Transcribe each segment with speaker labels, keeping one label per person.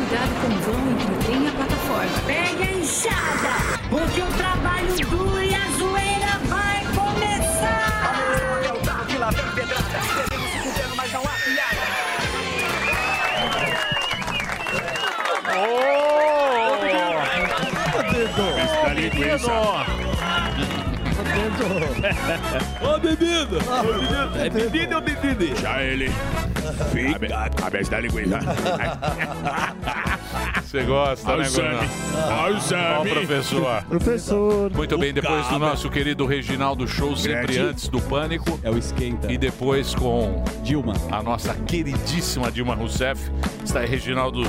Speaker 1: vão entre o trem e a plataforma.
Speaker 2: Pegue a enxada, porque o trabalho duro e a zoeira vai começar.
Speaker 3: Da linguiça.
Speaker 4: Ô, bebida! É bebida ou bebida?
Speaker 3: Já ele. Fica. Cabeça da linguiça.
Speaker 5: Você gosta,
Speaker 3: Olha
Speaker 5: né,
Speaker 3: o Sammy.
Speaker 5: Guaraná?
Speaker 3: Olha o
Speaker 5: Ó,
Speaker 3: Sammy.
Speaker 5: professor.
Speaker 6: Professor.
Speaker 5: Muito bem, depois do nosso querido Reginaldo Show, sempre
Speaker 3: Grande.
Speaker 5: antes do Pânico.
Speaker 4: É o esquenta.
Speaker 5: E
Speaker 4: E
Speaker 5: depois com
Speaker 4: Dilma.
Speaker 5: a nossa queridíssima Dilma Rousseff. Está aí Reginaldo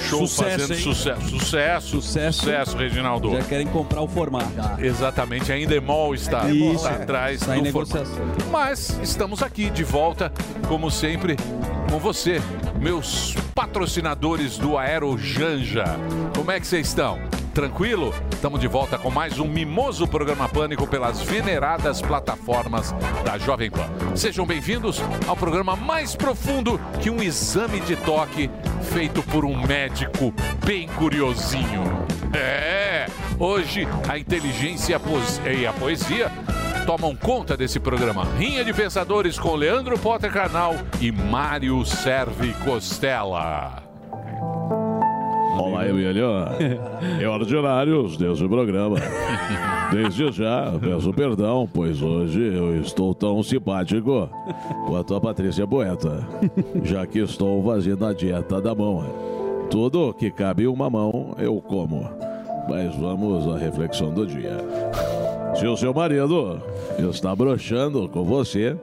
Speaker 5: Show
Speaker 4: Sucesso,
Speaker 5: fazendo
Speaker 4: hein?
Speaker 5: sucesso. Sucesso.
Speaker 4: Sucesso.
Speaker 5: Sucesso, Reginaldo.
Speaker 4: Já querem comprar o formato.
Speaker 5: Exatamente, a Endemol está,
Speaker 4: Isso,
Speaker 5: está
Speaker 4: é.
Speaker 5: atrás
Speaker 4: Está em
Speaker 5: do formato.
Speaker 4: negociação.
Speaker 5: Mas estamos aqui de volta, como sempre, com você, meus patrocinadores do Aerojanja. Como é que vocês estão? Tranquilo? Estamos de volta com mais um mimoso programa Pânico pelas veneradas plataformas da Jovem Pan. Sejam bem-vindos ao programa mais profundo que um exame de toque feito por um médico bem curiosinho. É! Hoje a inteligência e a pos- e a poesia tomam conta desse programa. Rinha de Pensadores com Leandro Potter Canal e Mário Serve Costela.
Speaker 7: Olá, Emílio. É ordinários, Deus do programa. Desde já, peço perdão, pois hoje eu estou tão simpático quanto a Patrícia Poeta, já que estou fazendo a dieta da mão. Tudo que cabe em uma mão, eu como. Mas vamos à reflexão do dia. Se o seu marido está broxando com você,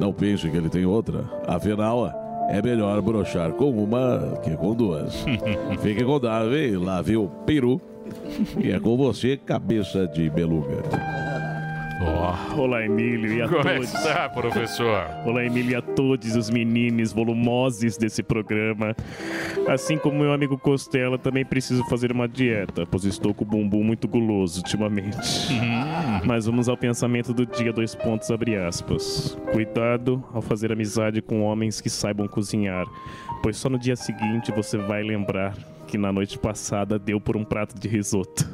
Speaker 7: não pense que ele tem outra. Afinal, é melhor broxar com uma que com duas. Fique com Davi, lá viu o peru. E é com você, cabeça de beluga.
Speaker 8: Olá, Emílio e a
Speaker 5: Como é que
Speaker 8: todos.
Speaker 5: está, professor?
Speaker 8: Olá, Emílio e a todos os meninos volumosos desse programa. Assim como meu amigo Costela, também preciso fazer uma dieta, pois estou com o bumbum muito guloso ultimamente.
Speaker 5: Hum.
Speaker 8: Mas vamos ao pensamento do dia, dois pontos, abre aspas. Cuidado ao fazer amizade com homens que saibam cozinhar, pois só no dia seguinte você vai lembrar que na noite passada deu por um prato de risoto.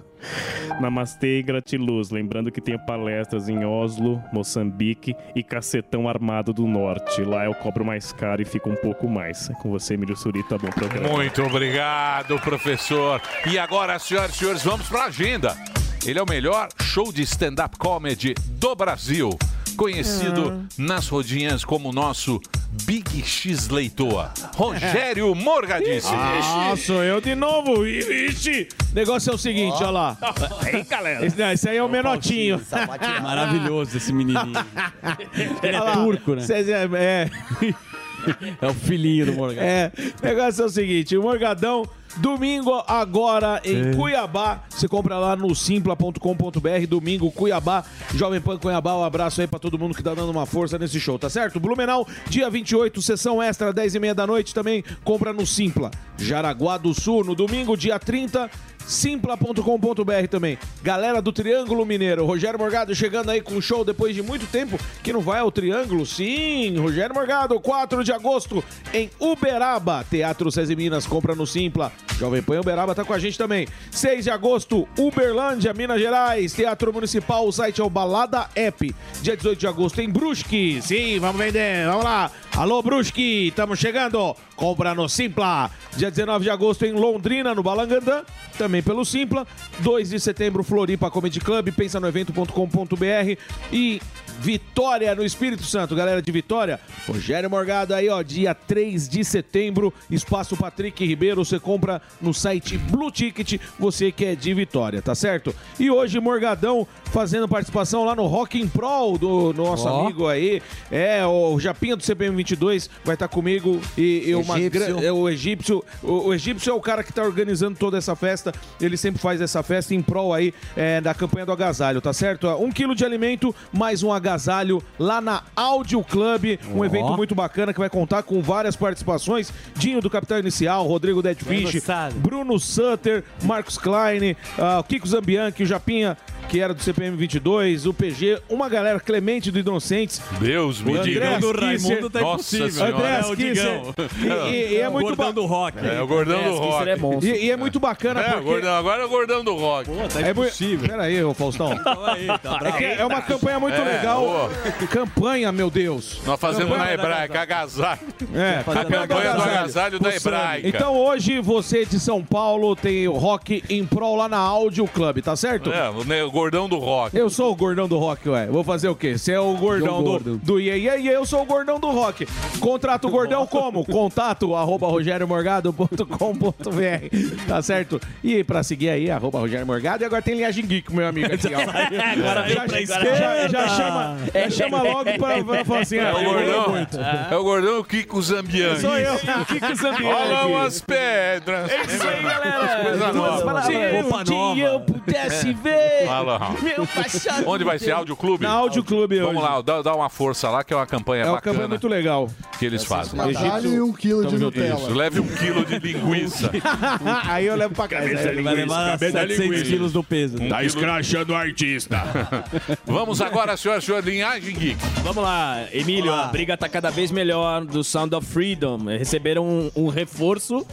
Speaker 8: Namastê e gratiluz, lembrando que tenho palestras em Oslo, Moçambique e Cacetão Armado do Norte. Lá eu cobro mais caro e fico um pouco mais. É Com você, Emílio Surita, bom programa.
Speaker 5: Muito obrigado, professor. E agora, senhoras e senhores, vamos para a agenda. Ele é o melhor show de stand-up comedy do Brasil. Conhecido
Speaker 4: Ah.
Speaker 5: nas rodinhas como o nosso Big X Leitoa. Rogério Morgadice.
Speaker 4: Ah, sou eu de novo. I- Ixi, o negócio é o seguinte, olha lá.
Speaker 8: Aí, galera!
Speaker 4: Esse, não, esse aí é o Menotinho.
Speaker 9: Maravilhoso esse menininho.
Speaker 4: Ele
Speaker 9: é turco, né?
Speaker 4: É,
Speaker 9: É o filhinho do Morgan.
Speaker 4: é, o negócio é o seguinte, o Morgadão, domingo agora em Cuiabá, você compra lá no simpla.com.br, domingo Cuiabá, Jovem Pan Cuiabá, um abraço aí pra todo mundo que tá dando uma força nesse show, tá certo? Blumenau, dia 28, sessão extra, 10 e meia da noite também, compra no Simpla. Jaraguá do Sul, no domingo, dia 30, simpla.com.br também. Galera do Triângulo Mineiro, Rogério Morgado chegando aí com o show depois de muito tempo que não vai ao Triângulo. Sim, Rogério Morgado, 4 de agosto em Uberaba, Teatro César Minas, compra no Simpla. Jovem Pan Uberaba tá com a gente também. 6 de agosto, Uberlândia, Minas Gerais, Teatro Municipal, o site é o Balada App. Dia 18 de agosto em Brusque. Sim, vamos vender, vamos lá. Alô Brusque, estamos chegando. Compra no Simpla. Dia 19 de agosto em Londrina, no Balangandã, também pelo Simpla. 2 de setembro, Floripa Comedy Club, pensa no evento.com.br e Vitória no Espírito Santo, galera de Vitória. Rogério Morgado aí, ó, dia 3 de setembro, espaço Patrick Ribeiro, você compra no site Blue Ticket, você que é de Vitória, tá certo? E hoje Morgadão fazendo participação lá no Rock in Pro do nosso
Speaker 9: Ó.
Speaker 4: amigo aí, é o Japinha do CPM 22 vai estar comigo e, e uma
Speaker 6: Egípcio.
Speaker 4: gran- é, o egípcio, o, o egípcio é o cara que tá organizando toda essa festa. Ele sempre faz essa festa em prol aí é, da campanha do agasalho, tá certo? Um quilo de alimento mais um agasalho lá na Audio Club, um evento muito bacana que vai contar com várias participações. Dinho do Capital Inicial, Rodrigo Deadfish,
Speaker 9: Gostado.
Speaker 4: Bruno Sutter, Marcos Klein, ah, o Kiko Zambianchi, o Japinha, que era do CPM 22, o PG, uma galera Clemente do Inocentes.
Speaker 5: Deus
Speaker 4: O
Speaker 5: me diga.
Speaker 4: André
Speaker 5: Digão do
Speaker 4: Kisser.
Speaker 5: Raimundo tá Nossa impossível. senhora.
Speaker 4: André
Speaker 5: É, o
Speaker 4: Kisser.
Speaker 5: Digão.
Speaker 4: E, e- e é muito
Speaker 5: Gordão
Speaker 4: do rock.
Speaker 5: É, o gordão do rock.
Speaker 4: E, e é muito bacana
Speaker 5: É,
Speaker 4: porque...
Speaker 5: gordão, agora é o gordão tá do rock.
Speaker 4: é possível. Peraí, ô Faustão.
Speaker 10: Tá
Speaker 4: é, que é uma campanha muito
Speaker 5: É,
Speaker 4: legal.
Speaker 5: boa.
Speaker 4: Campanha, meu Deus.
Speaker 5: Nós fazemos
Speaker 4: Campanha
Speaker 5: na hebraica, agasalho.
Speaker 4: É,
Speaker 5: a campanha do agasalho da hebraica.
Speaker 4: Então hoje você de São Paulo tem o Rock em Prol lá na Áudio Club, tá certo?
Speaker 5: É, o ne- o gordão do rock.
Speaker 4: Eu sou o gordão do rock, ué. Vou fazer o quê? Você é o gordão do, do Iê Iê Iê, eu sou o gordão do rock. Contrata o gordão como? Contato arroba rogeriomorgado.com.br. Tá certo? E pra seguir aí, arroba Rogério Morgado. E agora tem Linhagem Geek, meu amigo. Aqui, ó.
Speaker 9: Agora vem
Speaker 4: já,
Speaker 9: pra
Speaker 4: É já, já chama, já chama logo pra, pra falar assim.
Speaker 5: É
Speaker 4: ah,
Speaker 5: o
Speaker 4: eu ganhei
Speaker 5: gordão.
Speaker 4: muito.
Speaker 5: É o gordão o Kiko Zambiani.
Speaker 4: Sou eu.
Speaker 5: Olha as pedras.
Speaker 4: É Isso aí, galera.
Speaker 5: Coisa
Speaker 4: Duas
Speaker 5: nova.
Speaker 4: palavras.
Speaker 9: Roupa
Speaker 4: Se um dia
Speaker 9: nova.
Speaker 4: eu pudesse ver
Speaker 5: É. Fala, Raul.
Speaker 4: meu passado.
Speaker 5: Onde vai ser? Áudio Clube?
Speaker 4: Na Áudio Clube hoje.
Speaker 5: Vamos lá, dá, dá uma força lá, que é uma campanha
Speaker 4: É uma
Speaker 5: bacana
Speaker 4: campanha muito legal.
Speaker 5: que eles fazem.
Speaker 6: Talho e um quilo de Nutella.
Speaker 5: Isso, leve um quilo de linguiça.
Speaker 4: Aí eu levo pra casa. É.
Speaker 9: Vai levar 700 quilos do peso.
Speaker 5: Um
Speaker 3: Tá escrachando o artista.
Speaker 5: Vamos agora, senhoras e senhores, linhagem geek.
Speaker 11: Vamos lá, Emílio, a briga tá cada vez melhor do Sound of Freedom. Receberam um, um reforço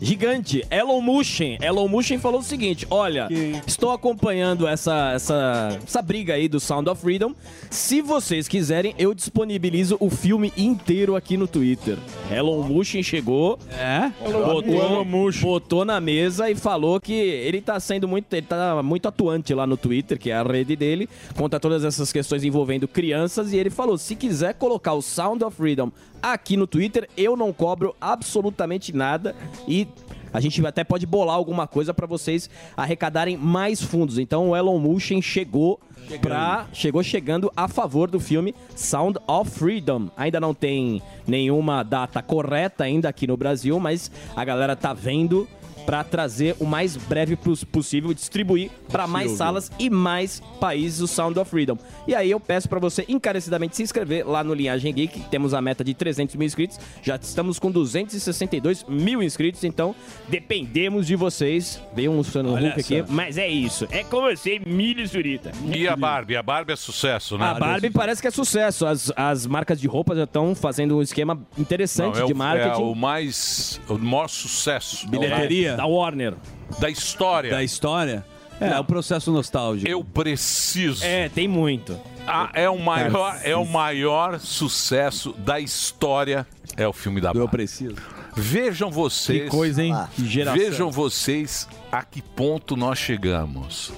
Speaker 11: gigante. Elon Mushin. Elon Mushin falou o seguinte: olha, estou acompanhando essa, essa, essa briga aí do Sound of Freedom. Se vocês quiserem, eu disponibilizo o filme inteiro aqui no Twitter. Elon Mushin chegou,
Speaker 9: É?
Speaker 11: botou, botou na mesa e falou que ele tá sendo muito, ele tá muito atuante lá no Twitter, que é a rede dele, conta todas essas questões envolvendo crianças e ele falou, se quiser colocar o Sound of Freedom aqui no Twitter, eu não cobro absolutamente nada e a gente até pode bolar alguma coisa pra vocês arrecadarem mais fundos. Então o Elon Mushin chegou pra, chegou chegando a favor do filme Sound of Freedom. Ainda não tem nenhuma data correta ainda aqui no Brasil, mas a galera tá vendo pra trazer o mais breve pos- possível, distribuir pra mais salas e mais países o Sound of Freedom. E aí eu peço pra você encarecidamente se inscrever lá no Linhagem Geek, temos a meta de 300 mil inscritos, já estamos com 262 mil inscritos, então dependemos de vocês. Dei um sono Hulk aqui, mas é isso. É com você, Milho Zurita.
Speaker 5: E a Barbie? A Barbie é sucesso, né?
Speaker 11: A Barbie parece que é sucesso. As, as marcas de roupas já estão fazendo um esquema
Speaker 5: Não,
Speaker 11: interessante
Speaker 5: é,
Speaker 11: de
Speaker 5: o, é
Speaker 11: marketing.
Speaker 5: o mais. O maior sucesso
Speaker 9: É Bilheteria
Speaker 11: Da Warner.
Speaker 5: da história.
Speaker 9: da história. É, é o processo nostálgico.
Speaker 5: Eu preciso.
Speaker 11: É, tem muito.
Speaker 5: Ah, é, o maior, é o maior sucesso da história. É o filme da
Speaker 9: Eu
Speaker 5: Barbie.
Speaker 9: preciso.
Speaker 5: Vejam vocês. Ah.
Speaker 4: Que coisa, hein?
Speaker 9: Que geração.
Speaker 5: Vejam vocês a que ponto nós chegamos.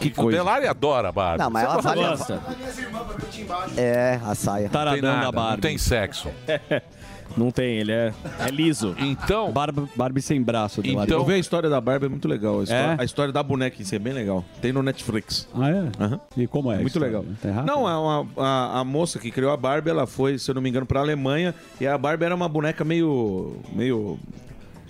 Speaker 4: Que
Speaker 5: O
Speaker 4: coisa.
Speaker 5: Delari adora a Barbie.
Speaker 12: Não, mas ela vale. É, a saia.
Speaker 5: não tem
Speaker 9: Taradão
Speaker 5: nada,
Speaker 9: da
Speaker 5: não
Speaker 9: Barbie.
Speaker 5: tem sexo.
Speaker 11: Não tem, ele é, é liso.
Speaker 5: Então,
Speaker 9: Barba- Barbie sem braço. do
Speaker 5: Então-
Speaker 4: Eu vi a história da Barbie, é muito legal. A história,
Speaker 9: É?
Speaker 4: a história da boneca em si é bem legal. Tem no Netflix.
Speaker 9: Ah, é? E como é? a
Speaker 4: Muito
Speaker 9: história?
Speaker 4: legal.
Speaker 9: Tá errado?
Speaker 4: Não, é uma- a, a moça que criou a Barbie, ela foi, se eu não me engano, pra Alemanha. E a Barbie era uma boneca meio. meio.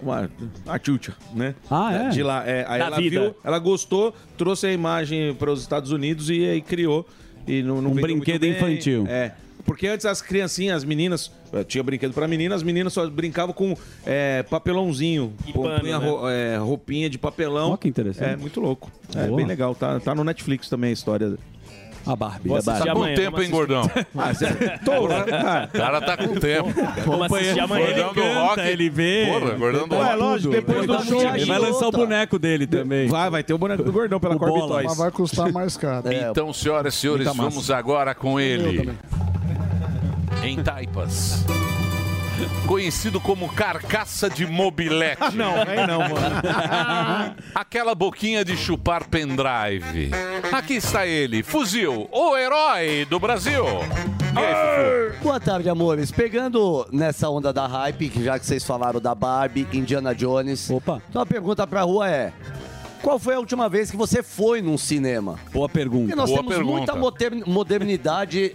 Speaker 4: Uma artiúcha, né?
Speaker 9: Ah, é?
Speaker 4: De lá. é. aí
Speaker 11: Da
Speaker 4: ela
Speaker 11: vida.
Speaker 4: viu, ela gostou, trouxe a imagem para os Estados Unidos e aí criou. E não, não
Speaker 9: Um
Speaker 4: vendeu
Speaker 9: brinquedo
Speaker 4: muito bem.
Speaker 9: infantil.
Speaker 4: É. Porque antes as criancinhas, as meninas, eh, tinha brinquedo pra menina, as meninas só brincavam com eh, papelãozinho.
Speaker 11: E
Speaker 4: Pô,
Speaker 11: pano,
Speaker 4: punha
Speaker 11: né?
Speaker 4: ro- eh, roupinha de papelão.
Speaker 9: Ó, que interessante.
Speaker 4: É, muito louco. É
Speaker 9: Boa.
Speaker 4: bem legal. Tá, tá no Netflix também a história.
Speaker 9: A Barbie.
Speaker 4: Vou
Speaker 9: A Barbie.
Speaker 11: assistir
Speaker 5: tá com
Speaker 11: amanhã,
Speaker 5: tempo,
Speaker 11: vamos
Speaker 5: hein, gordão?
Speaker 4: Ah, você tô, Ah. cara.
Speaker 5: O cara tá com tempo.
Speaker 11: Vamos assistir amanhã.
Speaker 5: Ele
Speaker 9: Ele
Speaker 5: canta,
Speaker 9: canta, ele vê.
Speaker 5: Porra, gordão do
Speaker 4: É
Speaker 5: rock. né?
Speaker 4: lógico, depois
Speaker 5: tá
Speaker 4: do show.
Speaker 9: Ele vai lançar o boneco dele também.
Speaker 4: Vai, vai ter o boneco do gordão pela
Speaker 9: O Bola.
Speaker 4: Corbitoys.
Speaker 6: Mas vai custar mais caro.
Speaker 5: Então,
Speaker 4: tá
Speaker 5: senhoras e senhores,
Speaker 9: Muita massa.
Speaker 5: vamos agora com ele. Em Taipas. Conhecido como carcaça de mobilete.
Speaker 4: Ah, Não, aí não, mano.
Speaker 5: Aquela boquinha de chupar pendrive. Aqui está ele, fuzil, o herói do Brasil. E aí, Fufu?
Speaker 12: Boa tarde, amores. Pegando nessa onda da hype, que já que vocês falaram da Barbie, Indiana Jones.
Speaker 9: Opa.
Speaker 12: Então a pergunta pra rua é: qual foi a última vez que você foi num cinema?
Speaker 9: Boa pergunta.
Speaker 12: Porque nós
Speaker 5: Boa
Speaker 12: temos
Speaker 5: pergunta.
Speaker 12: muita moder- modernidade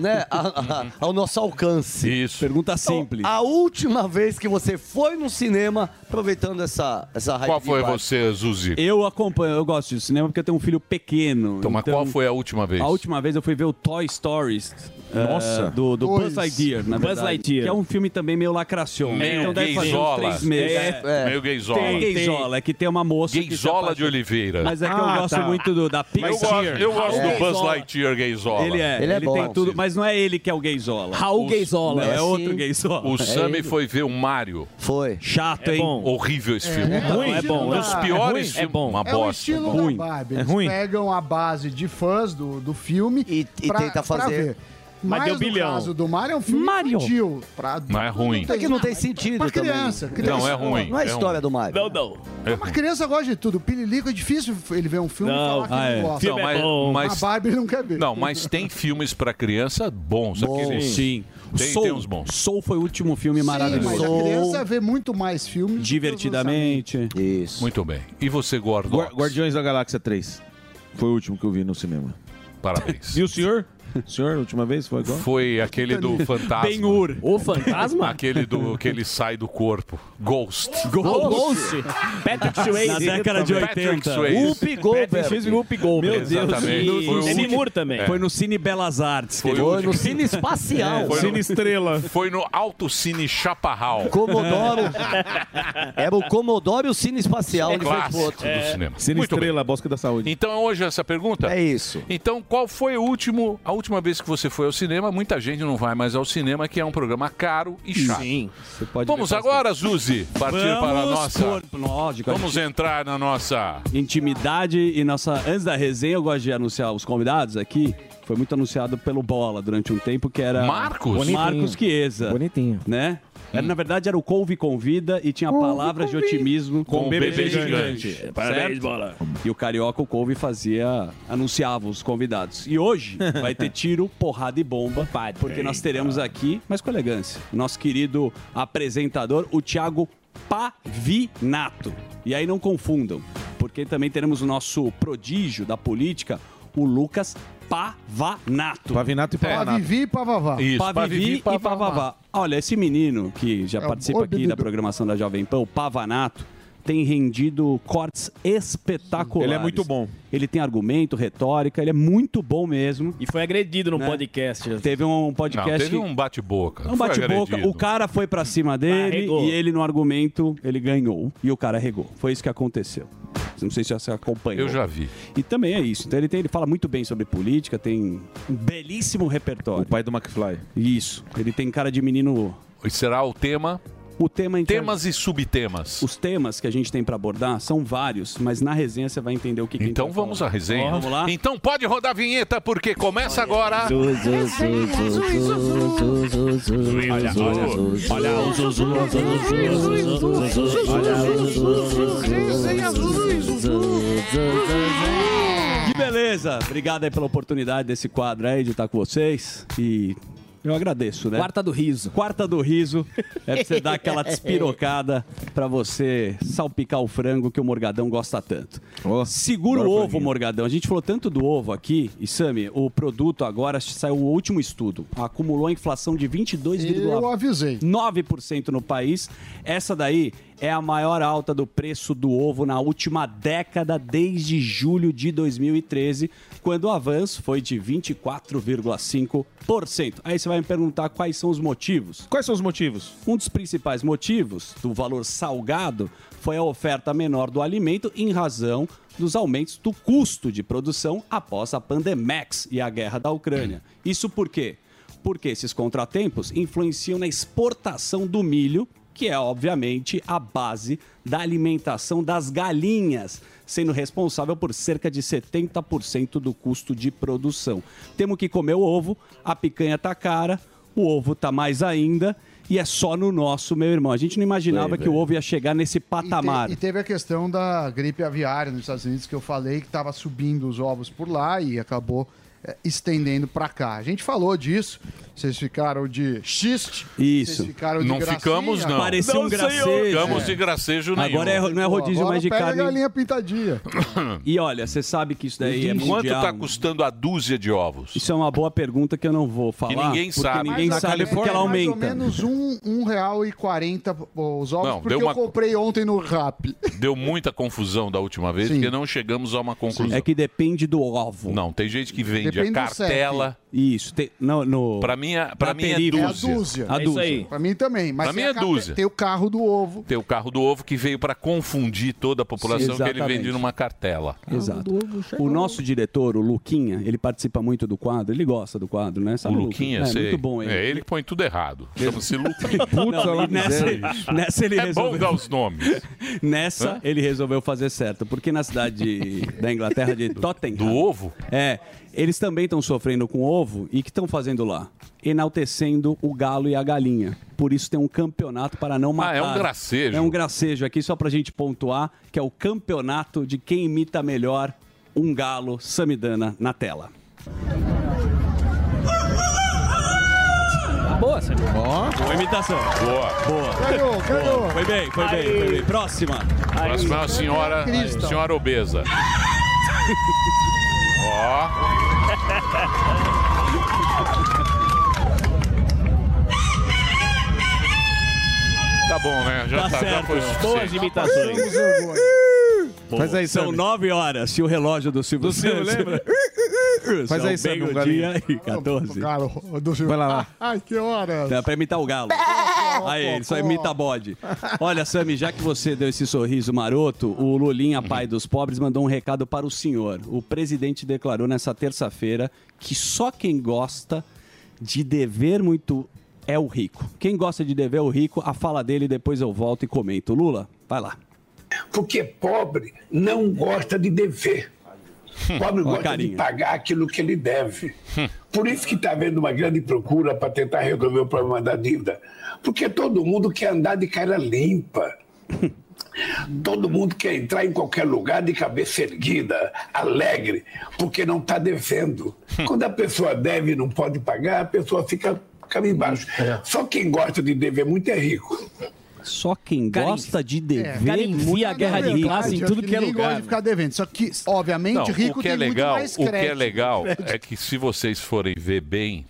Speaker 12: né, a- a-
Speaker 9: Uhum.
Speaker 12: ao nosso alcance.
Speaker 5: Isso.
Speaker 9: Então, Pergunta simples.
Speaker 12: A última vez que você foi num cinema Aproveitando essa, essa hype
Speaker 5: Qual
Speaker 12: de
Speaker 5: foi
Speaker 12: Batman.
Speaker 5: você, Zuzi?
Speaker 9: Eu acompanho, eu gosto de cinema porque eu tenho um filho pequeno.
Speaker 5: Então, mas qual foi a última vez?
Speaker 9: A última vez eu fui ver o Toy Stories. eh,
Speaker 5: Nossa.
Speaker 9: do do Buzz
Speaker 5: Pois.
Speaker 9: Lightyear, na
Speaker 5: Buzz
Speaker 9: verdade.
Speaker 5: Lightyear.
Speaker 9: Que é um filme também meio lacracion.
Speaker 5: Meio
Speaker 9: então deve fazer uns
Speaker 5: gayzola.
Speaker 9: três meses.
Speaker 5: É, meio gayzola.
Speaker 9: Tem,
Speaker 5: Tem.
Speaker 9: gayzola, é que tem uma moça que se
Speaker 5: Gayzola de
Speaker 9: apaixona-
Speaker 5: Oliveira.
Speaker 9: Mas é que eu
Speaker 5: Ah,
Speaker 9: gosto
Speaker 5: tá.
Speaker 9: muito do, da
Speaker 5: Eu gosto,
Speaker 9: Pixar.
Speaker 5: eu gosto do Buzz
Speaker 9: Gayzola.
Speaker 5: Lightyear Gayzola.
Speaker 9: Ele é, ele, tem tudo, mas não é ele que é o gayzola.
Speaker 5: Raul
Speaker 9: O-
Speaker 5: Gayzola.
Speaker 9: Não, é
Speaker 5: É
Speaker 9: outro
Speaker 5: sim.
Speaker 9: gayzola.
Speaker 5: O Sammy
Speaker 9: ele.
Speaker 5: foi ver o Mario.
Speaker 12: Foi.
Speaker 9: Chato,
Speaker 5: é
Speaker 9: hein?
Speaker 5: Bom. Horrível esse filme.
Speaker 9: É ruim, é bom.
Speaker 5: Um dos
Speaker 9: É ruim?
Speaker 5: piores
Speaker 9: É
Speaker 5: filmes.
Speaker 9: bom.
Speaker 5: Uma
Speaker 12: um
Speaker 6: É o
Speaker 5: bosta. É
Speaker 6: estilo da Barbie. Eles pegam a base de fãs do, do filme e,
Speaker 12: e tenta fazer.
Speaker 6: Mas, deu bilhão. no caso do Mario é um filme Mario. infantil. Pra,
Speaker 5: Mas é ruim.
Speaker 12: É que não tem sentido
Speaker 6: pra
Speaker 12: também.
Speaker 6: criança, criança.
Speaker 5: Não, é ruim.
Speaker 12: Não é a história
Speaker 5: ruim. É
Speaker 12: do Mario.
Speaker 5: Não, não.
Speaker 6: Uma criança gosta de tudo. O Pililico é difícil ele ver um filme
Speaker 5: Não,
Speaker 6: e falar que
Speaker 5: ah, é.
Speaker 6: não gosta.
Speaker 5: Filme é Não, mas- bom. mas-
Speaker 6: A Barbie ele não quer ver.
Speaker 5: Não, mas tem filmes pra criança bons. aqueles-
Speaker 9: Sim.
Speaker 5: Tem,
Speaker 9: Soul.
Speaker 5: tem uns bons.
Speaker 9: Soul foi o último filme
Speaker 6: Sim,
Speaker 9: maravilhoso.
Speaker 6: mas a criança vê muito mais filmes.
Speaker 9: Divertidamente.
Speaker 12: Isso.
Speaker 5: Muito bem. E você, Gordon?
Speaker 4: Guar- Guardiões da Galáxia 3. Foi o último que eu vi no cinema.
Speaker 5: Parabéns.
Speaker 4: E o senhor? O senhor, a última vez? Foi agora?
Speaker 5: Foi aquele do fantasma.
Speaker 4: Ben-Hur.
Speaker 11: O fantasma?
Speaker 5: aquele do que ele sai do corpo. Ghost.
Speaker 11: Ghost. Ghost. Patrick Swayze. Na década de
Speaker 5: Patrick
Speaker 9: 80.
Speaker 5: Swayze.
Speaker 9: Whoopi Goldberg. Patrick Swayze e Whoopi Goldberg.
Speaker 5: Meu Deus. Exatamente.
Speaker 9: E-
Speaker 5: Foi o
Speaker 9: Demi
Speaker 5: último-
Speaker 9: Moore também.
Speaker 5: É.
Speaker 9: Foi no Cine Belas Artes. que
Speaker 5: Foi
Speaker 9: ele-
Speaker 5: o último. É, foi no-
Speaker 9: Cine Estrela.
Speaker 5: Foi no Autocine Chaparral.
Speaker 12: Comodoro. Era É o Comodoro e o Cine Espacial.
Speaker 5: É
Speaker 12: um de frente pro
Speaker 5: clássico
Speaker 12: outro.
Speaker 5: do cinema.
Speaker 4: Cine
Speaker 5: Muito
Speaker 4: Estrela, Bosque da Saúde.
Speaker 5: Então hoje essa pergunta?
Speaker 12: É isso.
Speaker 5: Então qual foi o último, a última vez que você foi ao cinema? Muita gente não vai mais ao cinema, que é um programa caro e chato. Sim. Vamos agora, Zuzi, partir para a
Speaker 9: Vamos
Speaker 5: nossa.
Speaker 9: por- lógico, a
Speaker 5: Vamos
Speaker 9: gente-
Speaker 5: entrar na nossa.
Speaker 9: Intimidade e nossa. Antes da resenha, eu gosto de anunciar os convidados aqui. Foi muito anunciado pelo Bola durante um tempo, que era.
Speaker 5: Marcos? Hum.
Speaker 9: Marcos
Speaker 5: Bonitinho.
Speaker 9: Chiesa. Bonitinho. Né? Era, na verdade, era o Couve Convida e tinha palavras de otimismo
Speaker 5: Com o BBB gigante.
Speaker 9: gigante. Parabéns, Bola. E o Carioca, o Couve, fazia. anunciava os convidados. E hoje vai ter tiro, porrada e bomba. Porque nós teremos aqui, mas com elegância, o nosso querido apresentador, o Thiago Pavinato. E aí não confundam, porque também teremos o nosso prodígio da política, o Lucas É. Pavanato.
Speaker 4: Pavinato e
Speaker 5: É,
Speaker 6: Pra Vivi e pra Vavá.
Speaker 9: Pavivi e Pavavá. Olha, esse menino que já
Speaker 6: É um
Speaker 9: participa aqui da
Speaker 6: bebedor.
Speaker 9: programação da Jovem Pan, o Pavanato, tem rendido cortes espetaculares.
Speaker 4: Ele é muito bom.
Speaker 9: Ele tem argumento, retórica, ele é muito bom mesmo.
Speaker 10: E foi agredido no
Speaker 9: Né?
Speaker 10: podcast.
Speaker 9: Teve um podcast.
Speaker 5: Não, teve
Speaker 9: que-
Speaker 5: um bate-boca.
Speaker 9: um
Speaker 5: Foi
Speaker 9: bate-boca.
Speaker 5: agredido.
Speaker 9: O cara foi pra cima dele
Speaker 10: regou.
Speaker 9: e ele, no argumento, ele ganhou. E o cara regou. Foi isso que aconteceu. Não sei se você acompanhou.
Speaker 5: Eu já vi.
Speaker 9: E também é isso. Então ele, tem- ele fala muito bem sobre política, tem um belíssimo repertório. O
Speaker 4: pai do McFly.
Speaker 9: Isso. Ele tem cara de menino.
Speaker 5: E será o tema?
Speaker 9: O tema inter...
Speaker 5: Temas e subtemas.
Speaker 9: Os temas que a gente tem pra abordar são vários, mas na resenha você vai entender o que, que Então
Speaker 5: vamos à resenha.
Speaker 9: vamos lá.
Speaker 5: Então pode rodar a vinheta, porque começa agora.
Speaker 2: Olha, olha, olha o Zuzu,
Speaker 9: Que beleza! Obrigado aí pela oportunidade desse quadro aí de estar com vocês. E eu agradeço, né? Quarta do riso. Quarta do riso. É pra você dar aquela despirocada pra você salpicar o frango que o Morgadão gosta tanto. Segura o ovo, Morgadão. A gente falou tanto do ovo aqui. E, Sami, o produto agora saiu o último estudo. Acumulou a inflação de 22,9%.
Speaker 6: Eu avisei.
Speaker 9: 9% no país. Essa daí é a maior alta do preço do ovo na última década, desde julho de 2013, quando o avanço foi de 24,5%. Aí você vai me perguntar quais são os motivos.
Speaker 4: Quais são os motivos?
Speaker 9: Um dos principais motivos do valor salgado foi a oferta menor do alimento em razão dos aumentos do custo de produção após a Pandemex e a guerra da Ucrânia. Isso por quê? porque esses contratempos influenciam na exportação do milho, que é obviamente a base da alimentação das galinhas, sendo responsável por cerca de 70% do custo de produção. Temos que comer o ovo, a picanha tá cara, o ovo tá mais ainda. E é só no nosso, meu irmão. A gente não imaginava
Speaker 6: Sei,
Speaker 9: que
Speaker 6: velho.
Speaker 9: o ovo ia chegar nesse patamar.
Speaker 6: E teve a questão da gripe aviária nos Estados Unidos que eu falei que estava subindo os ovos por lá e acabou eh, estendendo para cá. A gente falou disso. Vocês ficaram de xiste.
Speaker 9: Isso.
Speaker 6: Vocês ficaram de
Speaker 5: Não
Speaker 6: gracinha.
Speaker 5: ficamos, não. Parecia um Não, senhor. gracejo. Ficamos de gracejo nenhum. Agora é- não é rodízio
Speaker 6: Agora
Speaker 5: mais de
Speaker 6: pega
Speaker 5: carne.
Speaker 6: a galinha pintadinha.
Speaker 9: E olha, você sabe que isso daí é
Speaker 5: Quanto
Speaker 9: mundial.
Speaker 5: está tá custando a dúzia de ovos?
Speaker 9: Isso é uma boa pergunta que eu não vou falar.
Speaker 5: ninguém
Speaker 9: porque
Speaker 5: sabe.
Speaker 9: Ninguém
Speaker 5: Mas na
Speaker 9: sabe porque
Speaker 5: Califórnia
Speaker 9: ela
Speaker 5: é mais
Speaker 9: aumenta.
Speaker 6: Pelo menos um, um real e quarenta os ovos,
Speaker 5: Não,
Speaker 6: porque
Speaker 5: deu uma-
Speaker 6: eu comprei ontem no Rap.
Speaker 5: Deu muita confusão da última vez, porque não chegamos a uma conclusão.
Speaker 9: É que depende do ovo.
Speaker 5: Não, tem gente que vende
Speaker 9: Depende do
Speaker 5: a cartela.
Speaker 9: Isso. Tem, não, no...
Speaker 5: Pra mim, é- pra
Speaker 9: Na
Speaker 5: mim é
Speaker 9: períferia.
Speaker 5: dúzia.
Speaker 9: A dúzia.
Speaker 6: É Pra mim também. Mas
Speaker 5: Pra mim
Speaker 6: tem a
Speaker 5: é
Speaker 6: carte-
Speaker 5: dúzia.
Speaker 6: Tem o carro do ovo.
Speaker 5: Tem o carro do ovo que veio para confundir toda a população
Speaker 9: Sim,
Speaker 5: que ele vende
Speaker 9: exatamente. Ah,
Speaker 5: numa cartela.
Speaker 9: Exato. O nosso diretor, o Luquinha, ele participa muito do quadro, ele gosta do quadro, né? Sabe,
Speaker 5: o Luquinha,
Speaker 9: é,
Speaker 5: sei.
Speaker 9: muito bom ele.
Speaker 5: É ele que põe tudo errado. Chama-se Luquinha.
Speaker 9: Putz, Não, ela e nessa- miséria. nessa ele
Speaker 5: é bom
Speaker 9: resolveu.
Speaker 5: dar os nomes.
Speaker 9: Nessa,
Speaker 5: Hã?
Speaker 9: ele resolveu fazer certo, porque na cidade de- da Inglaterra de Tottenham. Do
Speaker 5: ovo?
Speaker 9: É. Eles também estão sofrendo com ovo e que estão fazendo lá? Enaltecendo o galo e a galinha. Por isso tem um campeonato para não matar.
Speaker 5: é um gracejo.
Speaker 9: É um gracejo aqui, só pra gente pontuar, que é o campeonato de quem imita melhor um galo samidana na tela.
Speaker 11: Boa, senhor.
Speaker 9: Boa imitação.
Speaker 5: Boa.
Speaker 9: Boa.
Speaker 6: Ganhou, ganhou.
Speaker 9: Foi bem, foi bem, foi bem. Próxima.
Speaker 5: Próxima é a senhora,
Speaker 9: Cristo.
Speaker 5: senhora obesa. Ó. Tá bom, né? Já,
Speaker 9: Tá
Speaker 5: tá, já
Speaker 9: certo.
Speaker 5: foi o suficiente.
Speaker 9: Boas imitações.
Speaker 5: Faz aí,
Speaker 9: São
Speaker 5: Sami.
Speaker 9: nove horas, se o relógio do Silvio
Speaker 5: Do Silvio,
Speaker 9: Santos-
Speaker 5: lembra?
Speaker 9: São meio-dia e 14.
Speaker 6: Galo, do
Speaker 9: Vai lá, lá.
Speaker 6: Ai, que hora.
Speaker 9: Dá é pra imitar o galo. Aí, ele só imita bode. Olha, Sami, já que você deu esse sorriso maroto, o Lulinha, pai dos pobres, mandou um recado para o senhor. O presidente declarou nessa terça-feira que só quem gosta de dever muito é o rico. Quem gosta de dever é o rico, a fala dele depois eu volto e comento. Lula, vai lá.
Speaker 10: Porque pobre não gosta de dever. Pobre
Speaker 9: Ó Hum. a
Speaker 10: gosta de
Speaker 9: carinha.
Speaker 10: pagar aquilo que ele deve.
Speaker 5: Hum.
Speaker 10: Por isso que está havendo uma grande procura para tentar resolver o problema da dívida. Porque todo mundo quer andar de cara limpa. Todo mundo quer entrar em qualquer lugar de cabeça erguida, alegre, porque não está devendo.
Speaker 9: Hum.
Speaker 10: Quando a pessoa deve e não pode pagar, a pessoa fica cabisbaixo.
Speaker 9: É.
Speaker 10: Só quem gosta de dever muito é rico.
Speaker 9: Só quem gosta de
Speaker 6: É.
Speaker 9: dever
Speaker 6: Cara,
Speaker 9: muito
Speaker 6: na verdade, acho ninguém gosta de ficar devendo. Só que, obviamente,
Speaker 5: Não,
Speaker 6: rico
Speaker 5: o que é
Speaker 6: tem
Speaker 5: legal,
Speaker 6: muito mais
Speaker 5: o
Speaker 6: crédito. né,
Speaker 5: que é legal é que se vocês forem ver bem,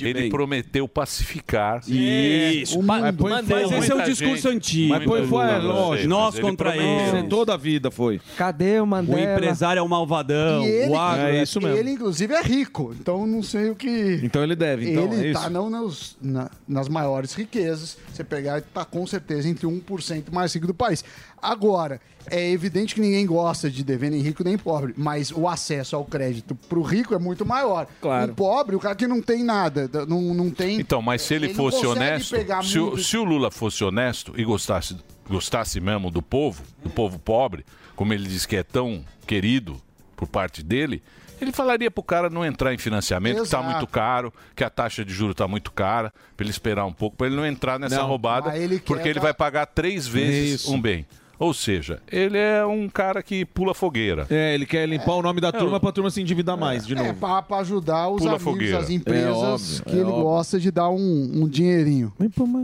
Speaker 5: ele prometeu pacificar.
Speaker 9: Isso, pa-
Speaker 5: Mas põe
Speaker 9: mas
Speaker 5: fora
Speaker 9: esse é
Speaker 5: muita
Speaker 9: um discurso
Speaker 5: gente,
Speaker 9: antigo.
Speaker 5: muita
Speaker 9: Mas põe
Speaker 5: gente,
Speaker 9: fora,
Speaker 5: eu sei,
Speaker 9: lógico.
Speaker 5: mas
Speaker 9: Nós contra
Speaker 5: prometeu.
Speaker 9: eles.
Speaker 4: Toda a vida foi.
Speaker 9: Cadê o
Speaker 4: Mandela?
Speaker 9: O empresário é o malvadão,
Speaker 6: E ele,
Speaker 9: o agro.
Speaker 6: é isso mesmo. ele, inclusive, é rico. Então, não sei o que...
Speaker 4: Então ele deve, então,
Speaker 6: ele
Speaker 4: é
Speaker 6: tá
Speaker 4: isso?
Speaker 6: não nos- na- nas maiores riquezas. Você pegar, ele tá com certeza entre 1% mais rico do país. Agora, é evidente que ninguém gosta de dever nem rico nem pobre, mas o acesso ao crédito pro rico é muito maior.
Speaker 5: Claro.
Speaker 6: O pobre, o cara que não tem nada, da- não, não tem.
Speaker 5: Então, mas se ele,
Speaker 6: Ele não
Speaker 5: fosse
Speaker 6: consegue
Speaker 5: honesto,
Speaker 6: pegar
Speaker 5: se, o-
Speaker 6: muito-
Speaker 5: se o Lula fosse honesto e gostasse, gostasse mesmo do povo, do povo pobre, como ele diz que é tão querido por parte dele, ele falaria pro cara não entrar em financiamento, que tá
Speaker 6: Exato.
Speaker 5: muito caro, que a taxa de juros tá muito cara, pra ele esperar um pouco, pra ele não entrar nessa
Speaker 6: Não,
Speaker 5: roubada,
Speaker 6: mas ele quer
Speaker 5: porque ele
Speaker 6: dar-
Speaker 5: vai pagar três vezes
Speaker 4: Isso.
Speaker 5: um bem. Ou seja, ele é um cara que pula fogueira.
Speaker 4: É, ele quer limpar o nome da turma pra turma se endividar mais, de
Speaker 6: É,
Speaker 4: novo.
Speaker 6: pra, pra ajudar os
Speaker 4: Pula
Speaker 6: amigos,
Speaker 4: fogueira.
Speaker 6: as
Speaker 4: É
Speaker 6: empresas
Speaker 4: óbvio,
Speaker 6: que
Speaker 4: é
Speaker 6: ele
Speaker 4: óbvio.
Speaker 6: gosta de dar um, um dinheirinho.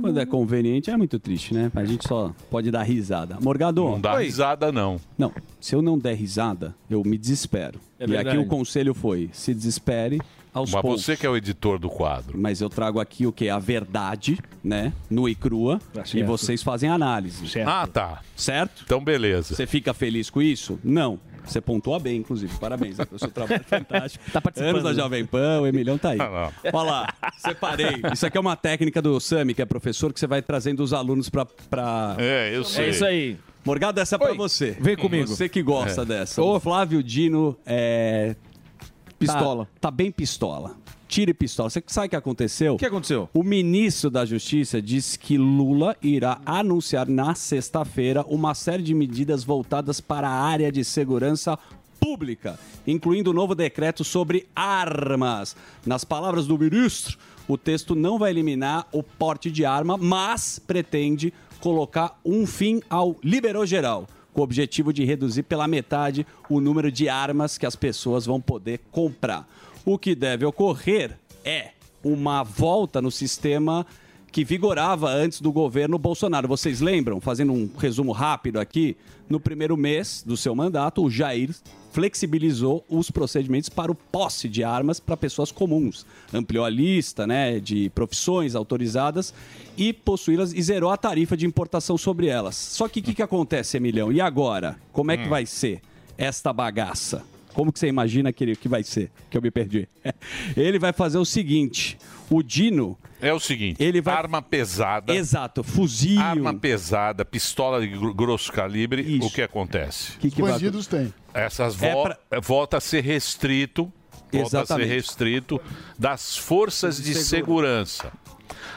Speaker 9: Quando é conveniente, é muito triste, né? A gente só pode dar risada. Morgado.
Speaker 5: Não dá risada, não.
Speaker 9: Não, se eu não der risada, eu me desespero. e
Speaker 5: É
Speaker 9: aqui
Speaker 5: verdade.
Speaker 9: o conselho foi: se desespere aos
Speaker 5: Mas
Speaker 9: poucos.
Speaker 5: você que é o editor do quadro.
Speaker 9: Mas eu trago aqui o que? A verdade, né? Nua e crua. e
Speaker 5: Tá certo.
Speaker 9: vocês fazem a análise.
Speaker 5: Ah, tá.
Speaker 9: Certo?
Speaker 5: Então, beleza.
Speaker 9: Você fica feliz com isso? Não. Você pontua bem, inclusive. Parabéns. né, pelo seu trabalho fantástico. Tá
Speaker 11: participando.
Speaker 10: né?
Speaker 9: Anos da Jovem Pan, o Emilhão tá aí. Olha lá, separei. Isso aqui é uma técnica do Sami, que é professor, que você vai trazendo os alunos pra... pra...
Speaker 5: É, eu sei. É isso
Speaker 11: aí.
Speaker 9: Morgado, essa é pra você. Vem
Speaker 5: comigo.
Speaker 9: Você que gosta
Speaker 5: É.
Speaker 9: dessa. O Flávio Dino é... Pistola. Tá, bem pistola. Tire pistola. Você sabe o que aconteceu? O que
Speaker 4: aconteceu?
Speaker 9: O ministro da Justiça disse que Lula irá anunciar na sexta-feira uma série de medidas voltadas para a área de segurança pública, incluindo o novo decreto sobre armas. Nas palavras do ministro, o texto não vai eliminar o porte de arma, mas pretende colocar um fim ao liberou geral, com o objetivo de reduzir pela metade o número de armas que as pessoas vão poder comprar. O que deve ocorrer é uma volta no sistema que vigorava antes do governo Bolsonaro. Vocês lembram, fazendo um resumo rápido aqui, no primeiro mês do seu mandato, o Jair flexibilizou os procedimentos para o posse de armas para pessoas comuns, ampliou a lista né, de profissões autorizadas e possuí-las e zerou a tarifa de importação sobre elas. Só que o que, que acontece, Emilhão? E agora? Como é que vai ser esta bagaça? Como que você imagina que, ele- que vai ser? Que eu me perdi. Ele vai fazer o seguinte: o Dino
Speaker 5: É o seguinte, arma pesada.
Speaker 9: Exato, fuzil.
Speaker 5: Arma pesada, pistola de gr- grosso calibre, o que acontece?
Speaker 9: Que que vai- Bandidos
Speaker 6: tem.
Speaker 5: Essas vo eh,
Speaker 9: É pra-
Speaker 5: volta a ser restrito, volta a
Speaker 9: Exatamente.
Speaker 5: ser restrito das forças de segurança.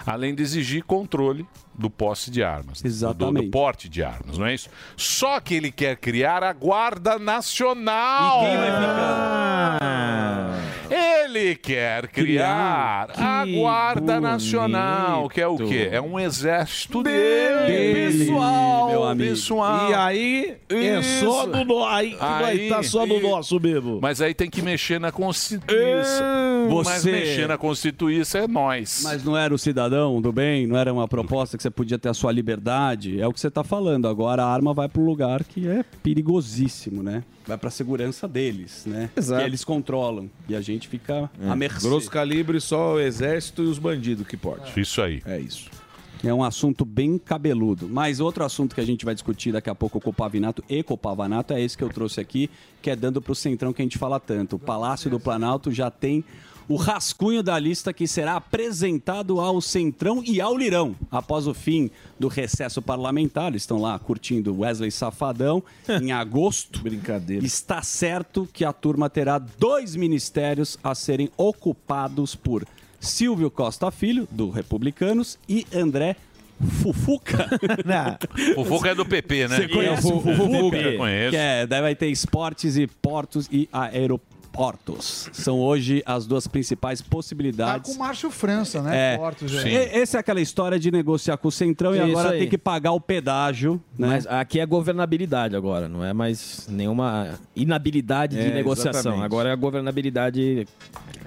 Speaker 5: Além de exigir controle do posse de armas, do- Do,
Speaker 9: Exatamente.
Speaker 5: porte de armas, não é isso? Só que ele quer criar a Guarda Nacional. Ah!
Speaker 9: E quem vai ficar?
Speaker 5: Ele quer criar, a Guarda Nacional, que é o quê? É um exército dele, pessoal,
Speaker 4: meu amigo.
Speaker 5: pessoal.
Speaker 4: E aí, é só do no- aí que vai tá só do
Speaker 5: nosso mesmo. Mas aí tem que mexer na Constituição. Mas
Speaker 9: Você-
Speaker 5: mexer na Constituição é nós.
Speaker 9: Mas não era o cidadão do bem? Não era uma proposta que você podia ter a sua liberdade? É o que você está falando. Agora a arma vai para um lugar que é perigosíssimo, né? Vai para a segurança deles, né?
Speaker 4: Exato.
Speaker 9: Que eles controlam. E a gente fica
Speaker 4: É,
Speaker 9: à mercê.
Speaker 4: Grosso calibre, só o exército e os bandidos que pode.
Speaker 5: Isso aí.
Speaker 4: É isso.
Speaker 9: É um assunto bem cabeludo. Mas outro assunto que a gente vai discutir daqui a pouco, Copavinato e Copavanato, é esse que eu trouxe aqui, que é dando para o centrão que a gente fala tanto. O Palácio do Planalto já tem o rascunho da lista que será apresentado ao centrão e ao lirão após o fim do recesso parlamentar. Eles estão lá curtindo Wesley Safadão em agosto.
Speaker 4: Brincadeira.
Speaker 9: Está certo que a turma terá dois ministérios a serem ocupados por Silvio Costa Filho, do Republicanos, e André Fufuca.
Speaker 5: O foco é do PP, né?
Speaker 9: Você conhece o Fufuca?
Speaker 5: Eu conheço.
Speaker 9: Que é, daí vai ter esportes e portos e aeroportos. São hoje as duas principais
Speaker 6: Tá com
Speaker 9: possibilidades.
Speaker 6: o Márcio França, né?
Speaker 9: É.
Speaker 6: Portos,
Speaker 9: E-
Speaker 6: é.
Speaker 9: Essa é aquela história de negociar com o Centrão e
Speaker 11: Isso
Speaker 9: agora
Speaker 11: aí.
Speaker 9: tem que pagar o pedágio. Né?
Speaker 11: Mas aqui é governabilidade agora, não é mais nenhuma inabilidade de
Speaker 9: É,
Speaker 11: negociação.
Speaker 9: exatamente.
Speaker 11: Agora é a governabilidade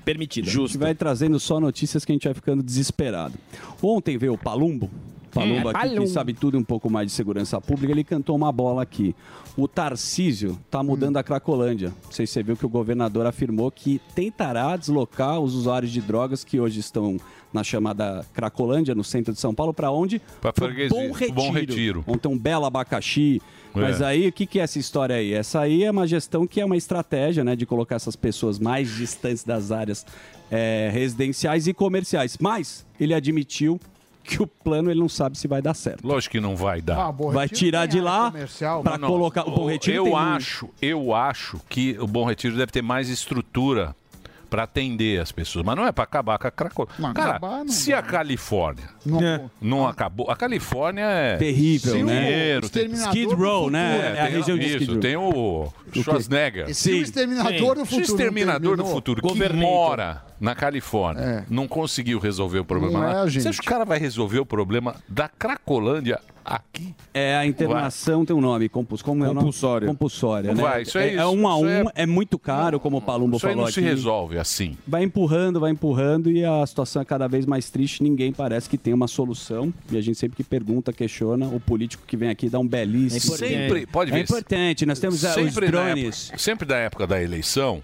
Speaker 11: permitida.
Speaker 9: A gente vai trazendo só notícias que a gente vai ficando desesperado. Ontem veio o Palumbo.
Speaker 5: É,
Speaker 9: Palumbo
Speaker 11: Hum,
Speaker 9: aqui, que
Speaker 11: Palumbo.
Speaker 9: sabe tudo e um pouco mais de segurança pública, ele cantou uma bola aqui. O Tarcísio tá mudando
Speaker 5: Hum.
Speaker 9: a Cracolândia. Não sei se você viu que o governador afirmou que tentará deslocar os usuários de drogas que hoje estão na chamada Cracolândia, no centro de São Paulo, para onde?
Speaker 5: Pra
Speaker 9: Pro
Speaker 5: freguesia,
Speaker 9: Bom
Speaker 5: pro
Speaker 9: Retiro.
Speaker 5: Bom Retiro.
Speaker 9: Ontem um belo abacaxi.
Speaker 5: É.
Speaker 9: Mas aí, o que, que é essa história aí? Essa aí é uma gestão que é uma estratégia, né? De colocar essas pessoas mais distantes das áreas é, residenciais e comerciais. Mas ele admitiu que o plano ele não sabe se vai dar certo.
Speaker 5: Lógico que não vai dar.
Speaker 9: Ah, Bom Vai Retiro tirar tem de área lá comercial, né? pra
Speaker 5: Não, não.
Speaker 9: colocar- o Bom Retiro
Speaker 5: Eu
Speaker 9: tem um.
Speaker 5: acho, eu acho que o Bom Retiro deve ter mais estrutura para atender as pessoas, mas não é para acabar com a cracolândia. Cara,
Speaker 6: acabar não
Speaker 5: se a
Speaker 9: né?
Speaker 5: Califórnia não, acabou, a Califórnia é
Speaker 9: É. Terrível,
Speaker 5: sem
Speaker 9: né?
Speaker 5: dinheiro,
Speaker 9: O
Speaker 5: tem-
Speaker 9: Exterminador Skid do Row, né?
Speaker 5: É,
Speaker 9: É a
Speaker 5: tem-
Speaker 9: região de
Speaker 5: isso,
Speaker 9: Skid Row.
Speaker 5: Tem o
Speaker 9: quê?
Speaker 5: Schwarzenegger.
Speaker 9: Esse é o Sim. Exterminador do
Speaker 5: Esse
Speaker 9: futuro, não
Speaker 5: Exterminador do
Speaker 9: terminou?
Speaker 5: futuro que
Speaker 9: Governator.
Speaker 5: mora na Califórnia, não conseguiu resolver o problema
Speaker 9: Não
Speaker 5: lá.
Speaker 9: é,
Speaker 5: Você
Speaker 9: gente.
Speaker 5: acha que o cara vai resolver o problema da Cracolândia aqui?
Speaker 9: É, a internação tem um nome, compus, como é o nome?
Speaker 5: Compulsória.
Speaker 9: Compulsória, né?
Speaker 5: Vai, isso é isso,
Speaker 9: um a
Speaker 5: isso
Speaker 9: um,
Speaker 5: é-
Speaker 9: é... muito caro, como o Palumbo
Speaker 5: Isso aí
Speaker 9: falou
Speaker 5: não se
Speaker 9: aqui.
Speaker 5: resolve assim.
Speaker 9: Vai empurrando, vai empurrando e a situação é cada vez mais triste. Ninguém parece que tem uma solução. E a gente sempre que pergunta, questiona, o político que vem aqui dá um belíssimo.
Speaker 5: É Sempre, pode ver.
Speaker 9: É importante, nós temos ah, os
Speaker 5: Sempre né? na
Speaker 9: drones.
Speaker 5: época- sempre da época da eleição,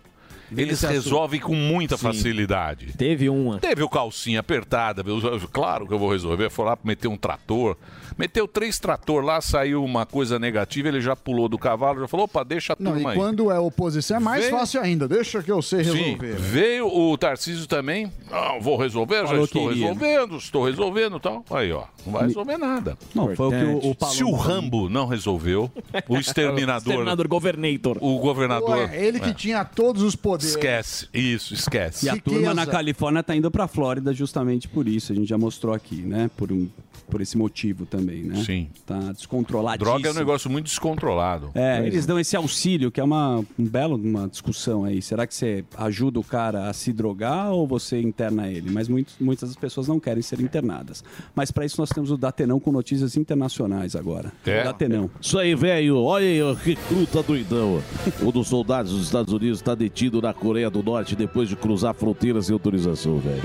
Speaker 5: eles
Speaker 9: esse assunto.
Speaker 5: resolvem com muita
Speaker 9: Sim.
Speaker 5: facilidade.
Speaker 11: Teve uma.
Speaker 5: Teve o calcinha apertada, eu- eu- claro que eu vou resolver. Foi lá meter um trator. Meteu três trator lá, saiu uma coisa negativa, ele já pulou do cavalo, já falou: opa, deixa a
Speaker 6: Não,
Speaker 5: turma
Speaker 6: e
Speaker 5: aí.
Speaker 6: quando é oposição é mais
Speaker 5: Vem-
Speaker 6: fácil ainda. Deixa que eu sei
Speaker 5: Sim,
Speaker 6: resolver.
Speaker 5: veio o Tarcísio também. Não, vou resolver, já
Speaker 6: Falou
Speaker 5: estou
Speaker 6: que iria.
Speaker 5: resolvendo, estou resolvendo e tal. Aí, ó, não vai resolver nada.
Speaker 9: Não, foi o que o- o Palumbo-
Speaker 5: Se o Rambo não resolveu, o exterminador.
Speaker 11: Exterminador, governator.
Speaker 5: O governador.
Speaker 6: Ué, ele que
Speaker 5: é.
Speaker 6: tinha todos os poderes.
Speaker 5: Esquece, isso, esquece. é.
Speaker 9: E a turma na Califórnia tá indo pra Flórida justamente por isso. A gente já mostrou aqui, né? Por um por esse motivo também, né? Sim. Tá descontroladíssimo.
Speaker 5: Droga é um negócio muito descontrolado.
Speaker 9: É, eles dão esse auxílio, que é uma um belo uma discussão aí. Será que você ajuda o cara a se drogar ou você interna ele? Mas muitos, muitas das pessoas não querem ser internadas. Mas para isso nós temos o Datenão com notícias internacionais agora. O Datenão.
Speaker 7: Isso aí, velho. Olha aí, ó, recruta doidão. Um dos soldados dos Estados Unidos está detido na Coreia do Norte depois de cruzar fronteiras sem autorização, velho.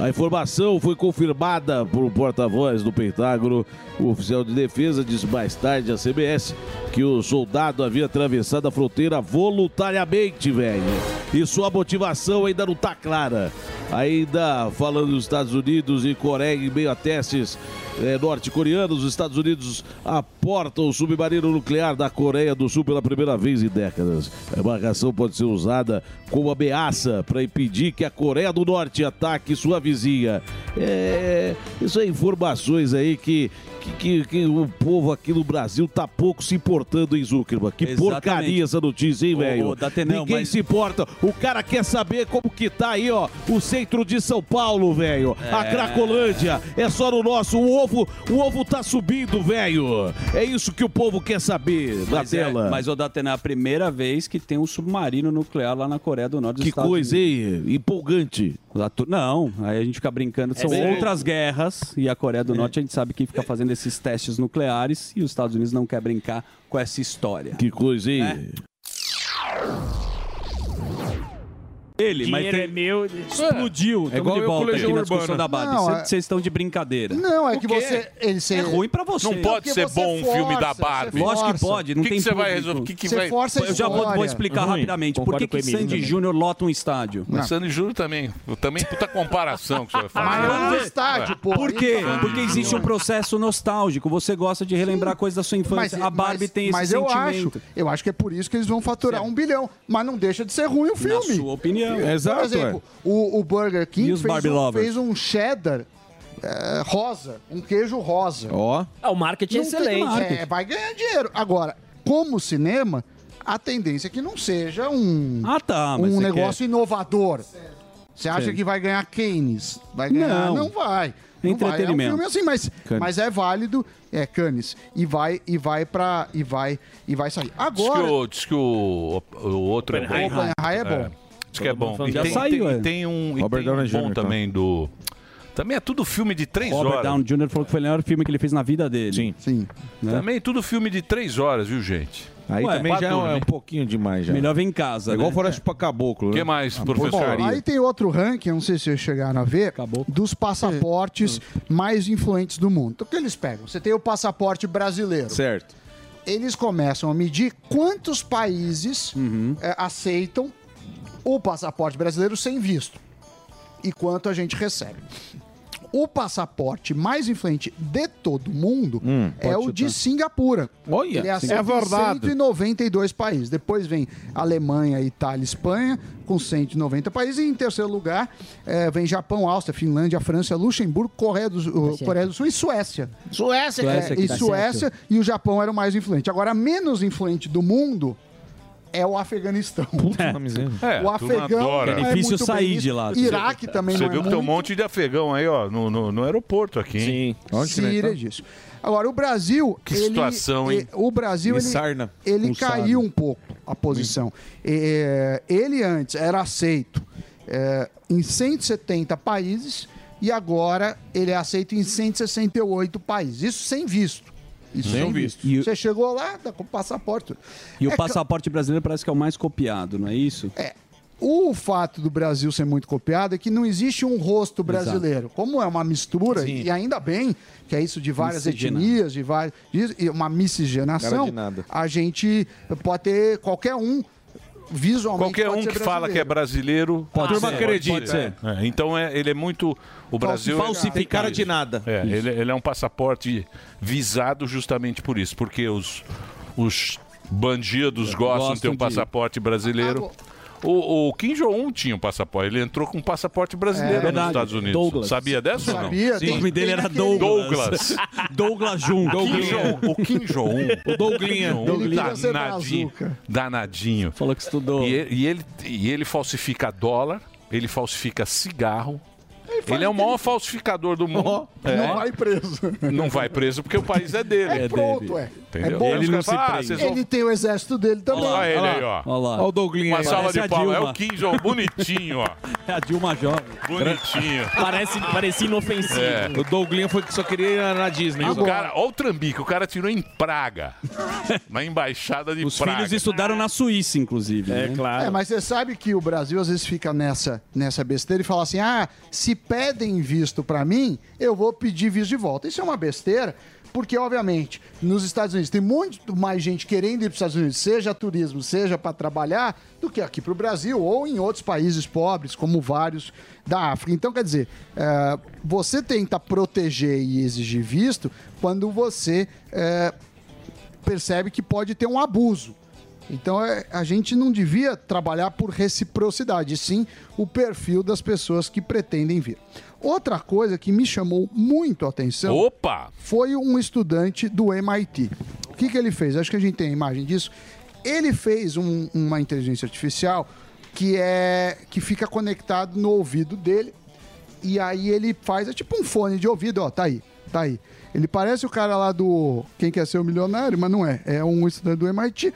Speaker 7: A informação foi confirmada por um porta-voz do Pentágono. O oficial de defesa disse mais tarde à CBS que o soldado havia atravessado a fronteira voluntariamente, velho. E sua motivação ainda não tá clara. Ainda falando dos Estados Unidos e Coreia em meio a testes eh, norte-coreanos, os Estados Unidos aportam o submarino nuclear da Coreia do Sul pela primeira vez em décadas. A embarcação pode ser usada como ameaça para impedir que a Coreia do Norte ataque sua vizinha. É, isso é informações aí que, que, que- que o povo aqui no Brasil tá pouco se importando em Zuckerman. Que
Speaker 9: Exatamente.
Speaker 7: porcaria essa notícia, hein,
Speaker 9: Ô,
Speaker 7: velho?
Speaker 9: ô, Datenão,
Speaker 7: Ninguém
Speaker 9: mas-
Speaker 7: se importa. O cara quer saber como que tá aí, ó, o centro de São Paulo, velho. A
Speaker 4: É.
Speaker 7: Cracolândia. É só no nosso. O ovo, o ovo tá subindo, velho. É isso que o povo quer saber da
Speaker 9: Mas, é,
Speaker 7: tela.
Speaker 9: mas o Datenão é a primeira vez que tem um submarino nuclear lá na Coreia do Norte.
Speaker 7: Que coisa, hein? Empolgante.
Speaker 9: Não, aí a gente fica brincando.
Speaker 7: É
Speaker 9: São
Speaker 11: sério.
Speaker 9: outras guerras e a Coreia do Norte a gente sabe que fica fazendo esses testes nucleares e os Estados Unidos não quer brincar com essa história. É.
Speaker 7: Que coisa, hein?
Speaker 9: Ele, mas
Speaker 2: Dinheiro
Speaker 9: tem...
Speaker 2: é meu.
Speaker 9: Explodiu.
Speaker 2: É
Speaker 9: Tamo
Speaker 2: igual
Speaker 9: de
Speaker 2: eu
Speaker 9: volta
Speaker 2: colegião
Speaker 9: aqui na
Speaker 2: urbana.
Speaker 9: discussão da Barbie.
Speaker 2: Não,
Speaker 9: Cê-
Speaker 2: é-
Speaker 9: Vocês estão de brincadeira.
Speaker 6: Não, é
Speaker 9: O
Speaker 6: que
Speaker 9: quê?
Speaker 6: você, ele, você-
Speaker 9: É ruim pra você.
Speaker 5: Não pode
Speaker 6: Porque
Speaker 5: ser
Speaker 6: você
Speaker 5: bom um filme da
Speaker 6: força,
Speaker 5: Barbie.
Speaker 6: você
Speaker 9: Lógico que
Speaker 6: força.
Speaker 9: pode, não
Speaker 5: que
Speaker 9: tem
Speaker 5: que você vai
Speaker 9: público.
Speaker 5: resolver? Que que
Speaker 6: Você
Speaker 5: vai...
Speaker 6: força a
Speaker 9: Eu já vou, vou
Speaker 6: Olha,
Speaker 9: explicar
Speaker 5: ruim.
Speaker 9: rapidamente por
Speaker 5: Concordo
Speaker 9: que,
Speaker 5: com
Speaker 9: que
Speaker 5: o Emílio
Speaker 9: Sandy
Speaker 5: também.
Speaker 9: Júnior lota um estádio.
Speaker 5: Mas Sandy Júnior também. Também puta comparação que você vai falar.
Speaker 9: Ah,
Speaker 6: Tipo,
Speaker 9: Por quê?
Speaker 6: tá.
Speaker 9: Porque existe um processo nostálgico. Você gosta de relembrar coisas da sua infância. a Barbie tem esse
Speaker 6: mas eu acho,
Speaker 9: sentimento.
Speaker 6: eu acho que é por isso que eles vão faturar um bilhão, mas não deixa de ser ruim o filme.
Speaker 9: sua opinião. Exato, é.
Speaker 6: Por exemplo, o, o Burger
Speaker 9: E
Speaker 6: King
Speaker 9: os
Speaker 6: fez
Speaker 9: Barbie
Speaker 6: um,
Speaker 9: lovers?
Speaker 6: fez um cheddar é, rosa, um queijo rosa.
Speaker 4: Ó.
Speaker 11: Ah, o marketing é
Speaker 6: Não tem
Speaker 11: excelente.
Speaker 6: marketing. É, vai ganhar dinheiro. Agora, como cinema, a tendência é que não seja um,
Speaker 9: ah, tá, mas
Speaker 6: um
Speaker 9: você
Speaker 6: negócio
Speaker 9: quer-
Speaker 6: inovador. Você acha
Speaker 9: Sei.
Speaker 6: que vai ganhar Cannes? Vai ganhar?
Speaker 9: Não.
Speaker 6: Não, vai. Não vai. É um
Speaker 9: Entretenimento.
Speaker 6: filme assim, mas,
Speaker 9: Cannes.
Speaker 6: mas é válido, é Cannes. E vai e vai para e vai e vai sair.
Speaker 5: Diz que
Speaker 6: Agora
Speaker 5: o, diz que o, o outro é bom.
Speaker 6: Oppenheimer é bom.
Speaker 5: Diz que é bom. E
Speaker 9: Já
Speaker 5: tem,
Speaker 9: saiu,
Speaker 5: tem,
Speaker 9: é.
Speaker 5: e tem um, e
Speaker 9: Robert
Speaker 5: tem um
Speaker 9: Downey
Speaker 5: bom
Speaker 9: Jr.,
Speaker 5: também do... Também é tudo filme de três
Speaker 9: Robert
Speaker 5: horas.
Speaker 9: Downey Jr. falou que foi o melhor filme que ele fez na vida dele. Sim.
Speaker 6: Sim.
Speaker 9: Né?
Speaker 6: Tá.
Speaker 5: Também tudo filme de três horas, viu, gente?
Speaker 4: Aí também já é um- é um pouquinho demais já.
Speaker 9: Melhor vem em casa.
Speaker 4: É igual
Speaker 9: né?
Speaker 4: Floresta pra Caboclo.
Speaker 5: O que
Speaker 4: né?
Speaker 5: mais,
Speaker 4: Ah,
Speaker 5: professor?
Speaker 4: porcaria.
Speaker 6: aí tem outro ranking, eu não sei se vocês chegaram a ver, dos passaportes
Speaker 4: É.
Speaker 6: mais influentes do mundo. Então, o que eles pegam? Você tem o passaporte brasileiro.
Speaker 4: Certo.
Speaker 6: Eles começam a medir quantos países
Speaker 4: Uhum.
Speaker 6: eh, aceitam o passaporte brasileiro sem visto e quanto a gente recebe. O passaporte mais influente de todo mundo é
Speaker 4: pode
Speaker 6: o de
Speaker 4: chutar.
Speaker 6: Singapura.
Speaker 4: Hum. Olha,
Speaker 6: Ele
Speaker 4: é
Speaker 6: aceita em
Speaker 4: verdade.
Speaker 6: 192 países. Depois vem Alemanha, Itália, Espanha, com 190 países. E em terceiro lugar eh, vem Japão, Áustria, Finlândia, França, Luxemburgo, Coreia do, Sul- Coreia do Sul e Suécia.
Speaker 4: Suécia,
Speaker 6: É,
Speaker 4: Suécia que
Speaker 6: e
Speaker 4: tá
Speaker 6: Suécia
Speaker 4: certo.
Speaker 6: e o Japão eram mais influentes. Agora, a menos influente do mundo é o Afeganistão.
Speaker 5: É,
Speaker 6: o
Speaker 5: a turma
Speaker 6: afegão
Speaker 5: adora.
Speaker 6: não muito bem visto. Iraque também
Speaker 5: né? Você
Speaker 6: não é
Speaker 5: viu que tem um
Speaker 6: muito.
Speaker 5: monte de afegão aí, ó, no, no, no aeroporto aqui, hein? Sim.
Speaker 6: Síria disso. Agora, o Brasil.
Speaker 5: Que
Speaker 6: ele-
Speaker 5: situação, hein?
Speaker 6: e- O Brasil,
Speaker 5: Me
Speaker 6: ele,
Speaker 5: sarna.
Speaker 6: ele
Speaker 5: Um
Speaker 6: caiu um pouco a posição.
Speaker 9: Hum.
Speaker 6: É, ele antes era aceito é, em 170 países e agora ele é aceito em 168 países. Isso sem visto. Isso
Speaker 9: Sem
Speaker 6: sem,
Speaker 9: o visto.
Speaker 6: visto.
Speaker 9: E o-
Speaker 6: Você chegou lá, tá com o passaporte.
Speaker 9: E
Speaker 6: É
Speaker 9: o
Speaker 6: ca-
Speaker 9: passaporte brasileiro parece que é o mais copiado, não é isso?
Speaker 6: É. O fato do Brasil ser muito copiado é que não existe um rosto brasileiro. Como é uma mistura, e ainda bem que é isso de várias
Speaker 9: Miscigenado.
Speaker 6: etnias, de várias, de- e uma
Speaker 4: Cara
Speaker 6: miscigenação,
Speaker 4: de nada.
Speaker 6: a gente pode ter qualquer um visualmente.
Speaker 5: Qualquer
Speaker 6: pode
Speaker 5: um
Speaker 6: ser
Speaker 5: que fala que é
Speaker 6: brasileiro.
Speaker 5: brasileiro,
Speaker 6: Pode
Speaker 5: a turma
Speaker 6: ser,
Speaker 5: acredita.
Speaker 6: pode ser.
Speaker 5: É, Então é, ele é muito. O Brasil.
Speaker 4: Falsificado. Tem cara de nada.
Speaker 5: É, ele, ele é um passaporte visado justamente por isso, porque os, os bandidos gostam de ter
Speaker 4: gostam
Speaker 5: um
Speaker 4: de-
Speaker 5: passaporte brasileiro.
Speaker 9: Ah,
Speaker 5: O, o Kim Jong-un tinha um passaporte, ele entrou com um passaporte
Speaker 9: É
Speaker 5: brasileiro nos
Speaker 9: verdade.
Speaker 5: Estados Unidos.
Speaker 9: Douglas.
Speaker 5: Sabia dessa ou não?
Speaker 9: Sabia, tem- O nome dele tem era naquele- Douglas.
Speaker 5: Douglas.
Speaker 9: Douglas Jun.
Speaker 5: Kim Jong- O Kim Jong-un.
Speaker 9: O Douglinha.
Speaker 5: O Kim
Speaker 9: Douglinha.
Speaker 5: Jong-un, danadinho. Danadinho.
Speaker 9: Falou que estudou.
Speaker 5: E ele, e ele, e ele falsifica dólar, ele falsifica cigarro.
Speaker 6: Ele
Speaker 5: Ele é o maior falsificador do mundo. É.
Speaker 6: Não vai preso.
Speaker 5: Não vai preso porque o país é dele.
Speaker 6: É, pronto, é.
Speaker 5: Entendeu?
Speaker 6: É bom.
Speaker 5: Aí os
Speaker 6: Ele,
Speaker 5: caras falam, "Ah, vocês vão
Speaker 6: tem o exército dele também.
Speaker 5: Olha lá ele aí, ó.
Speaker 6: Olha o Douglinho
Speaker 5: Uma
Speaker 6: aí.
Speaker 5: salva
Speaker 6: Parece
Speaker 5: de
Speaker 6: a
Speaker 5: palmas. É
Speaker 6: Dilma.
Speaker 5: o 15, ó. Bonitinho, ó.
Speaker 9: É a Dilma Jovem.
Speaker 5: Bonitinho.
Speaker 11: Parece, parecia inofensivo.
Speaker 5: É.
Speaker 4: O Douglinho foi que só queria ir na Disney. Tá
Speaker 5: E o
Speaker 4: Agora.
Speaker 5: cara, olha o trambique, o cara tirou em Praga. na embaixada de
Speaker 9: Os
Speaker 5: Praga.
Speaker 9: filhos estudaram na Suíça, inclusive. É,
Speaker 11: claro.
Speaker 6: É, mas você sabe que o Brasil às vezes fica nessa, nessa besteira e fala assim: ah, se pedem visto pra mim, eu vou pedir visto de volta. Isso é uma besteira, porque, obviamente, nos Estados Unidos tem muito mais gente querendo ir para os Estados Unidos, seja turismo, seja para trabalhar, do que aqui pro Brasil ou em outros países pobres, como vários da África. Então, quer dizer, eh, você tenta proteger e exigir visto quando você. eh, percebe que pode ter um abuso. Então é, a gente não devia trabalhar por reciprocidade, e sim o perfil das pessoas que pretendem vir. Outra coisa que me chamou muito a atenção
Speaker 5: Opa!
Speaker 6: foi um estudante do MIT. O que, que ele fez? Acho que a gente tem a imagem disso. Ele fez um- uma inteligência artificial que é que fica conectado no ouvido dele e aí ele faz é tipo um fone de ouvido, ó, tá aí, tá aí. Ele parece o cara lá do Quem Quer Ser o Milionário, mas não é. É um estudante do MIT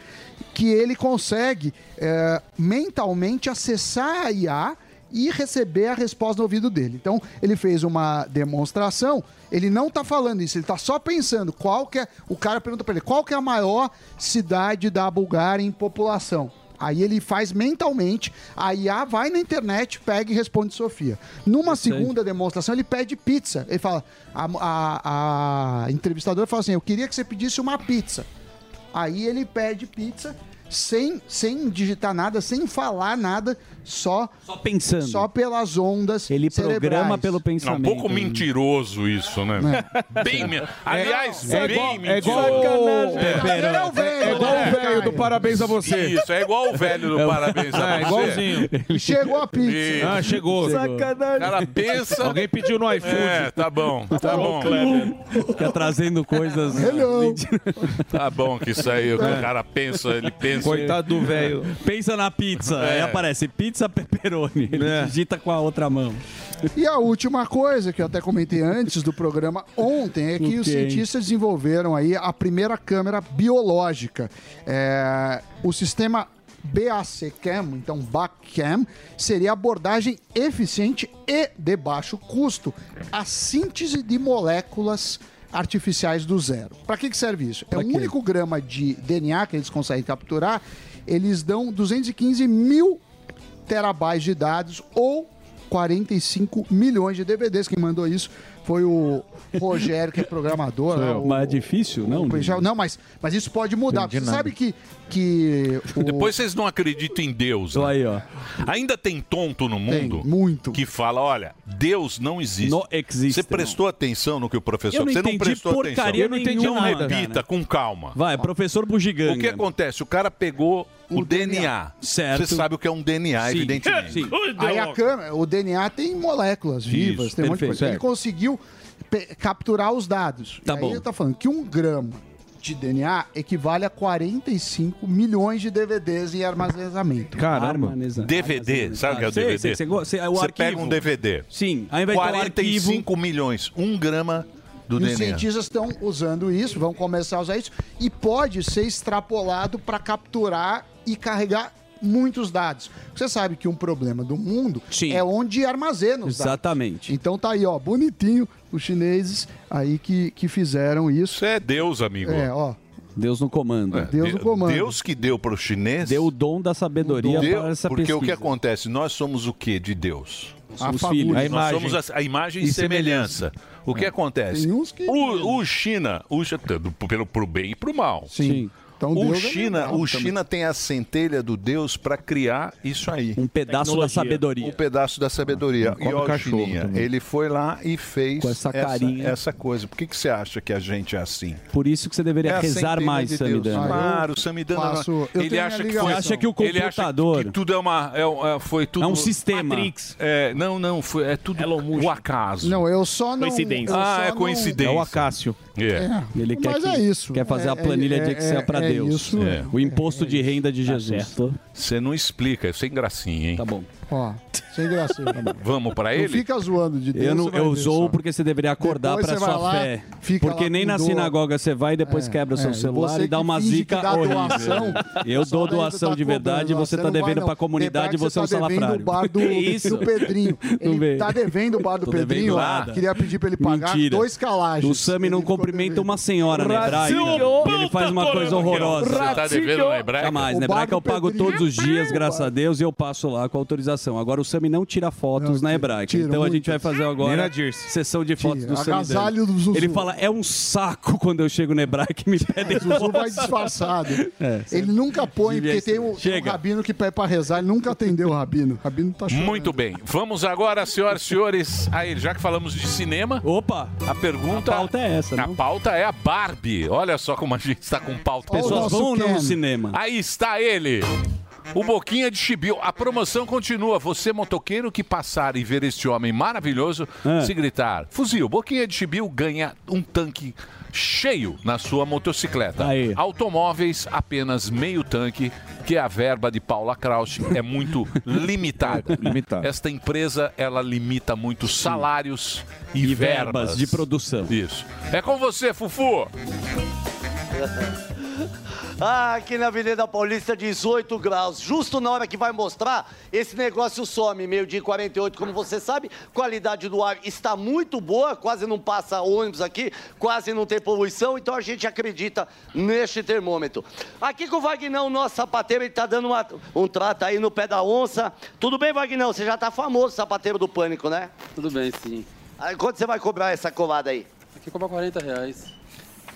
Speaker 6: que ele consegue é, mentalmente acessar a IA e receber a resposta no ouvido dele. Então, ele fez uma demonstração, ele não tá falando isso, ele tá só pensando qual que é... O cara pergunta pra ele, qual que é a maior cidade da Bulgária em população? Aí ele faz mentalmente, a IA vai na internet, pega e responde Sofia. Numa segunda demonstração, ele pede pizza. Ele fala, a, a- a entrevistadora fala assim: Eu queria que você pedisse uma pizza. Aí ele pede pizza sem, sem digitar nada, sem falar nada, só,
Speaker 9: só pensando.
Speaker 6: Só pelas ondas. Ele
Speaker 9: programa pelo né?
Speaker 5: Não, um pouco mentiroso isso, né? Bem men- Aliás,
Speaker 4: É
Speaker 5: bem
Speaker 4: igual- é
Speaker 5: mentiroso.
Speaker 4: igual o-
Speaker 5: É.
Speaker 4: É igual o velho do Parabéns a Você.
Speaker 5: Isso, é igual o velho do Parabéns a
Speaker 4: É,
Speaker 5: Você.
Speaker 4: igualzinho.
Speaker 6: Chegou a
Speaker 5: Isso.
Speaker 4: Ah, chegou.
Speaker 5: O cara pensa...
Speaker 4: Alguém pediu no iFood.
Speaker 5: É, tá bom, tá bom.
Speaker 9: Fica é trazendo coisas.
Speaker 5: Tá bom que isso aí, o
Speaker 9: É.
Speaker 5: cara pensa, ele pensa...
Speaker 4: É. do velho.
Speaker 9: Pensa na pizza.
Speaker 5: É.
Speaker 9: Aí aparece pizza pepperoni. Ele digita com a outra mão.
Speaker 6: E a última coisa que eu até comentei antes do programa ontem é que os
Speaker 9: Ok.
Speaker 6: cientistas desenvolveram aí a primeira câmera biológica. É, o sistema BACCAM, então BACCAM, seria abordagem eficiente e de baixo custo a síntese de moléculas artificiais do zero. Para que, que serve isso? É o único grama de DNA que eles conseguem capturar, eles dão 215 mil terabytes de dados ou 45 milhões de DVDs. Quem mandou isso foi o Rogério, que é programador. né? O-
Speaker 9: Mas é difícil, não?
Speaker 6: o Peixão. Não, mas, mas isso pode mudar.
Speaker 9: Entendi
Speaker 6: Você
Speaker 9: nada.
Speaker 6: sabe que. que o-
Speaker 5: Depois vocês não acreditam em Deus. Né?
Speaker 9: Aí, ó.
Speaker 5: Ainda tem tonto no mundo
Speaker 6: muito.
Speaker 5: que fala: olha, Deus não existe. Não
Speaker 9: existe.
Speaker 5: Você prestou atenção no que o professor
Speaker 9: Eu não
Speaker 5: Você não
Speaker 9: entendi
Speaker 5: prestou
Speaker 9: porcaria
Speaker 5: atenção.
Speaker 9: nenhuma,
Speaker 5: Então
Speaker 9: cara.
Speaker 5: repita com calma.
Speaker 9: Vai, professor Bugiganga.
Speaker 5: O que acontece? O cara pegou o, DNA.
Speaker 9: Certo.
Speaker 5: Você sabe o que é um DNA,
Speaker 9: Sim.
Speaker 5: evidentemente.
Speaker 9: Sim.
Speaker 6: Aí a câmera, o DNA tem moléculas vivas, tem um monte de
Speaker 9: perfeito,
Speaker 6: coisa. Ele
Speaker 9: certo.
Speaker 6: conseguiu pe- capturar os dados.
Speaker 9: Tá
Speaker 6: e
Speaker 9: bom.
Speaker 6: aí ele tá falando que um grama de DNA equivale a 45 milhões de DVDs em armazenamento.
Speaker 4: Caramba.
Speaker 5: DVD, sabe o que é o
Speaker 9: Sei,
Speaker 5: DVD?
Speaker 9: sei, sei. Go- sei, é o
Speaker 5: Você
Speaker 9: arquivo.
Speaker 5: pega um DVD.
Speaker 9: Sim, ao invés de ter um
Speaker 5: 45 milhões, um grama do
Speaker 6: e os
Speaker 5: DNA.
Speaker 6: cientistas estão usando isso, vão começar a usar isso, e pode ser extrapolado para capturar e carregar muitos dados. Você sabe que um problema do mundo é onde armazena os
Speaker 9: Exatamente.
Speaker 6: dados. Então tá aí, ó, bonitinho os chineses aí que, que fizeram isso.
Speaker 5: Isso é Deus, amigo.
Speaker 6: É, ó.
Speaker 9: Deus no comando.
Speaker 6: Deus no comando.
Speaker 5: É. Deus que deu para o chinês.
Speaker 9: Deu o dom da sabedoria
Speaker 5: Deu-
Speaker 9: para essa
Speaker 5: porque
Speaker 9: pesquisa.
Speaker 5: o que acontece? Nós somos o que de Deus?
Speaker 9: A Os fagulha. filhos. A
Speaker 5: Nós
Speaker 9: imagem.
Speaker 5: somos a, a imagem
Speaker 9: E É.
Speaker 5: e semelhança. O que acontece?
Speaker 6: Tem uns que-
Speaker 5: O, o China, o, chi- tanto pelo pro bem e pro mal.
Speaker 6: Sim. Então,
Speaker 5: o
Speaker 6: Deus é
Speaker 5: China,
Speaker 6: legal também.
Speaker 5: o China tem a centelha do Deus para criar isso aí. Um
Speaker 9: pedaço da sabedoria.
Speaker 5: Um pedaço da sabedoria.
Speaker 9: come
Speaker 5: e ó, o
Speaker 9: cachorro
Speaker 5: Chininha,
Speaker 9: também.
Speaker 5: ele foi lá e fez
Speaker 9: Com essa carinha.
Speaker 5: essa coisa. Por que, que você acha que a gente é assim?
Speaker 9: Por isso que você deveria
Speaker 5: É a
Speaker 9: rezar
Speaker 5: centelha
Speaker 9: mais,
Speaker 5: de
Speaker 9: Samidana.
Speaker 5: Deus. Claro, o Samidana. ele acha que, foi,
Speaker 9: Você acha que o
Speaker 5: Ele acha
Speaker 9: computador...
Speaker 5: que tudo é uma. É, um- é- foi tudo.
Speaker 9: É um sistema.
Speaker 5: Matrix. É, não, não. Foi, é tudo o acaso.
Speaker 6: Não, eu só não. eu só
Speaker 5: Ah, é
Speaker 6: não-
Speaker 5: coincidência.
Speaker 9: É o Acácio.
Speaker 6: É.
Speaker 9: Ele quer
Speaker 6: Mas
Speaker 9: que-
Speaker 6: é isso.
Speaker 9: Quer fazer
Speaker 6: É-
Speaker 9: a planilha
Speaker 6: é-
Speaker 9: de Excel
Speaker 6: é-
Speaker 9: para
Speaker 6: é
Speaker 9: Deus.
Speaker 6: isso.
Speaker 5: É.
Speaker 9: O imposto de renda de Jesus.
Speaker 5: Você não explica, é sem gracinha, hein? Tá
Speaker 9: bom.
Speaker 6: Ó, sem graça.
Speaker 5: Vamos
Speaker 6: Não
Speaker 5: pra ele?
Speaker 6: fica zoando de Deus.
Speaker 9: Eu, não,
Speaker 6: você vai
Speaker 9: eu
Speaker 6: ver
Speaker 9: zoo
Speaker 6: só.
Speaker 9: porque você deveria acordar
Speaker 6: Depois
Speaker 9: para
Speaker 6: você
Speaker 9: sua
Speaker 6: vai lá,
Speaker 9: fé.
Speaker 6: fica lá
Speaker 9: porque nem
Speaker 6: com
Speaker 9: na
Speaker 6: dor.
Speaker 9: sinagoga você vai e depois
Speaker 6: É,
Speaker 9: quebra o seu
Speaker 6: é,
Speaker 9: celular
Speaker 6: você
Speaker 9: e dá
Speaker 6: que
Speaker 9: uma
Speaker 6: finge que
Speaker 9: zica
Speaker 6: dá
Speaker 9: horrível.
Speaker 6: doação,
Speaker 9: eu dou
Speaker 6: daí você
Speaker 9: doação
Speaker 6: tá
Speaker 9: de verdade,
Speaker 6: cobrando,
Speaker 9: você
Speaker 6: você
Speaker 9: tá
Speaker 6: não vai,
Speaker 9: devendo
Speaker 6: não.
Speaker 9: para a comunidade,
Speaker 6: Lembrar que
Speaker 9: você é um
Speaker 6: você tá devendo
Speaker 9: salafrário.
Speaker 6: o bar do,
Speaker 9: Que isso?
Speaker 6: do Pedrinho.
Speaker 9: Não
Speaker 6: Ele
Speaker 9: veio.
Speaker 6: tá devendo o bar do
Speaker 9: Tô devendo
Speaker 6: Pedrinho.
Speaker 9: nada.
Speaker 6: Queria pedir pra ele pagar
Speaker 9: Mentira.
Speaker 6: dois calages.
Speaker 9: O Sami não cumprimenta uma senhora na
Speaker 6: Brasil,
Speaker 9: hebraica.
Speaker 6: puta
Speaker 9: Ele faz uma coisa horrorosa.
Speaker 5: Você tá devendo na hebraica?
Speaker 9: Jamais,
Speaker 5: O
Speaker 9: na hebraica
Speaker 5: bar
Speaker 9: eu
Speaker 5: do
Speaker 9: pago
Speaker 5: Pedrinho.
Speaker 9: todos os dias, graças a Deus, e eu passo lá com autorização. Agora o Sami não tira fotos na hebraica.
Speaker 5: tiro
Speaker 9: Então a gente vai
Speaker 5: muitas.
Speaker 9: fazer
Speaker 5: Nem
Speaker 9: agora
Speaker 5: na
Speaker 9: sessão de fotos do Sami.
Speaker 6: Agasalho
Speaker 9: Dani.
Speaker 6: do Zuzu.
Speaker 9: Ele fala, é um saco quando eu chego na hebraica e me pedem
Speaker 6: O Zuzu
Speaker 9: foto.
Speaker 6: vai disfarçado.
Speaker 9: É.
Speaker 6: Ele nunca põe,
Speaker 9: Devia
Speaker 6: porque
Speaker 9: ser.
Speaker 6: tem o, o
Speaker 9: Chega.
Speaker 6: Rabino que pede pra rezar. Ele nunca atendeu o Rabino. O Rabino tá chorando.
Speaker 5: Muito bem. Vamos agora, senhoras e senhores. Aí, já que falamos de cinema.
Speaker 9: Opa!
Speaker 5: A pergunta. A pauta
Speaker 9: é essa,
Speaker 5: A pauta é a Barbie. Olha só como a gente está com pauta.
Speaker 9: Pessoas Olha o nosso vão ou não no Ken. cinema?
Speaker 5: Aí está ele. O Boquinha de Chibio. A promoção continua. Você, motoqueiro que passar e ver este homem maravilhoso,
Speaker 9: É.
Speaker 5: se gritar, fuzil, Boquinha de Chibio ganha um tanque cheio na sua motocicleta. Automóveis, apenas meio tanque, que a verba de Paula Krausch é muito limitada. Esta empresa, ela limita muito salários e,
Speaker 9: E verbas
Speaker 5: verbas.
Speaker 9: de produção.
Speaker 5: Isso. É com você, Fufu.
Speaker 12: Ah, aqui na Avenida Paulista, 18 graus. Justo na hora que vai mostrar, esse negócio some. Meio-dia e 48, como você sabe, qualidade do ar está muito boa, quase não passa ônibus aqui, quase não tem poluição, então a gente acredita neste termômetro. Aqui com o Vagnão, nosso sapateiro, ele está dando uma- um trato aí no pé da onça. Tudo bem, Vagnão? Você já está famoso, sapateiro do pânico, né?
Speaker 13: Tudo bem, sim.
Speaker 12: Aí, quanto você vai cobrar essa colada aí?
Speaker 13: Aqui cobra 40 reais.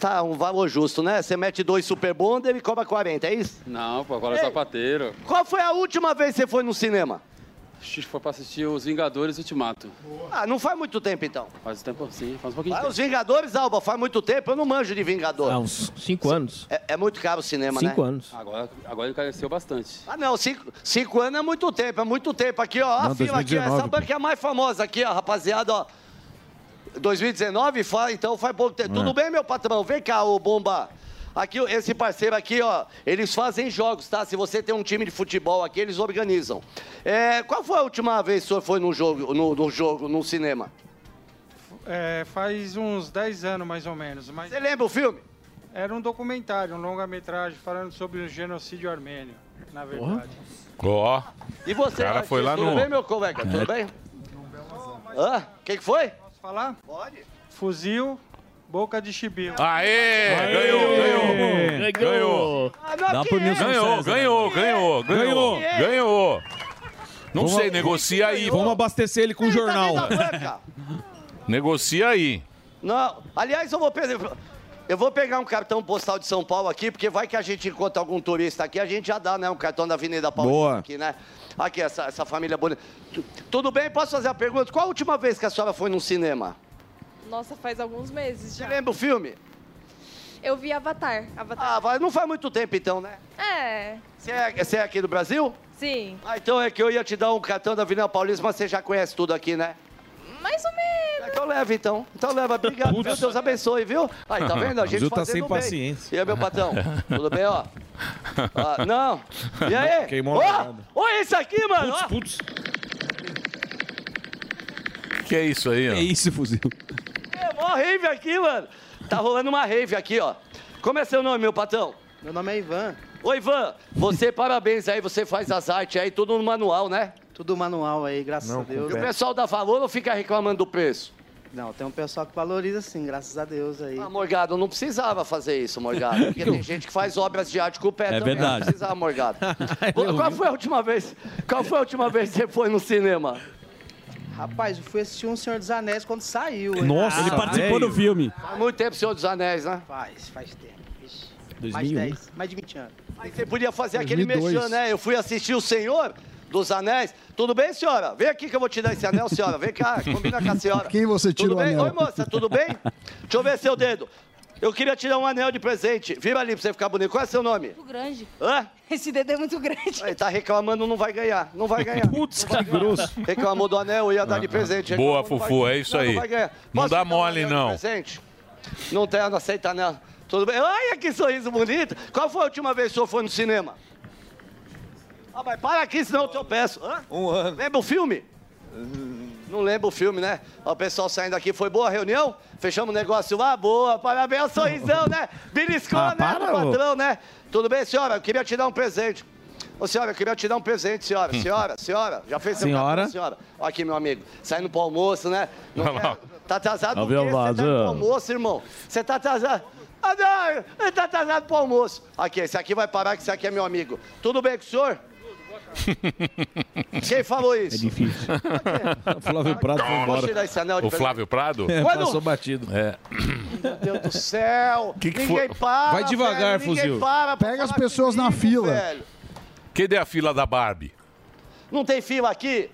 Speaker 12: Tá um valor justo, né? Você mete dois super bonder e cobra 40, é isso?
Speaker 13: Não, pô, agora é
Speaker 12: Ei.
Speaker 13: sapateiro.
Speaker 12: Qual foi a última vez que você foi no cinema?
Speaker 13: Xixi foi pra assistir os Vingadores Ultimato.
Speaker 12: Ah, não faz muito tempo então.
Speaker 13: Faz tempo sim, faz um pouquinho de
Speaker 12: Ah,
Speaker 13: tempo.
Speaker 12: os Vingadores, Alba, faz muito tempo, eu não manjo de Vingador.
Speaker 13: Ah,
Speaker 12: uns 5 anos. É, é muito caro o cinema, né?
Speaker 13: Agora, agora encareceu bastante.
Speaker 12: Ah, não, cinco, cinco anos é muito tempo, é muito tempo. Aqui, ó, a
Speaker 13: Não,
Speaker 12: fila aqui, ó,
Speaker 13: 2019,
Speaker 12: essa banca é a mais famosa aqui, ó, rapaziada, ó. 2019, fa- então faz pouco tempo.
Speaker 13: É.
Speaker 12: Tudo bem, meu patrão? Vem cá, ô Bomba. Aqui, ó, esse parceiro aqui, ó, eles fazem jogos, tá? Se você tem um time de futebol aqui, eles organizam. É, qual foi a última vez que o senhor foi num jogo, no, jogo, num cinema?
Speaker 14: É, faz uns 10 anos mais ou menos. Mas Você
Speaker 12: lembra o filme?
Speaker 14: Era um documentário, um longa-metragem falando sobre o genocídio armênio, na verdade.
Speaker 5: Ó.
Speaker 12: E você?
Speaker 5: O cara foi lá
Speaker 12: tudo
Speaker 5: no- É.
Speaker 12: bem, meu colega?
Speaker 14: É.
Speaker 12: Tudo bem? Hã? O que, que foi?
Speaker 14: Posso falar? Pode. Fuzil, boca de chibio.
Speaker 5: Aê! Ganhou, ganhou. Ganhou.
Speaker 12: Ah,
Speaker 14: Dá
Speaker 12: é?
Speaker 14: pro Nilson
Speaker 5: ganhou,
Speaker 14: César.
Speaker 5: ganhou, ganhou, ganhou,
Speaker 4: Ganhou.
Speaker 5: ganhou. Não
Speaker 4: Vamos-
Speaker 5: sei, negocia aí.
Speaker 4: Vamos abastecer ele com o jornal.
Speaker 5: Negocia aí.
Speaker 12: Não, aliás, eu vou pegar. Eu vou pegar um cartão postal de São Paulo aqui, porque vai que a gente encontra algum turista aqui, a gente já dá, né? Um cartão da Avenida Paulista
Speaker 4: Boa.
Speaker 12: aqui, né? Aqui, essa, essa família bonita. Tu- Tudo bem? Posso fazer a pergunta? Qual a última vez que a senhora foi num cinema?
Speaker 15: Nossa, faz alguns meses já.
Speaker 12: Lembra o filme?
Speaker 15: Eu vi Avatar.
Speaker 12: Ah,
Speaker 15: Avatar.
Speaker 12: vai- não faz muito tempo então, né?
Speaker 15: É,
Speaker 12: Você é, você é aqui do Brasil?
Speaker 15: sim.
Speaker 12: Ah, então é que eu ia te dar um cartão da Avenida Paulista, mas você já conhece tudo aqui, né?
Speaker 15: Mais ou
Speaker 13: É
Speaker 15: menos.
Speaker 12: Então leva, então. Então leva. Obrigado. Meu Deus abençoe, viu? Aí, tá vendo? A gente
Speaker 4: Zil tá
Speaker 12: fazendo
Speaker 4: sem
Speaker 12: bem.
Speaker 4: paciência.
Speaker 12: E aí, meu patrão? Tudo bem, ó? Ah, não. E aí?
Speaker 4: Queimou a
Speaker 12: Ó,
Speaker 4: parada.
Speaker 12: olha isso aqui, mano. ó.
Speaker 5: Que é isso aí, ó? É
Speaker 9: isso, fuzil.
Speaker 12: É mó rave aqui, mano. Tá rolando uma rave aqui, ó. Como é seu nome, meu patrão?
Speaker 16: Meu nome é Ivan.
Speaker 12: Ô, Ivan, você, parabéns aí, você faz as artes aí, tudo no manual, né?
Speaker 16: Tudo manual aí, graças a
Speaker 12: E
Speaker 16: Deus.
Speaker 12: o pessoal dá valor ou fica reclamando do preço?
Speaker 16: Não, tem um pessoal que valoriza sim, graças a Deus aí.
Speaker 12: Ah, Morgado, não precisava fazer isso, Morgado. Porque tem gente que faz obras de arte com o pé também.
Speaker 9: verdade.
Speaker 12: Não precisava, Morgado. Qual foi a última vez? Qual foi a última vez que você foi no cinema?
Speaker 16: Rapaz, eu fui assistir um Senhor dos Anéis quando saiu. hein?
Speaker 9: Nossa, ele participou do filme.
Speaker 12: Há muito tempo, Senhor dos Anéis, né?
Speaker 16: Faz, faz tempo. Ixi, mais
Speaker 12: 2001.
Speaker 16: 10, mais de 20 anos.
Speaker 12: Aí você podia fazer aquele
Speaker 16: 2002.
Speaker 12: mexão, né? Eu fui assistir o Senhor dos Anéis. Tudo bem, senhora? Vem aqui que eu vou te dar esse anel, senhora. Vem cá, combina com a senhora.
Speaker 6: Quem você tira
Speaker 12: tudo
Speaker 6: o
Speaker 12: bem?
Speaker 6: anel?
Speaker 12: Oi, moça, tudo bem? Deixa eu ver seu dedo. Eu queria te dar um anel de presente. Vira ali pra você ficar bonito. Qual é seu nome?
Speaker 17: muito grande.
Speaker 12: Hã?
Speaker 17: Esse dedo é muito grande.
Speaker 12: Aí tá reclamando, não vai ganhar. É. Não vai ganhar. Putz, que
Speaker 5: grosso.
Speaker 12: Reclamou do anel, ia dar de presente.
Speaker 5: Ah, Boa,
Speaker 12: Reclamou, não
Speaker 5: Fufu,
Speaker 12: vai-
Speaker 5: é isso
Speaker 12: não,
Speaker 5: aí.
Speaker 12: Não, vai ganhar.
Speaker 5: Não
Speaker 12: Posso
Speaker 5: dá
Speaker 12: te dar um
Speaker 5: mole,
Speaker 12: anel de
Speaker 5: não.
Speaker 12: Presente? Não tem, não aceita anel. Tudo bem. Olha que sorriso bonito. Qual foi a última vez que o senhor foi no cinema? Ah, mas para aqui, senão eu tropeço. Hã? Um ano. Lembra o filme? Não lembro o filme, né? Ó, o pessoal saindo aqui, foi boa a reunião? Fechamos o negócio lá? Boa, parabéns, sorrisão, né? Beliscou,
Speaker 17: Ah,
Speaker 12: né?
Speaker 17: para,
Speaker 12: do
Speaker 17: ô.
Speaker 12: patrão, né? Tudo bem, senhora? Eu queria te dar um presente. Ô, senhora, eu queria te dar um presente, senhora. Senhora, senhora, já fez seu
Speaker 4: Senhora?
Speaker 12: cartão, senhora? Ó aqui, meu amigo, saindo pro almoço, né? Não
Speaker 4: Olha lá.
Speaker 12: quer- Tá atrasado
Speaker 4: Lá
Speaker 12: por quê?
Speaker 4: vem o
Speaker 12: Você tá indo pro
Speaker 4: vazão.
Speaker 12: almoço, irmão. Você tá atrasado. Ah, não, ele tá atrasado pro almoço. Aqui, esse aqui vai parar, que esse aqui é meu amigo. Tudo bem com o senhor? Quem falou isso?
Speaker 4: É difícil. o Flávio Prado foi
Speaker 12: Vou
Speaker 4: embora.
Speaker 12: tirar esse anel de
Speaker 5: O Flávio Prado?
Speaker 4: É,
Speaker 12: Quando-
Speaker 4: passou batido.
Speaker 5: É.
Speaker 12: Meu Deus do céu!
Speaker 5: Que que
Speaker 12: ninguém
Speaker 5: foi?
Speaker 12: para,
Speaker 5: Vai devagar,
Speaker 12: velho, ninguém
Speaker 5: fuzil.
Speaker 12: Para pra
Speaker 6: Pega as
Speaker 12: falar
Speaker 6: pessoas na
Speaker 12: comigo,
Speaker 6: fila.
Speaker 12: velho.
Speaker 5: Cadê a fila da Barbie?
Speaker 12: Não tem fila aqui?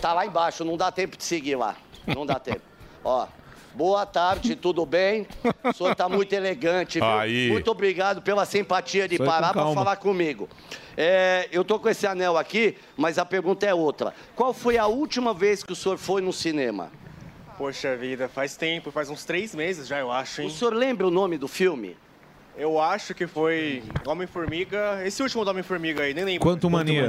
Speaker 12: Tá lá embaixo, não dá tempo de seguir lá. Não dá tempo. Ó. Boa tarde, tudo bem? O senhor tá muito elegante, viu?
Speaker 5: Aí.
Speaker 12: Muito obrigado pela simpatia de
Speaker 5: Isso aí,
Speaker 12: parar
Speaker 5: com
Speaker 12: pra
Speaker 5: calma.
Speaker 12: falar comigo. É, eu tô com esse anel aqui, mas a pergunta é outra. Qual foi a última vez que o senhor foi no cinema?
Speaker 18: Poxa vida, faz tempo, faz uns três meses já, eu acho, hein?
Speaker 12: O senhor lembra o nome do filme?
Speaker 18: Eu acho que foi Homem-Formiga, esse último do Homem-Formiga aí, nem lembro.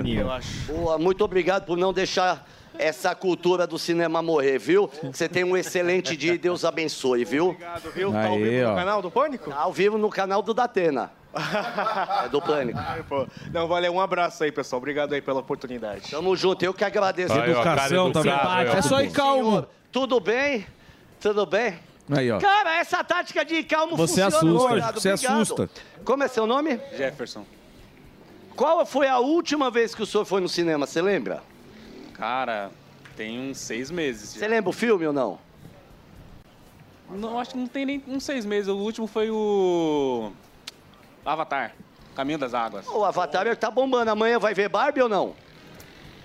Speaker 18: eu acho.
Speaker 12: Boa, muito obrigado por não deixar essa cultura do cinema morrer, viu? Você tem um excelente dia e Deus abençoe, viu? Obrigado,
Speaker 18: viu? Tá ao Aí, vivo no ó. canal
Speaker 12: do Pânico? ao vivo no canal do Datena. É do Pânico.
Speaker 18: Ai, pô. Não, valeu, um abraço aí, pessoal. Obrigado aí pela oportunidade.
Speaker 12: Tamo junto, eu que agradeço.
Speaker 18: Aí, ó, cara Educação também. educado, É só ir
Speaker 12: calmo. tudo bem? Tudo bem?
Speaker 4: Aí, ó.
Speaker 12: Cara, essa tática de ir calmo
Speaker 4: Você
Speaker 12: funciona.
Speaker 4: assusta,
Speaker 12: obrigado,
Speaker 4: você
Speaker 12: obrigado.
Speaker 4: assusta.
Speaker 12: Como é seu nome?
Speaker 18: Jefferson.
Speaker 12: Qual foi a última vez que o senhor foi no cinema, você lembra?
Speaker 18: Cara, tem uns seis meses.
Speaker 12: Você lembra o filme ou não?
Speaker 18: Não, acho que não tem nem uns seis meses. O último foi o. Avatar Caminho das Águas.
Speaker 12: O Avatar é que tá bombando. Amanhã vai ver Barbie ou não?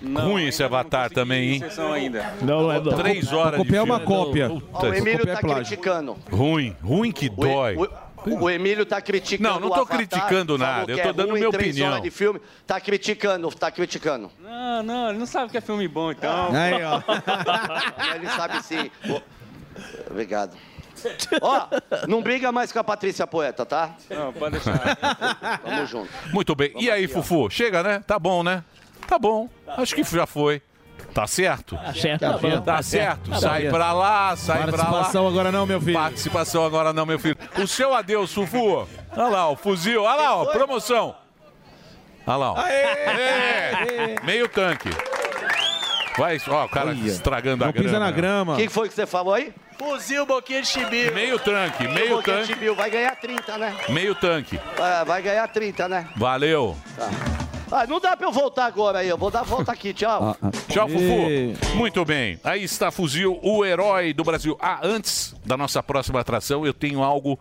Speaker 5: Ruim esse Avatar também, hein?
Speaker 18: Sessão ainda.
Speaker 5: Não, é não. Três horas de
Speaker 4: Copiar
Speaker 5: filme.
Speaker 4: uma cópia.
Speaker 12: Ó, o
Speaker 5: Puta,
Speaker 12: Emílio tá
Speaker 5: copiar é plágio.
Speaker 12: criticando.
Speaker 5: Ruim, ruim que dói.
Speaker 12: O Emílio tá criticando.
Speaker 5: Não, não
Speaker 12: o
Speaker 5: tô
Speaker 12: Avatar,
Speaker 5: criticando
Speaker 12: falou
Speaker 5: nada, eu
Speaker 12: que
Speaker 5: tô
Speaker 12: é
Speaker 5: dando
Speaker 12: ruim,
Speaker 5: minha
Speaker 12: três
Speaker 5: opinião.
Speaker 12: horas De filme. Tá criticando, tá criticando.
Speaker 18: Não, não, ele não sabe que é filme bom, então.
Speaker 12: Aí, ó. Ele sabe sim. Ô, Obrigado. Ó, não briga mais com a Patrícia Poeta, tá?
Speaker 18: Não, pode deixar.
Speaker 12: Tamo junto.
Speaker 5: Muito bem. e aí,
Speaker 12: aqui, ó.
Speaker 5: Fufu? Chega, né? Tá bom, né? Tá bom. Acho que já foi. Tá certo? Tá
Speaker 4: certo, tá bom.
Speaker 5: Tá
Speaker 4: Tá certo.
Speaker 5: certo.
Speaker 4: Tá
Speaker 5: Sai
Speaker 4: bom.
Speaker 5: pra lá, sai pra lá.
Speaker 4: Participação agora não, meu filho.
Speaker 5: Participação agora não, meu filho. O seu adeus, Fufu. Olha lá, o fuzil. Olha lá, ó, promoção. Olha lá, ó. É, Meio tanque. Vai, ó, o cara estragando a né?
Speaker 4: Não
Speaker 5: grama.
Speaker 4: pisa na grama.
Speaker 12: O que que foi que você falou aí? Fuzil Boquinha de Chibiu.
Speaker 5: Meio tanque, meio
Speaker 12: Boquinha de
Speaker 5: tanque.
Speaker 12: Chibiu. Vai ganhar 30, né?
Speaker 5: Meio tanque.
Speaker 12: Ah, Vai ganhar 30, né?
Speaker 5: Valeu.
Speaker 4: Tá.
Speaker 12: Ah, não dá pra eu voltar agora aí. Eu vou dar a volta aqui, tchau.
Speaker 5: Ah, Tchau, Fufu. Muito bem. Aí está Fuzil, o herói do Brasil. Ah, antes da nossa próxima atração, eu tenho algo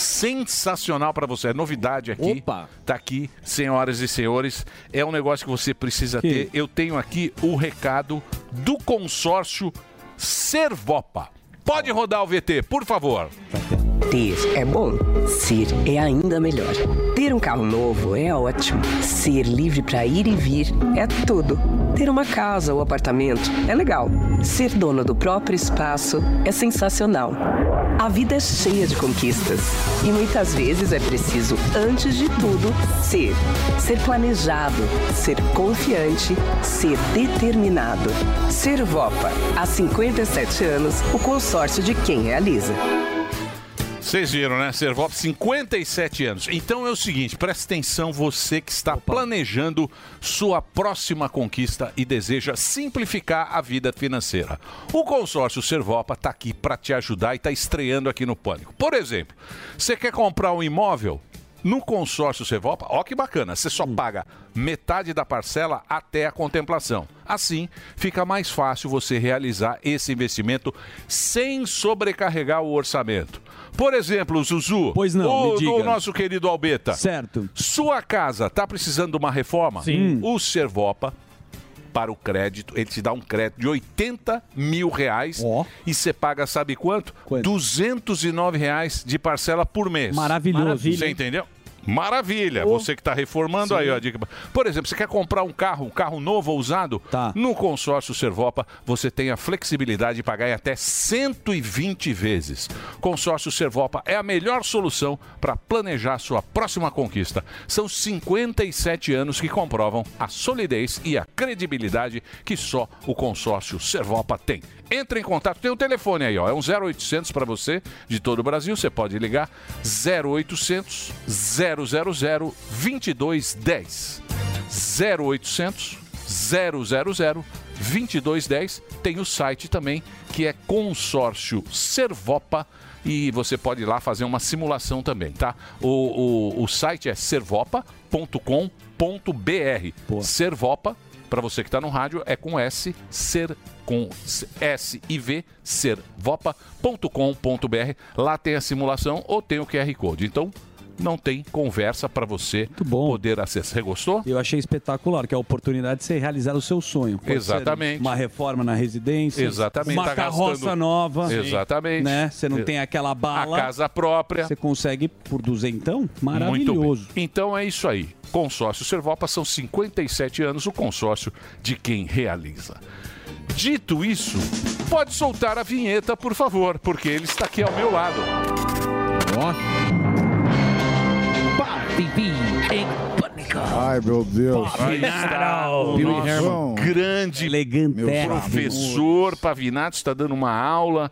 Speaker 5: sensacional para você. É novidade aqui. Opa. Tá aqui, senhoras e senhores. É um negócio que você precisa ter. Eu tenho aqui o recado do consórcio Servopa. Pode rodar o VT, por favor.
Speaker 19: Ter é bom, ser é ainda melhor. Ter um carro novo é ótimo. Ser livre para ir e vir é tudo. Ter uma casa ou apartamento é legal. Ser dono do próprio espaço é sensacional. A vida é cheia de conquistas e muitas vezes é preciso, antes de tudo, ser. Ser planejado, ser confiante, ser determinado. Ser Vopa. Há 57 anos, o consórcio de quem realiza.
Speaker 5: Vocês viram, né? Servop, 57 anos. Então é o seguinte, preste atenção você que está planejando sua próxima conquista e deseja simplificar a vida financeira. O consórcio Servopa está aqui para te ajudar e está estreando aqui no Pânico. Por exemplo, você quer comprar um imóvel? No consórcio Servopa, ó que bacana, você só
Speaker 20: Hum.
Speaker 5: paga metade da parcela até a contemplação. Assim, fica mais fácil você realizar esse investimento sem sobrecarregar o orçamento. Por exemplo, Zuzu, pois
Speaker 20: não,
Speaker 5: o,
Speaker 20: me diga.
Speaker 5: o nosso querido Albeta.
Speaker 20: Certo.
Speaker 5: Sua casa está precisando de uma reforma? Hum.
Speaker 20: Sim.
Speaker 5: O Servopa para o crédito, ele te dá um crédito de 80 mil reais e você paga sabe quanto? 209 reais de parcela por mês.
Speaker 20: Maravilhoso. Maravilha,
Speaker 5: Você
Speaker 20: hein?
Speaker 5: entendeu? Maravilha. Você que está reformando aí, ó, a dica. Por exemplo, você quer comprar um carro, um carro novo ou usado? No consórcio Servopa, você tem a flexibilidade de pagar em até 120 vezes. Consórcio Servopa é a melhor solução para planejar sua próxima conquista. São 57 anos que comprovam a solidez e a credibilidade que só o consórcio Servopa tem. Entre em contato, tem o telefone aí, ó, é um 0800 para você de todo o Brasil, você pode ligar 0800 000 2210. 0800 000 2210. Tem o site também que é consórcio Servopa e você pode ir lá fazer uma simulação também, tá? O, o, o site é servopa.com.br. Servopa, para você que está no rádio, é com S, ser com S e V, servopa.com.br. Lá tem a simulação ou tem o QR Code. Então, não tem conversa para você poder acessar. Você gostou?
Speaker 17: Eu achei espetacular, que é a oportunidade de você realizar o seu sonho. Pode ser
Speaker 5: Exatamente.
Speaker 17: Uma reforma na residência.
Speaker 5: Exatamente,
Speaker 17: Uma
Speaker 5: tá
Speaker 17: carroça
Speaker 5: gastando-
Speaker 17: nova.
Speaker 5: Exatamente.
Speaker 17: Né? Você não
Speaker 5: Ex-
Speaker 17: tem aquela bala.
Speaker 5: A casa própria.
Speaker 17: Você consegue por duzentão?
Speaker 5: Muito
Speaker 17: Maravilhoso.
Speaker 5: bem. Então é isso aí. Consórcio Servopa são 57 anos o consórcio de quem realiza. Dito isso, pode soltar a vinheta, por favor, porque ele está aqui ao meu lado. né,
Speaker 20: Ai, meu Deus.
Speaker 5: Aí está o nosso grande professor Pavinato está dando uma aula,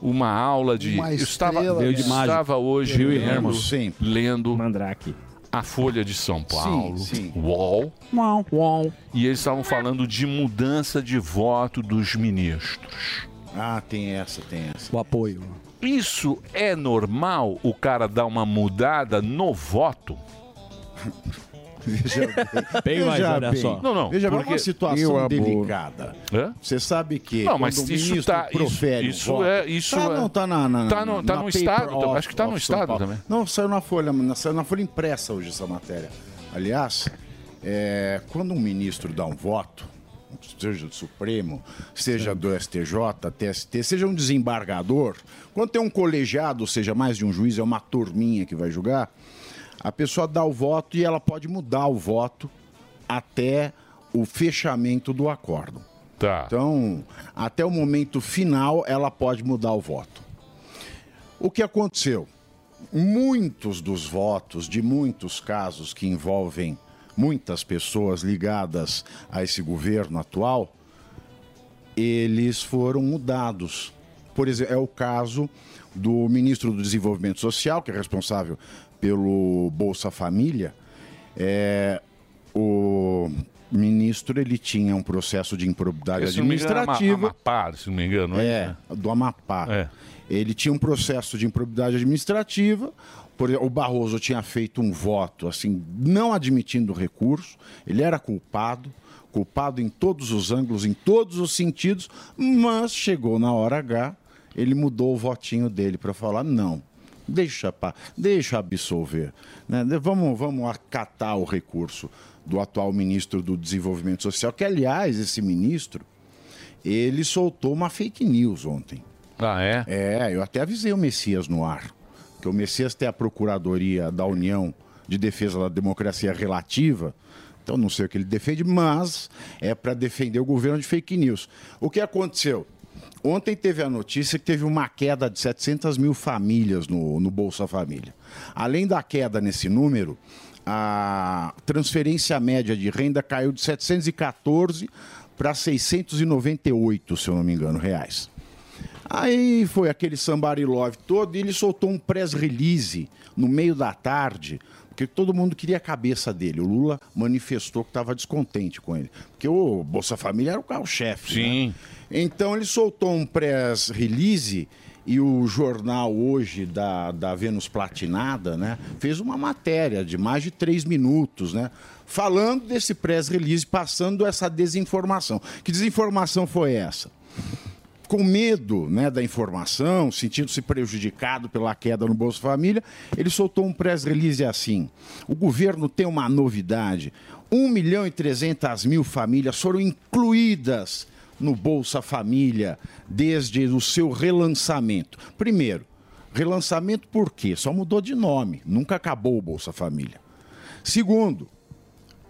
Speaker 5: uma aula de
Speaker 20: Uma
Speaker 5: eu estava,
Speaker 20: estrela,
Speaker 5: eu
Speaker 20: né?
Speaker 5: estava hoje
Speaker 20: Bill e
Speaker 5: lendo-
Speaker 20: Herman.
Speaker 5: lendo Mandrake. a Folha de São Paulo, UOL,
Speaker 17: Uau, uau.
Speaker 5: e eles estavam falando de mudança de voto dos ministros.
Speaker 20: Ah, tem essa, tem essa.
Speaker 17: O apoio.
Speaker 5: Isso é normal o cara dar uma mudada no voto?
Speaker 20: Veja bem.
Speaker 5: Não, não.
Speaker 20: Veja bem,
Speaker 5: porque-
Speaker 20: uma situação delicada.
Speaker 5: Hã?
Speaker 20: Você sabe que
Speaker 5: Não, mas
Speaker 20: quando o
Speaker 5: isso
Speaker 20: ministro
Speaker 5: tá- isso-
Speaker 20: profere o
Speaker 5: isso
Speaker 20: voto-
Speaker 5: é- isso
Speaker 20: tá,
Speaker 5: é-
Speaker 20: não, tá na, na,
Speaker 5: tá no- tá
Speaker 20: na
Speaker 5: no
Speaker 20: paper
Speaker 5: estado
Speaker 20: of-
Speaker 5: tam- acho que tá no
Speaker 20: of São
Speaker 5: estado
Speaker 20: Paulo.
Speaker 5: também.
Speaker 20: Não, saiu na folha, mas saiu na folha impressa hoje essa matéria. Aliás, é, quando um ministro dá um voto, seja do Supremo, seja do STJ, TST, seja um desembargador, quando tem um colegiado, ou seja, mais de um juiz, é uma turminha que vai julgar, a pessoa dá o voto e ela pode mudar o voto até o fechamento do acordo. Então, até o momento final, ela pode mudar o voto. O que aconteceu? Muitos dos votos de muitos casos que envolvem muitas pessoas ligadas a esse governo atual, eles foram mudados. Por exemplo, é o caso do ministro do Desenvolvimento Social, que é responsável pelo Bolsa Família. É, o ministro ele tinha um processo de improbidade
Speaker 5: Se não me é engano, era Ama-
Speaker 20: administrativa.
Speaker 5: Amapá, se não me engano. não
Speaker 20: É, do Amapá. Ele tinha um processo de improbidade administrativa. Por, exemplo, o Barroso tinha feito um voto, assim, não admitindo recurso. Ele era culpado, culpado em todos os ângulos, em todos os sentidos, mas chegou na hora H, ele mudou o votinho dele para falar não. Deixa, pa- deixa absolver. né? De- Vamos, vamos acatar o recurso do atual ministro do Desenvolvimento Social, que, aliás, esse ministro, ele soltou uma fake news ontem.
Speaker 5: Ah, é?
Speaker 20: É, eu até avisei o Messias no ar. Que o Messias tem a Procuradoria da União de Defesa da Democracia Relativa. Então não sei o que ele defende, mas é para defender o governo de fake news. O que aconteceu? Ontem teve a notícia que teve uma queda de 700 mil famílias no, no Bolsa Família. Além da queda nesse número, a transferência média de renda caiu de 714 para 698, se eu não me engano, reais. Aí foi aquele Somebody Love todo e ele soltou um press release no meio da tarde, porque todo mundo queria a cabeça dele. O Lula manifestou que estava descontente com ele, porque o Bolsa Família era o carro-chefe. Sim. Então ele soltou um press release e o jornal hoje da, da Vênus Platinada, né, fez uma matéria de mais de três minutos, né, falando desse press release, passando essa desinformação. Que desinformação foi essa? com medo né, da informação, sentindo-se prejudicado pela queda no Bolsa Família, ele soltou um press release assim. O governo tem uma novidade. 1 milhão e 300 mil famílias foram incluídas no Bolsa Família desde o seu relançamento. Primeiro, Relançamento por quê? Só mudou de nome. Nunca acabou o Bolsa Família. Segundo,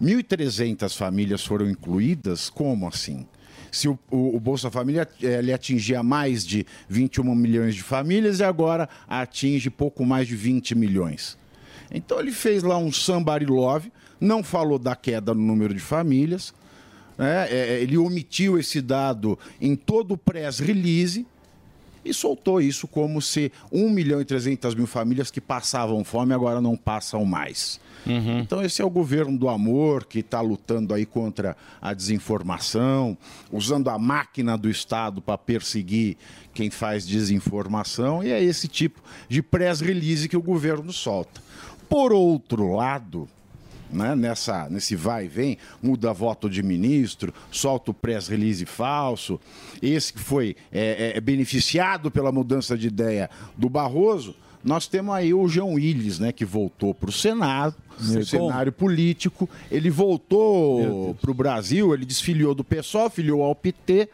Speaker 20: 1.300 famílias foram incluídas? Como assim? Se o, o- o Bolsa Família eh, ele atingia mais de 21 milhões de famílias e agora atinge pouco mais de 20 milhões. Então ele fez lá um somebody love, não falou da queda no número de famílias, né? É, é, ele omitiu esse dado em todo o press release e soltou isso como se 1 milhão e 300 mil famílias que passavam fome agora não passam mais.
Speaker 18: Uhum.
Speaker 12: Uhum.
Speaker 20: Então esse é o governo do amor que está lutando aí contra a desinformação, usando a máquina do Estado para perseguir quem faz desinformação e é esse tipo de press release que o governo solta. Por outro lado, né, nessa, nesse vai e vem, muda voto de ministro, solta o press release falso. Esse que foi é, é, beneficiado pela mudança de ideia do Barroso. Nós temos aí o João Willis, né, que voltou para o Senado,
Speaker 7: Meu
Speaker 20: o cenário político. Ele voltou para o Brasil, ele desfiliou do PSOL, filiou ao PT.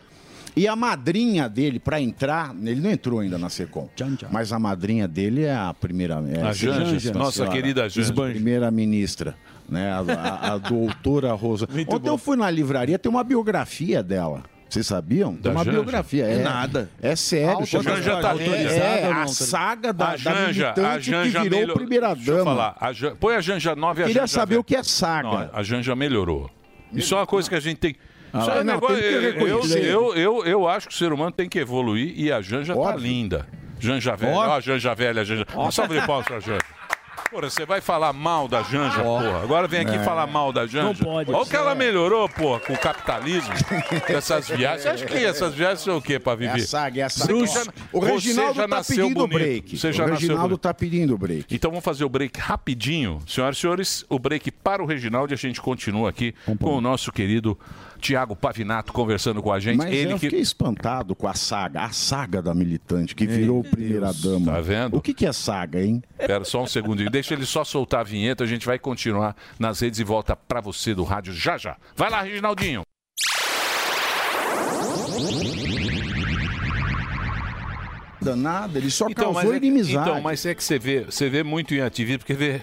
Speaker 20: E a madrinha dele, para entrar, ele não entrou ainda na SECOM, mas a madrinha dele é a primeira... É
Speaker 5: A Janja, nossa querida Janja.
Speaker 20: Primeira-ministra, né? A, a- a doutora Rosa. Ontem eu fui na livraria, tem uma biografia dela. Vocês sabiam? Tem
Speaker 7: Da
Speaker 20: uma
Speaker 7: Janja?
Speaker 20: biografia. É,
Speaker 7: Nada.
Speaker 20: É sério.
Speaker 7: Auto-
Speaker 20: chama-
Speaker 5: Janja tá-
Speaker 20: é,
Speaker 5: autorizada ou
Speaker 20: a
Speaker 5: não?
Speaker 20: saga da,
Speaker 5: A
Speaker 20: da
Speaker 5: Janja,
Speaker 20: militante
Speaker 5: a Janja
Speaker 20: que virou
Speaker 5: melhor- Deixa eu
Speaker 20: primeira-dama.
Speaker 5: falar. A Jan- Põe a Janja 9 e a
Speaker 20: Queria
Speaker 5: Janja
Speaker 20: saber
Speaker 5: velha.
Speaker 20: o que é saga.
Speaker 5: Não, a Janja melhorou. Isso é uma coisa que a gente tem.
Speaker 20: Ah,
Speaker 5: Isso é um
Speaker 20: não,
Speaker 5: negócio-
Speaker 20: tem que
Speaker 5: eu,
Speaker 20: reconhecer.
Speaker 5: eu, eu, eu acho que o ser humano tem que evoluir e a Janja tá linda. Janja velha, ó, a Janja velha, a Janja. Um salve de palmas pra Janja. Porra, você vai falar mal da Janja, porra. Agora vem aqui
Speaker 7: É.
Speaker 5: falar mal da Janja.
Speaker 7: Não pode.
Speaker 5: Olha o que
Speaker 20: É.
Speaker 5: ela melhorou, porra, com o capitalismo, com essas viagens. Você acha que essas viagens são o quê pra
Speaker 20: É
Speaker 5: viver?
Speaker 20: a saga, é a saga.
Speaker 5: Bruce,
Speaker 20: o
Speaker 5: você
Speaker 20: Reginaldo
Speaker 5: já
Speaker 20: tá
Speaker 5: nasceu
Speaker 20: pedindo o
Speaker 5: bonito.
Speaker 20: break.
Speaker 5: Você já
Speaker 20: o
Speaker 5: nasceu
Speaker 20: Reginaldo
Speaker 5: bonito.
Speaker 20: tá pedindo o break.
Speaker 5: Então vamos fazer o break rapidinho. Senhoras e senhores, o break para o Reginaldo e a gente continua aqui com o nosso querido Tiago Pavinato conversando com a gente.
Speaker 20: Mas
Speaker 5: Ele
Speaker 20: eu
Speaker 5: que.
Speaker 20: fiquei espantado com a saga, a saga da militante que virou primeira-dama. Tá
Speaker 5: vendo?
Speaker 20: O que, que é saga, hein?
Speaker 5: Pera só um segundinho, deixa ele só soltar a vinheta, a gente vai continuar nas redes e volta para você do rádio já já. Vai lá, Reginaldinho.
Speaker 20: Danada, ele só causou
Speaker 5: mas é,
Speaker 20: inimizade.
Speaker 5: Então, mas é que você vê, você vê muito em ativismo, porque vê.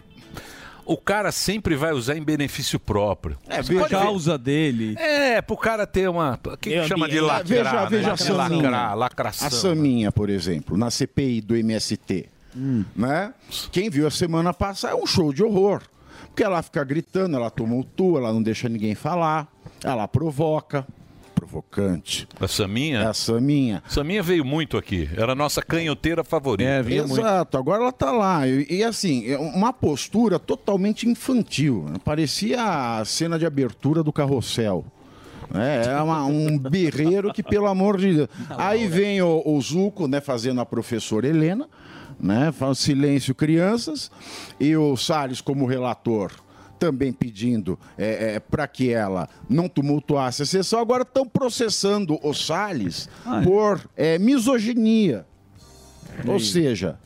Speaker 5: O cara sempre vai usar em benefício próprio.
Speaker 20: É,
Speaker 5: Você pode ver-
Speaker 20: dele.
Speaker 5: É, pro cara ter uma. O que, que
Speaker 20: Meio
Speaker 5: chama de
Speaker 20: ambiente.
Speaker 5: lacrar?
Speaker 20: Veja,
Speaker 5: né?
Speaker 20: veja a Saminha.
Speaker 5: lacrar, lacração.
Speaker 20: A Saminha, por exemplo, na CPI do MST.
Speaker 5: Hum.
Speaker 20: Né? Quem viu a semana passada é um show de horror. Porque ela fica gritando, ela tumultua, ela não deixa ninguém falar, ela provoca. Provocante.
Speaker 5: A Saminha?
Speaker 20: É a Saminha.
Speaker 5: Saminha veio muito aqui. Era a nossa canhoteira favorita. É,
Speaker 20: Exato, agora ela tá lá. E, e, assim, é uma postura totalmente infantil. né? Parecia a cena de abertura do carrossel. É, é uma- um berreiro que, pelo amor de Deus. Aí vem o, o Zuco, né, fazendo a professora Helena, né? Fala silêncio, crianças, e o Salles como relator também pedindo para que ela não tumultuasse a sessão, agora estão processando o Salles por eh, misoginia. Ou seja,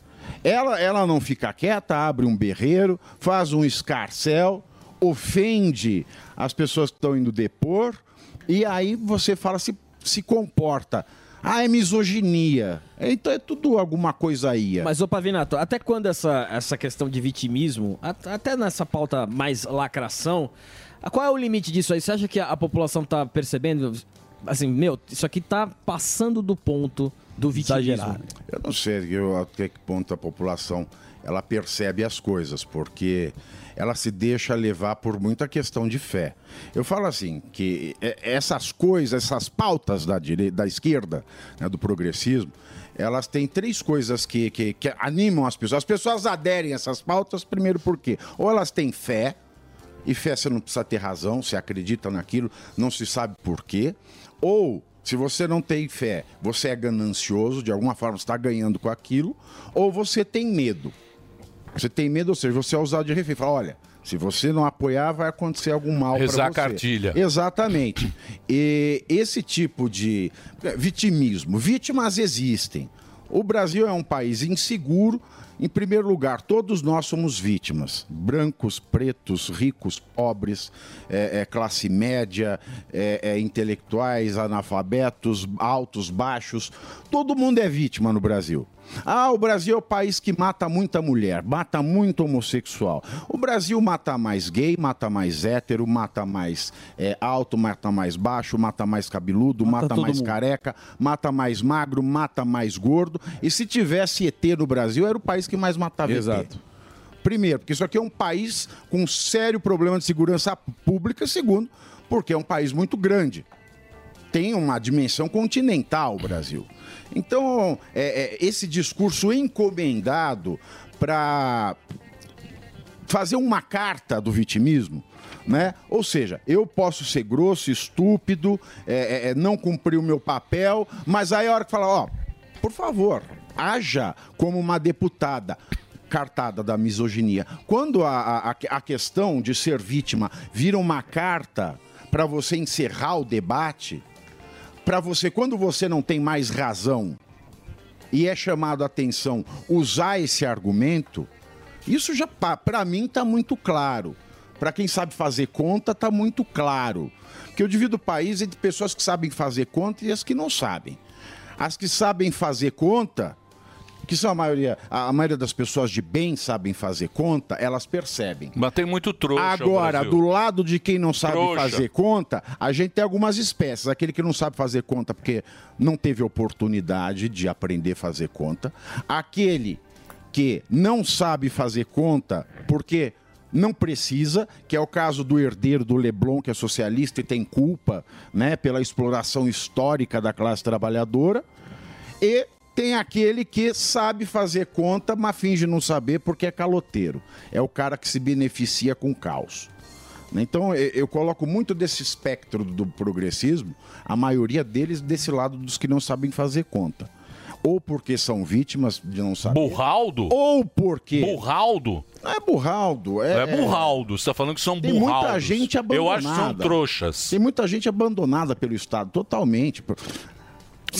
Speaker 20: ela, ela não fica quieta, abre um berreiro, faz um escarcel, ofende as pessoas que estão indo depor, e aí você fala, se, se comporta. Ah, é misoginia. Então é tudo alguma coisa aí.
Speaker 11: Mas, ô Pavinato, até quando essa, essa questão de vitimismo, at- até nessa pauta mais lacração, a- qual é o limite disso aí? Você acha que a, a população tá percebendo? Assim, meu, isso aqui tá passando do ponto do vitimismo.
Speaker 20: Eu não sei eu- até que ponto a população ela percebe as coisas, porque ela se deixa levar por muita questão de fé. Eu falo assim, que é- essas coisas, essas pautas da, direi- da esquerda, né, do progressismo, elas têm três coisas que, que, que animam as pessoas. As pessoas aderem a essas pautas, primeiro porque ou elas têm fé, e fé você não precisa ter razão, você acredita naquilo, não se sabe por quê. Ou, se você não tem fé, você é ganancioso, de alguma forma você está ganhando com aquilo, ou você tem medo. Você tem medo, ou seja, você é usado de refém. Fala, olha, se você não apoiar, vai acontecer algum mal para você.
Speaker 5: Rezar a cartilha.
Speaker 20: Exatamente. E esse tipo de vitimismo, vítimas existem. O Brasil é um país inseguro. Em primeiro lugar, todos nós somos vítimas. Brancos, pretos, ricos, pobres, é, é, classe média, é, é, intelectuais, analfabetos, altos, baixos. Todo mundo é vítima no Brasil. Ah, o Brasil é o país que mata muita mulher, mata muito homossexual. O Brasil mata mais gay, mata mais hétero, mata mais eh, alto, mata mais baixo, mata mais cabeludo, mata,
Speaker 17: todo
Speaker 20: mais
Speaker 17: mundo.
Speaker 20: careca, mata mais magro, mata mais gordo. E se tivesse ET no Brasil, era o país que mais matava ET.
Speaker 4: Exato.
Speaker 20: Primeiro, porque isso aqui é um país com um sério problema de segurança pública. Segundo, porque é um país muito grande. Tem uma dimensão continental o Brasil. Então, é, é, esse discurso encomendado para fazer uma carta do vitimismo, né? Ou seja, eu posso ser grosso, estúpido, é, é, é, não cumprir o meu papel, mas aí a hora que fala, ó, por favor, haja como uma deputada cartada da misoginia. Quando a, a- a- a questão de ser vítima vira uma carta para você encerrar o debate, para você, quando você não tem mais razão e é chamado a atenção usar esse argumento, isso já para mim tá muito claro. Para quem sabe fazer conta tá muito claro. Porque eu divido o país entre pessoas que sabem fazer conta e as que não sabem. As que sabem fazer conta, que são a maioria, a a maioria das pessoas de bem sabem fazer conta, elas percebem.
Speaker 5: Mas tem muito trouxa. no
Speaker 20: Agora,
Speaker 5: Brasil.
Speaker 20: do lado de quem não sabe
Speaker 5: Trouxa.
Speaker 20: fazer conta, a gente tem algumas espécies. Aquele que não sabe fazer conta porque não teve oportunidade de aprender a fazer conta. Aquele que não sabe fazer conta porque não precisa, que é o caso do herdeiro do Leblon, que é socialista e tem culpa né, pela exploração histórica da classe trabalhadora. E tem aquele que sabe fazer conta, mas finge não saber porque é caloteiro. É o cara que se beneficia com o caos. Né? Então eu, eu coloco muito desse espectro do progressismo, a maioria deles desse lado dos que não sabem fazer conta. Ou porque são vítimas de não saber.
Speaker 5: Burraldo?
Speaker 20: Ou porque.
Speaker 5: Burraldo?
Speaker 20: Não é burraldo.
Speaker 5: É,
Speaker 20: É,
Speaker 5: burraldo. Você tá falando que são
Speaker 20: Tem
Speaker 5: burraldos.
Speaker 20: muita gente abandonada.
Speaker 5: Eu acho que são trouxas.
Speaker 20: Tem muita gente abandonada pelo Estado, totalmente.
Speaker 5: Não,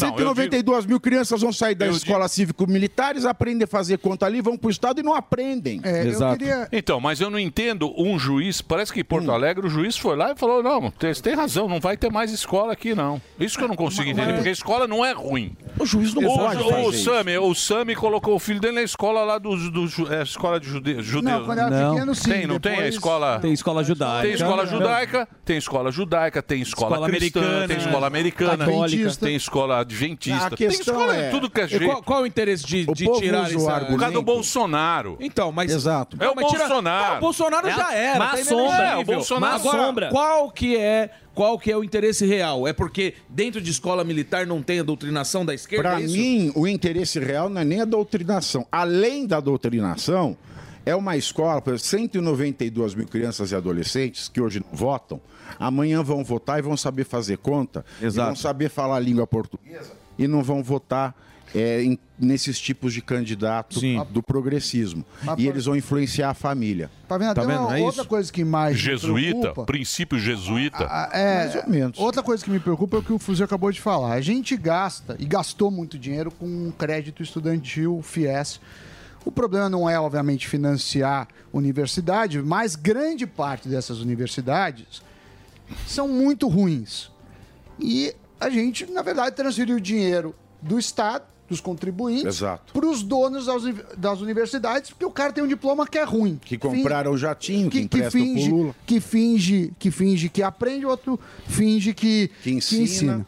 Speaker 5: eu
Speaker 20: 192 mil crianças vão sair da
Speaker 5: Eu
Speaker 20: escola cívico-militares, aprendem a fazer conta ali, vão pro Estado e não aprendem.
Speaker 5: É, Então, mas eu não entendo um juiz. Parece que em
Speaker 20: Hum.
Speaker 5: Porto Alegre o juiz foi lá e falou: não, tem- você tem razão, não vai ter mais escola aqui, não. Isso que eu não consigo entender, porque a escola não é ruim.
Speaker 20: O juiz não
Speaker 5: o,
Speaker 20: pode
Speaker 5: o,
Speaker 20: fazer
Speaker 5: Sami, o Sami colocou o filho dele na escola lá do, do ju- é, escola de jude, judeu.
Speaker 17: Não, quando era Não. pequeno, sim,
Speaker 5: Tem, não tem a
Speaker 17: depois-
Speaker 5: escola.
Speaker 17: Tem escola judaica.
Speaker 5: Tem escola judaica, tem escola judaica, tem escola,
Speaker 17: Escola
Speaker 5: cristã,
Speaker 17: americana,
Speaker 5: tem escola americana,
Speaker 17: católica.
Speaker 5: tem escola adventista,
Speaker 4: A
Speaker 5: tem
Speaker 4: questão
Speaker 5: escola
Speaker 4: é-
Speaker 5: de tudo que é
Speaker 4: e
Speaker 5: jeito.
Speaker 4: qual- qual o interesse de- de tirar esse
Speaker 5: Por causa do
Speaker 4: argumento?
Speaker 5: Bolsonaro.
Speaker 4: Então, mas.
Speaker 20: Exato.
Speaker 5: É o
Speaker 4: Mas tira-
Speaker 5: Bolsonaro.
Speaker 4: Ah, o Bolsonaro
Speaker 5: É a-
Speaker 4: já era.
Speaker 5: má
Speaker 4: tá
Speaker 5: sombra.
Speaker 4: inelegível.
Speaker 5: É, o Bolsonaro-
Speaker 4: Agora,
Speaker 5: má sombra.
Speaker 4: Qual que é. Qual que é o interesse real? É porque dentro de escola militar não tem a doutrinação da esquerda?
Speaker 20: Para
Speaker 4: é isso?
Speaker 20: mim, o interesse real não é nem a doutrinação. Além da doutrinação, é uma escola, por exemplo, 192 mil crianças e adolescentes que hoje não votam, amanhã vão votar e vão saber fazer conta, e vão saber falar a língua portuguesa e não vão votar. é, em- nesses tipos de candidato do progressismo. E eles vão influenciar a família.
Speaker 6: Tá vendo? Tem
Speaker 20: É
Speaker 6: uma outra coisa que mais me
Speaker 5: Jesuíta,
Speaker 6: preocupa.
Speaker 5: Então, princípio jesuíta.
Speaker 6: É, Outra coisa que me preocupa é o que o Fuzil acabou de falar. A gente gasta e gastou muito dinheiro com um crédito estudantil, FIES. O problema não é, obviamente, financiar universidade, mas grande parte dessas universidades são muito ruins. E a gente, na verdade, transferiu dinheiro do Estado, dos contribuintes,
Speaker 20: Exato.
Speaker 6: para os donos das uni- das universidades, porque o cara tem um diploma que é ruim.
Speaker 20: Que compraram o jatinho, que,
Speaker 6: que, que
Speaker 20: empresta
Speaker 6: finge,
Speaker 20: pro Lula.
Speaker 6: que finge, que finge que aprende, o outro finge que, que
Speaker 20: ensina.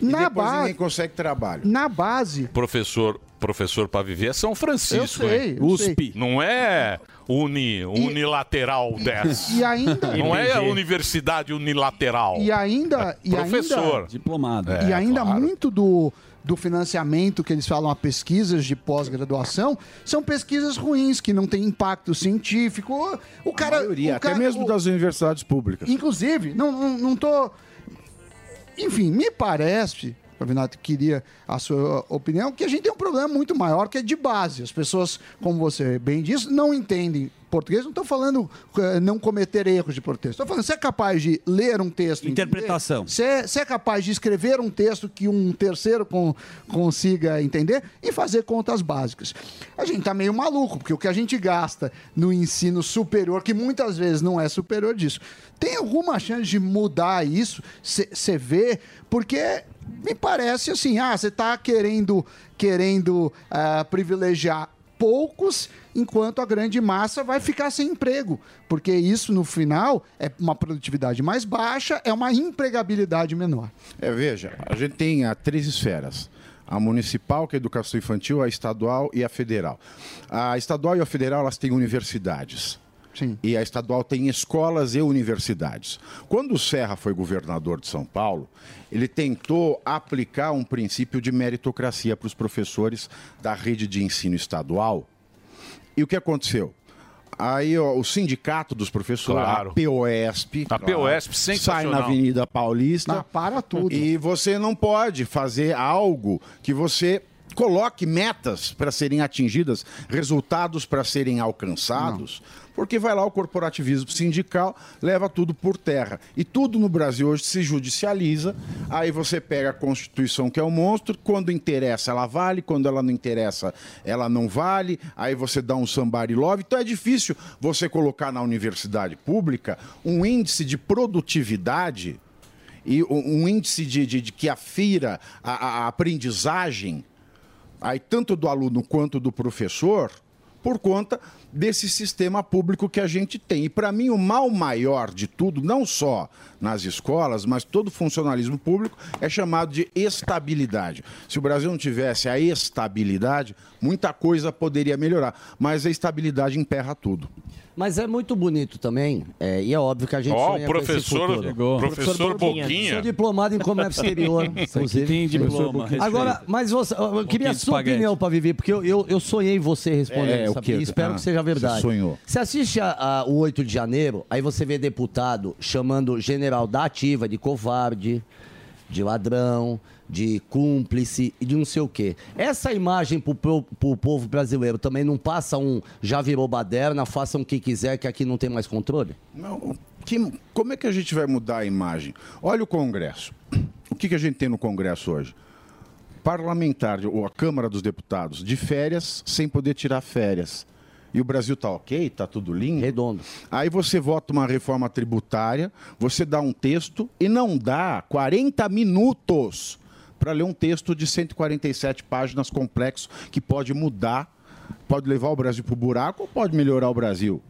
Speaker 20: E
Speaker 6: Na
Speaker 20: depois
Speaker 6: base,
Speaker 20: ninguém consegue trabalho.
Speaker 6: na base,
Speaker 5: Professor, professor para viver é São Francisco,
Speaker 6: Eu sei,
Speaker 5: hein?
Speaker 6: eu USP.
Speaker 5: Não é uni, unilateral dessa.
Speaker 6: e ainda-
Speaker 5: Não é a
Speaker 6: Entendi.
Speaker 5: universidade unilateral.
Speaker 6: e ainda, e
Speaker 5: Professor. É.
Speaker 6: ainda,
Speaker 5: Diplomado.
Speaker 20: É,
Speaker 6: e ainda muito do, do financiamento que eles falam a pesquisas de pós-graduação são pesquisas ruins que não têm impacto científico. O cara,
Speaker 20: maioria,
Speaker 6: o cara-
Speaker 20: até mesmo
Speaker 6: o-
Speaker 20: das universidades públicas.
Speaker 6: Inclusive, não, não, não tô. Enfim, me parece, Pavinato, queria a sua opinião, que a gente tem um problema muito maior que é de base. As pessoas, como você bem disse, não entendem português. Não estou falando eh, não cometer erros de português. Estou falando, você é capaz de ler um texto. entender?
Speaker 17: Interpretação.
Speaker 6: Você é, você é capaz de escrever um texto que um terceiro con- consiga entender e fazer contas básicas. A gente tá meio maluco, porque o que a gente gasta no ensino superior, que muitas vezes não é superior disso, tem alguma chance de mudar isso? Você vê? Porque Me parece assim, ah, você está querendo, querendo ah, privilegiar poucos, enquanto a grande massa vai ficar sem emprego, porque isso no final é uma produtividade mais baixa, é uma empregabilidade menor.
Speaker 20: É, veja, a gente tem ah, três esferas. A municipal, que é a educação infantil, a estadual e a federal. A estadual e a federal, elas têm universidades.
Speaker 6: Sim.
Speaker 20: E a estadual tem escolas e universidades. Quando o Serra foi governador de São Paulo, ele tentou aplicar um princípio de meritocracia para os professores da rede de ensino estadual. E o que aconteceu? Aí ó, o sindicato dos professores,
Speaker 5: Claro.
Speaker 20: a POSP,
Speaker 5: A POSP,
Speaker 20: sai
Speaker 5: sensacional.
Speaker 20: na Avenida Paulista,
Speaker 6: para tudo.
Speaker 20: E você não pode fazer algo que você coloque metas para serem atingidas, resultados para serem alcançados, porque vai lá o corporativismo sindical, leva tudo por terra. E tudo no Brasil hoje se judicializa, aí você pega a Constituição que é um monstro, quando interessa ela vale, quando ela não interessa ela não vale, aí você dá um somebody love, então é difícil você colocar na universidade pública um índice de produtividade e um, um índice de, de- de que afira a, a- a aprendizagem, aí tanto do aluno quanto do professor, por conta desse sistema público que a gente tem. E para mim o mal maior de tudo, não só nas escolas, mas todo funcionalismo público é chamado de estabilidade. Se o Brasil não tivesse a estabilidade, muita coisa poderia melhorar, mas a estabilidade emperra tudo.
Speaker 21: Mas é muito bonito também, é, e é óbvio que a gente
Speaker 20: Ó,
Speaker 21: sonha
Speaker 20: o
Speaker 21: com esse
Speaker 20: professor-
Speaker 21: futuro.
Speaker 20: Chegou. professor Boquinha.
Speaker 21: Sou diplomado em comércio exterior,
Speaker 20: Isso aqui
Speaker 21: inclusive.
Speaker 20: tem diploma,
Speaker 21: Professor Boquinha.
Speaker 20: respeito.
Speaker 21: Agora, mas você, eu- eu queria a
Speaker 20: de
Speaker 21: sua
Speaker 20: espaguete.
Speaker 21: opinião para viver, porque eu, eu, eu sonhei você respondendo,
Speaker 20: É, o
Speaker 21: sabe?
Speaker 20: quê?
Speaker 21: E espero
Speaker 20: Ah,
Speaker 21: que seja verdade.
Speaker 20: você sonhou.
Speaker 21: Você assiste a- a- o 8 de janeiro, aí você vê deputado chamando general da ativa de covarde, de ladrão, de cúmplice e de não sei o quê. Essa imagem pro, pro, pro povo brasileiro também não passa um já virou baderna, façam o que quiser, que aqui não tem mais controle?
Speaker 20: Não, que- como é que a gente vai mudar a imagem? Olha o Congresso. O que, que a gente tem no Congresso hoje? Parlamentar, ou a Câmara dos Deputados, de férias, sem poder tirar férias. E o Brasil tá ok, tá tudo lindo.
Speaker 21: Redondo.
Speaker 20: Aí você vota uma reforma tributária, você dá um texto e não dá 40 minutos para ler um texto de 147 páginas complexo que pode mudar, pode levar o Brasil para o buraco ou pode melhorar o Brasil.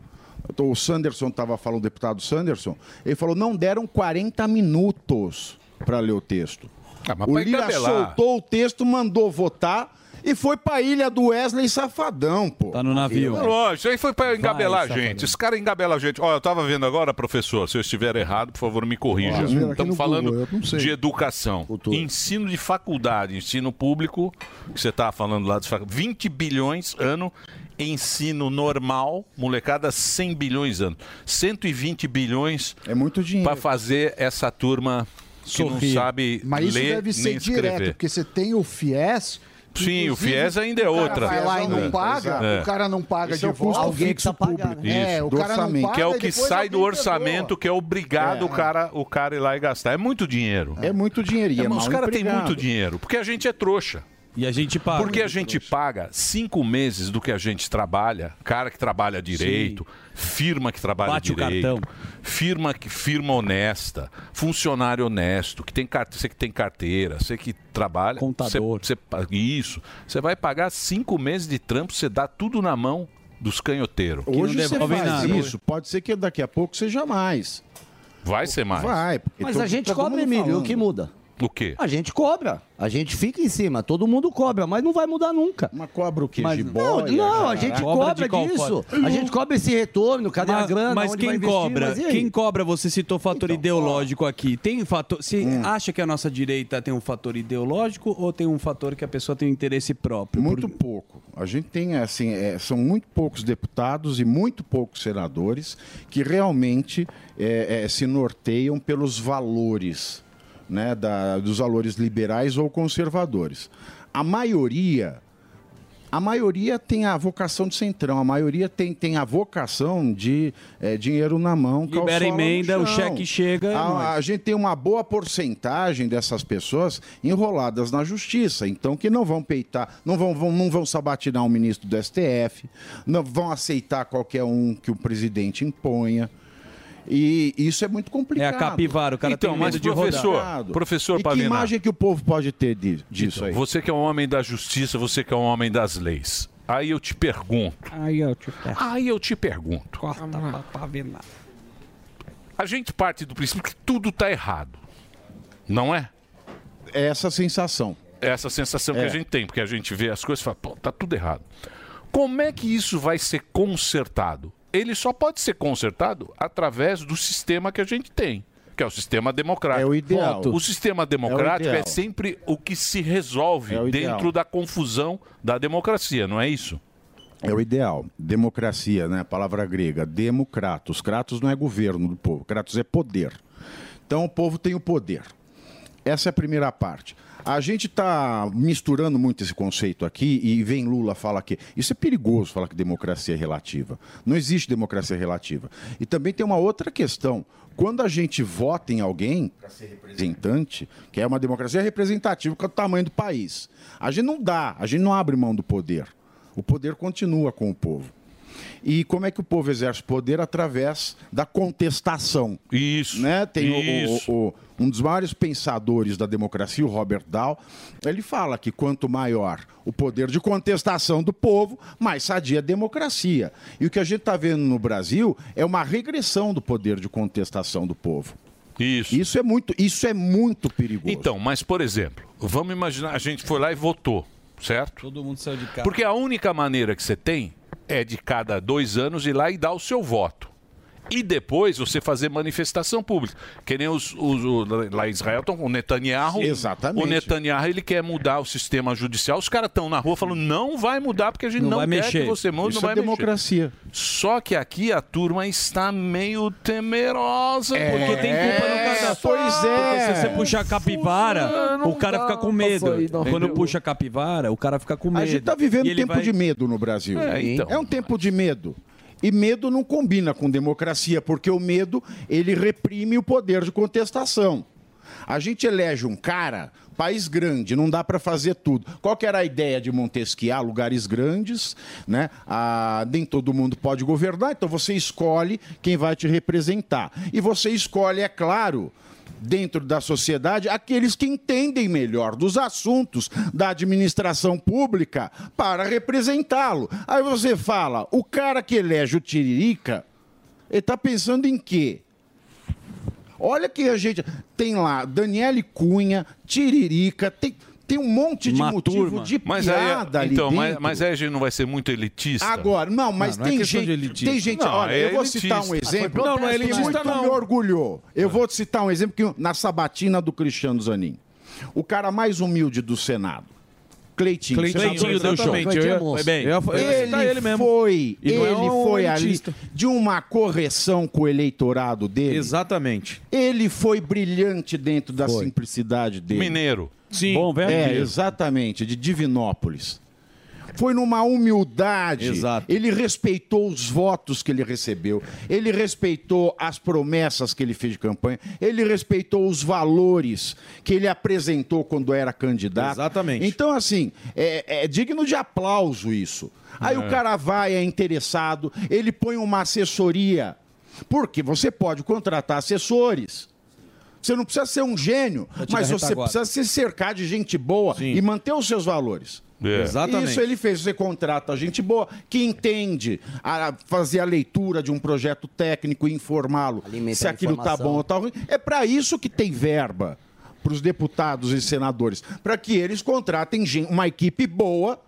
Speaker 20: Então, O Sanderson estava falando, o deputado Sanderson, ele falou: não deram 40 minutos para ler o texto. o
Speaker 5: Ah, pra
Speaker 20: Lira
Speaker 5: encabelar.
Speaker 20: soltou o texto, mandou votar e foi para a ilha do Wesley Safadão, pô. Tá no
Speaker 5: Não, É Lógico, isso aí foi pra engabelar a gente. Esse cara engabela a gente. Olha, eu tava vendo agora, professor, se eu estiver errado, por favor, me corrija.
Speaker 20: Olha, vendo aqui no Google,
Speaker 5: Estamos falando
Speaker 20: eu não sei.
Speaker 5: de educação, ensino de faculdade, ensino público, que você tava falando lá, dos fac- 20 bilhões ano, ensino normal, molecada 100 bilhões ano. 120 bilhões
Speaker 20: é muito dinheiro
Speaker 5: para fazer essa turma que
Speaker 6: Sorrir.
Speaker 5: não sabe
Speaker 6: Mas isso
Speaker 5: ler
Speaker 6: deve ser
Speaker 5: nem escrever.
Speaker 6: direto, porque você tem o FIES.
Speaker 5: Sim, o
Speaker 6: inclusive,
Speaker 5: FIES ainda é
Speaker 6: o cara
Speaker 5: outra.
Speaker 6: Vai lá e não
Speaker 5: É.
Speaker 6: paga,
Speaker 5: É.
Speaker 6: o cara não paga
Speaker 20: Esse
Speaker 6: de
Speaker 20: é o
Speaker 6: volta.
Speaker 20: custo Alguém que tá
Speaker 6: pagando. É,
Speaker 5: Isso,
Speaker 6: o cara não paga.
Speaker 5: que é o que
Speaker 6: e depois
Speaker 5: sai do
Speaker 6: alguém
Speaker 5: orçamento, que é obrigado
Speaker 6: É.
Speaker 5: o, cara, o cara ir lá e gastar. É muito dinheiro.
Speaker 20: É muito dinheiro. e
Speaker 5: É,
Speaker 20: é
Speaker 5: mas os
Speaker 20: mal
Speaker 5: caras têm
Speaker 20: empregado.
Speaker 5: muito dinheiro, porque a gente é trouxa.
Speaker 17: E a gente paga.
Speaker 5: Porque a gente paga cinco meses do que a gente trabalha, cara que trabalha direito, firma que trabalha
Speaker 17: Bate o
Speaker 5: direito,
Speaker 17: cartão.
Speaker 5: firma que firma honesta, funcionário honesto, que tem carteira, você que tem carteira, você que trabalha, contador, você, pa- isso, você vai pagar cinco meses de trampo, você dá tudo na mão dos canhoteiros.
Speaker 20: Hoje você faz isso, pode ser que daqui a pouco seja mais.
Speaker 5: Vai ser mais.
Speaker 20: Vai, porque
Speaker 21: Mas
Speaker 20: todo-
Speaker 21: a gente
Speaker 20: tá todo
Speaker 21: cobra,
Speaker 20: mundo
Speaker 21: Emílio, o
Speaker 20: falando.
Speaker 21: que muda?
Speaker 5: O quê?
Speaker 21: A gente cobra. A gente fica em cima. Todo mundo cobra, mas não vai mudar nunca.
Speaker 20: Mas cobra o quê?
Speaker 21: não,
Speaker 20: Jiboia,
Speaker 21: não, a
Speaker 20: jararaca?
Speaker 21: gente
Speaker 20: Cobra
Speaker 21: cobra,
Speaker 20: de qual
Speaker 21: disso.
Speaker 20: forma?
Speaker 21: A gente cobra esse retorno, cadê a
Speaker 17: Mas,
Speaker 21: grana?
Speaker 17: mas
Speaker 21: onde
Speaker 17: quem
Speaker 21: vai investir,
Speaker 17: cobra?
Speaker 21: mas e aí?
Speaker 17: quem cobra? Você citou fator ideológico aqui. Tem um fator. Você acha que a nossa direita tem um fator ideológico ou tem um fator que a pessoa tem um interesse próprio?
Speaker 20: Muito pouco. A gente tem, assim, é, são muito poucos deputados e muito poucos senadores que realmente é, é, se norteiam pelos valores, né, da- dos valores liberais ou conservadores. A maioria a maioria tem a vocação de centrão, a maioria tem, tem a vocação de é, dinheiro na mão.
Speaker 17: Libera
Speaker 20: calçola no
Speaker 17: emenda, o
Speaker 20: chão. Ah,
Speaker 17: cheque chega,
Speaker 20: A-
Speaker 17: é nóis.
Speaker 20: a gente tem uma boa porcentagem dessas pessoas enroladas na justiça, então que não vão peitar, não vão, vão- não vão sabatinar um ministro do STF, não vão aceitar qualquer um que o presidente imponha. E isso é muito complicado.
Speaker 17: É a capivara, o cara
Speaker 5: Então, tem mas medo de professor, rodar. professor
Speaker 20: e que
Speaker 5: Pavinato.
Speaker 20: imagem que o povo pode ter di- disso aí?
Speaker 5: Você que é um homem da justiça, você que é um homem das leis. Aí eu te pergunto.
Speaker 17: Aí eu te peço.
Speaker 5: Aí eu te pergunto.
Speaker 17: É. Corta pra Pavinato.
Speaker 5: A gente parte do princípio que tudo está errado. Não é?
Speaker 20: É essa sensação.
Speaker 5: Essa sensação que
Speaker 20: É.
Speaker 5: a gente tem, porque a gente vê as coisas e fala, pô, tá tudo errado. Como é que isso vai ser consertado? Ele só pode ser consertado através do sistema que a gente tem, que é o sistema democrático. É o
Speaker 20: ideal.
Speaker 5: O sistema democrático é,
Speaker 20: ideal.
Speaker 5: sempre o que se resolve
Speaker 20: É o ideal.
Speaker 5: dentro da confusão da democracia, não é isso?
Speaker 20: É o ideal. Democracia, né? Palavra grega. Democratos. Kratos não é governo do povo. Kratos é poder. Então o povo tem o poder. Essa é a primeira parte. A gente está misturando muito esse conceito aqui e vem Lula fala que isso é perigoso falar que democracia é relativa. Não existe democracia relativa. E também tem uma outra questão. Quando a gente vota em alguém para ser representante, que é uma democracia representativa que é o tamanho do país, a gente não dá, a gente não abre mão do poder. O poder continua com o povo. E como é que o povo exerce poder? Através da contestação.
Speaker 5: Isso.
Speaker 20: Né? Tem o- o-
Speaker 5: Isso.
Speaker 20: o- um dos maiores pensadores da democracia, o Robert Dahl, ele fala que quanto maior o poder de contestação do povo, mais sadia a democracia. E o que a gente está vendo no Brasil é uma regressão do poder de contestação do povo.
Speaker 5: Isso.
Speaker 20: Isso é muito, isso é muito perigoso.
Speaker 5: Então, mas por exemplo, vamos imaginar, a gente foi lá e votou, certo?
Speaker 17: Todo mundo saiu de casa.
Speaker 5: Porque a única maneira que você tem é de cada dois anos ir lá e dar o seu voto. E depois você fazer manifestação pública. Que nem os, os- o- lá em Israel estão com o Netanyahu.
Speaker 20: Exatamente.
Speaker 5: O Netanyahu ele quer mudar o sistema judicial. Os caras estão na rua falando, não vai mudar porque a gente
Speaker 20: Não
Speaker 5: não,
Speaker 20: vai
Speaker 5: quer
Speaker 20: mexer.
Speaker 5: que você mude,
Speaker 20: Isso
Speaker 5: não
Speaker 20: é
Speaker 5: vai
Speaker 20: democracia.
Speaker 5: mexer. Só que aqui a turma está meio temerosa.
Speaker 17: Porque tem culpa no cada
Speaker 20: É. Pois é.
Speaker 17: Porque se você puxa a capivara, o cara fica com medo. Quando puxa a capivara, o cara fica com medo.
Speaker 20: A gente está vivendo um
Speaker 17: E ele
Speaker 20: tempo
Speaker 17: vai-
Speaker 20: de medo no Brasil.
Speaker 17: É, então.
Speaker 20: um tempo de medo. E medo não combina com democracia, porque o medo ele reprime o poder de contestação. A gente elege um cara, país grande, não dá para fazer tudo. Qual que era a ideia de Montesquieu? Ah, Lugares grandes, né? Ah, nem todo mundo pode governar, então você escolhe quem vai te representar. E você escolhe, é claro, dentro da sociedade aqueles que entendem melhor dos assuntos da administração pública para representá-lo. Aí você fala, o cara que elege o Tiririca, ele está pensando em quê? Olha que a gente tem lá Daniele Cunha, Tiririca, tem, tem um monte de motivo de
Speaker 5: mas aí,
Speaker 20: piada ali
Speaker 5: então, mas,
Speaker 20: dentro.
Speaker 5: mas aí a gente não vai ser muito elitista.
Speaker 20: Agora, não, mas
Speaker 4: é
Speaker 5: é
Speaker 20: tem, gente, tem gente. olha, eu vou citar um exemplo.
Speaker 5: Não, não é
Speaker 20: que
Speaker 5: elitista,
Speaker 20: muito
Speaker 5: não.
Speaker 20: me orgulhou. Eu
Speaker 4: É.
Speaker 20: vou te citar um exemplo que na sabatina do Cristiano Zanin. O cara mais humilde do Senado. Cleitinho.
Speaker 4: Cleitinho,
Speaker 20: senador,
Speaker 4: deu show.
Speaker 20: exatamente,
Speaker 4: Cleitinho
Speaker 20: eu ia-
Speaker 4: é moço.
Speaker 20: foi bem.
Speaker 4: Eu ia- eu ia citar
Speaker 20: Ele,
Speaker 4: ele mesmo.
Speaker 20: foi,
Speaker 4: E não é
Speaker 20: ele
Speaker 4: um
Speaker 20: foi ali
Speaker 4: elitista.
Speaker 20: de uma correção com o eleitorado dele.
Speaker 4: Exatamente.
Speaker 20: Ele foi brilhante dentro da simplicidade dele.
Speaker 5: Mineiro.
Speaker 4: Sim.
Speaker 20: Bom,
Speaker 4: Bom,
Speaker 20: velho.
Speaker 4: velho.
Speaker 20: É,
Speaker 4: Mineiro.
Speaker 20: exatamente, de Divinópolis. Foi numa humildade.
Speaker 4: Exato.
Speaker 20: Ele respeitou os votos que ele recebeu. Ele respeitou as promessas que ele fez de campanha. Ele respeitou os valores que ele apresentou quando era candidato. Exatamente. Então, assim, é, é digno de aplauso isso. Aí
Speaker 7: É.
Speaker 20: o cara vai, é interessado, ele põe uma assessoria. Porque você pode contratar assessores. Você não precisa ser um gênio,
Speaker 7: Pra te
Speaker 20: mas
Speaker 7: dar
Speaker 20: você
Speaker 7: retaguarda.
Speaker 20: precisa se cercar de gente boa e manter os seus valores.
Speaker 7: É. Exatamente.
Speaker 20: Isso ele fez. Você contrata gente boa que entende a fazer a leitura de um projeto técnico e informá-lo se
Speaker 7: a
Speaker 20: aquilo está
Speaker 7: informação.
Speaker 20: bom ou tá ruim. É para isso que tem verba para os deputados e senadores, para que eles contratem gen- uma equipe boa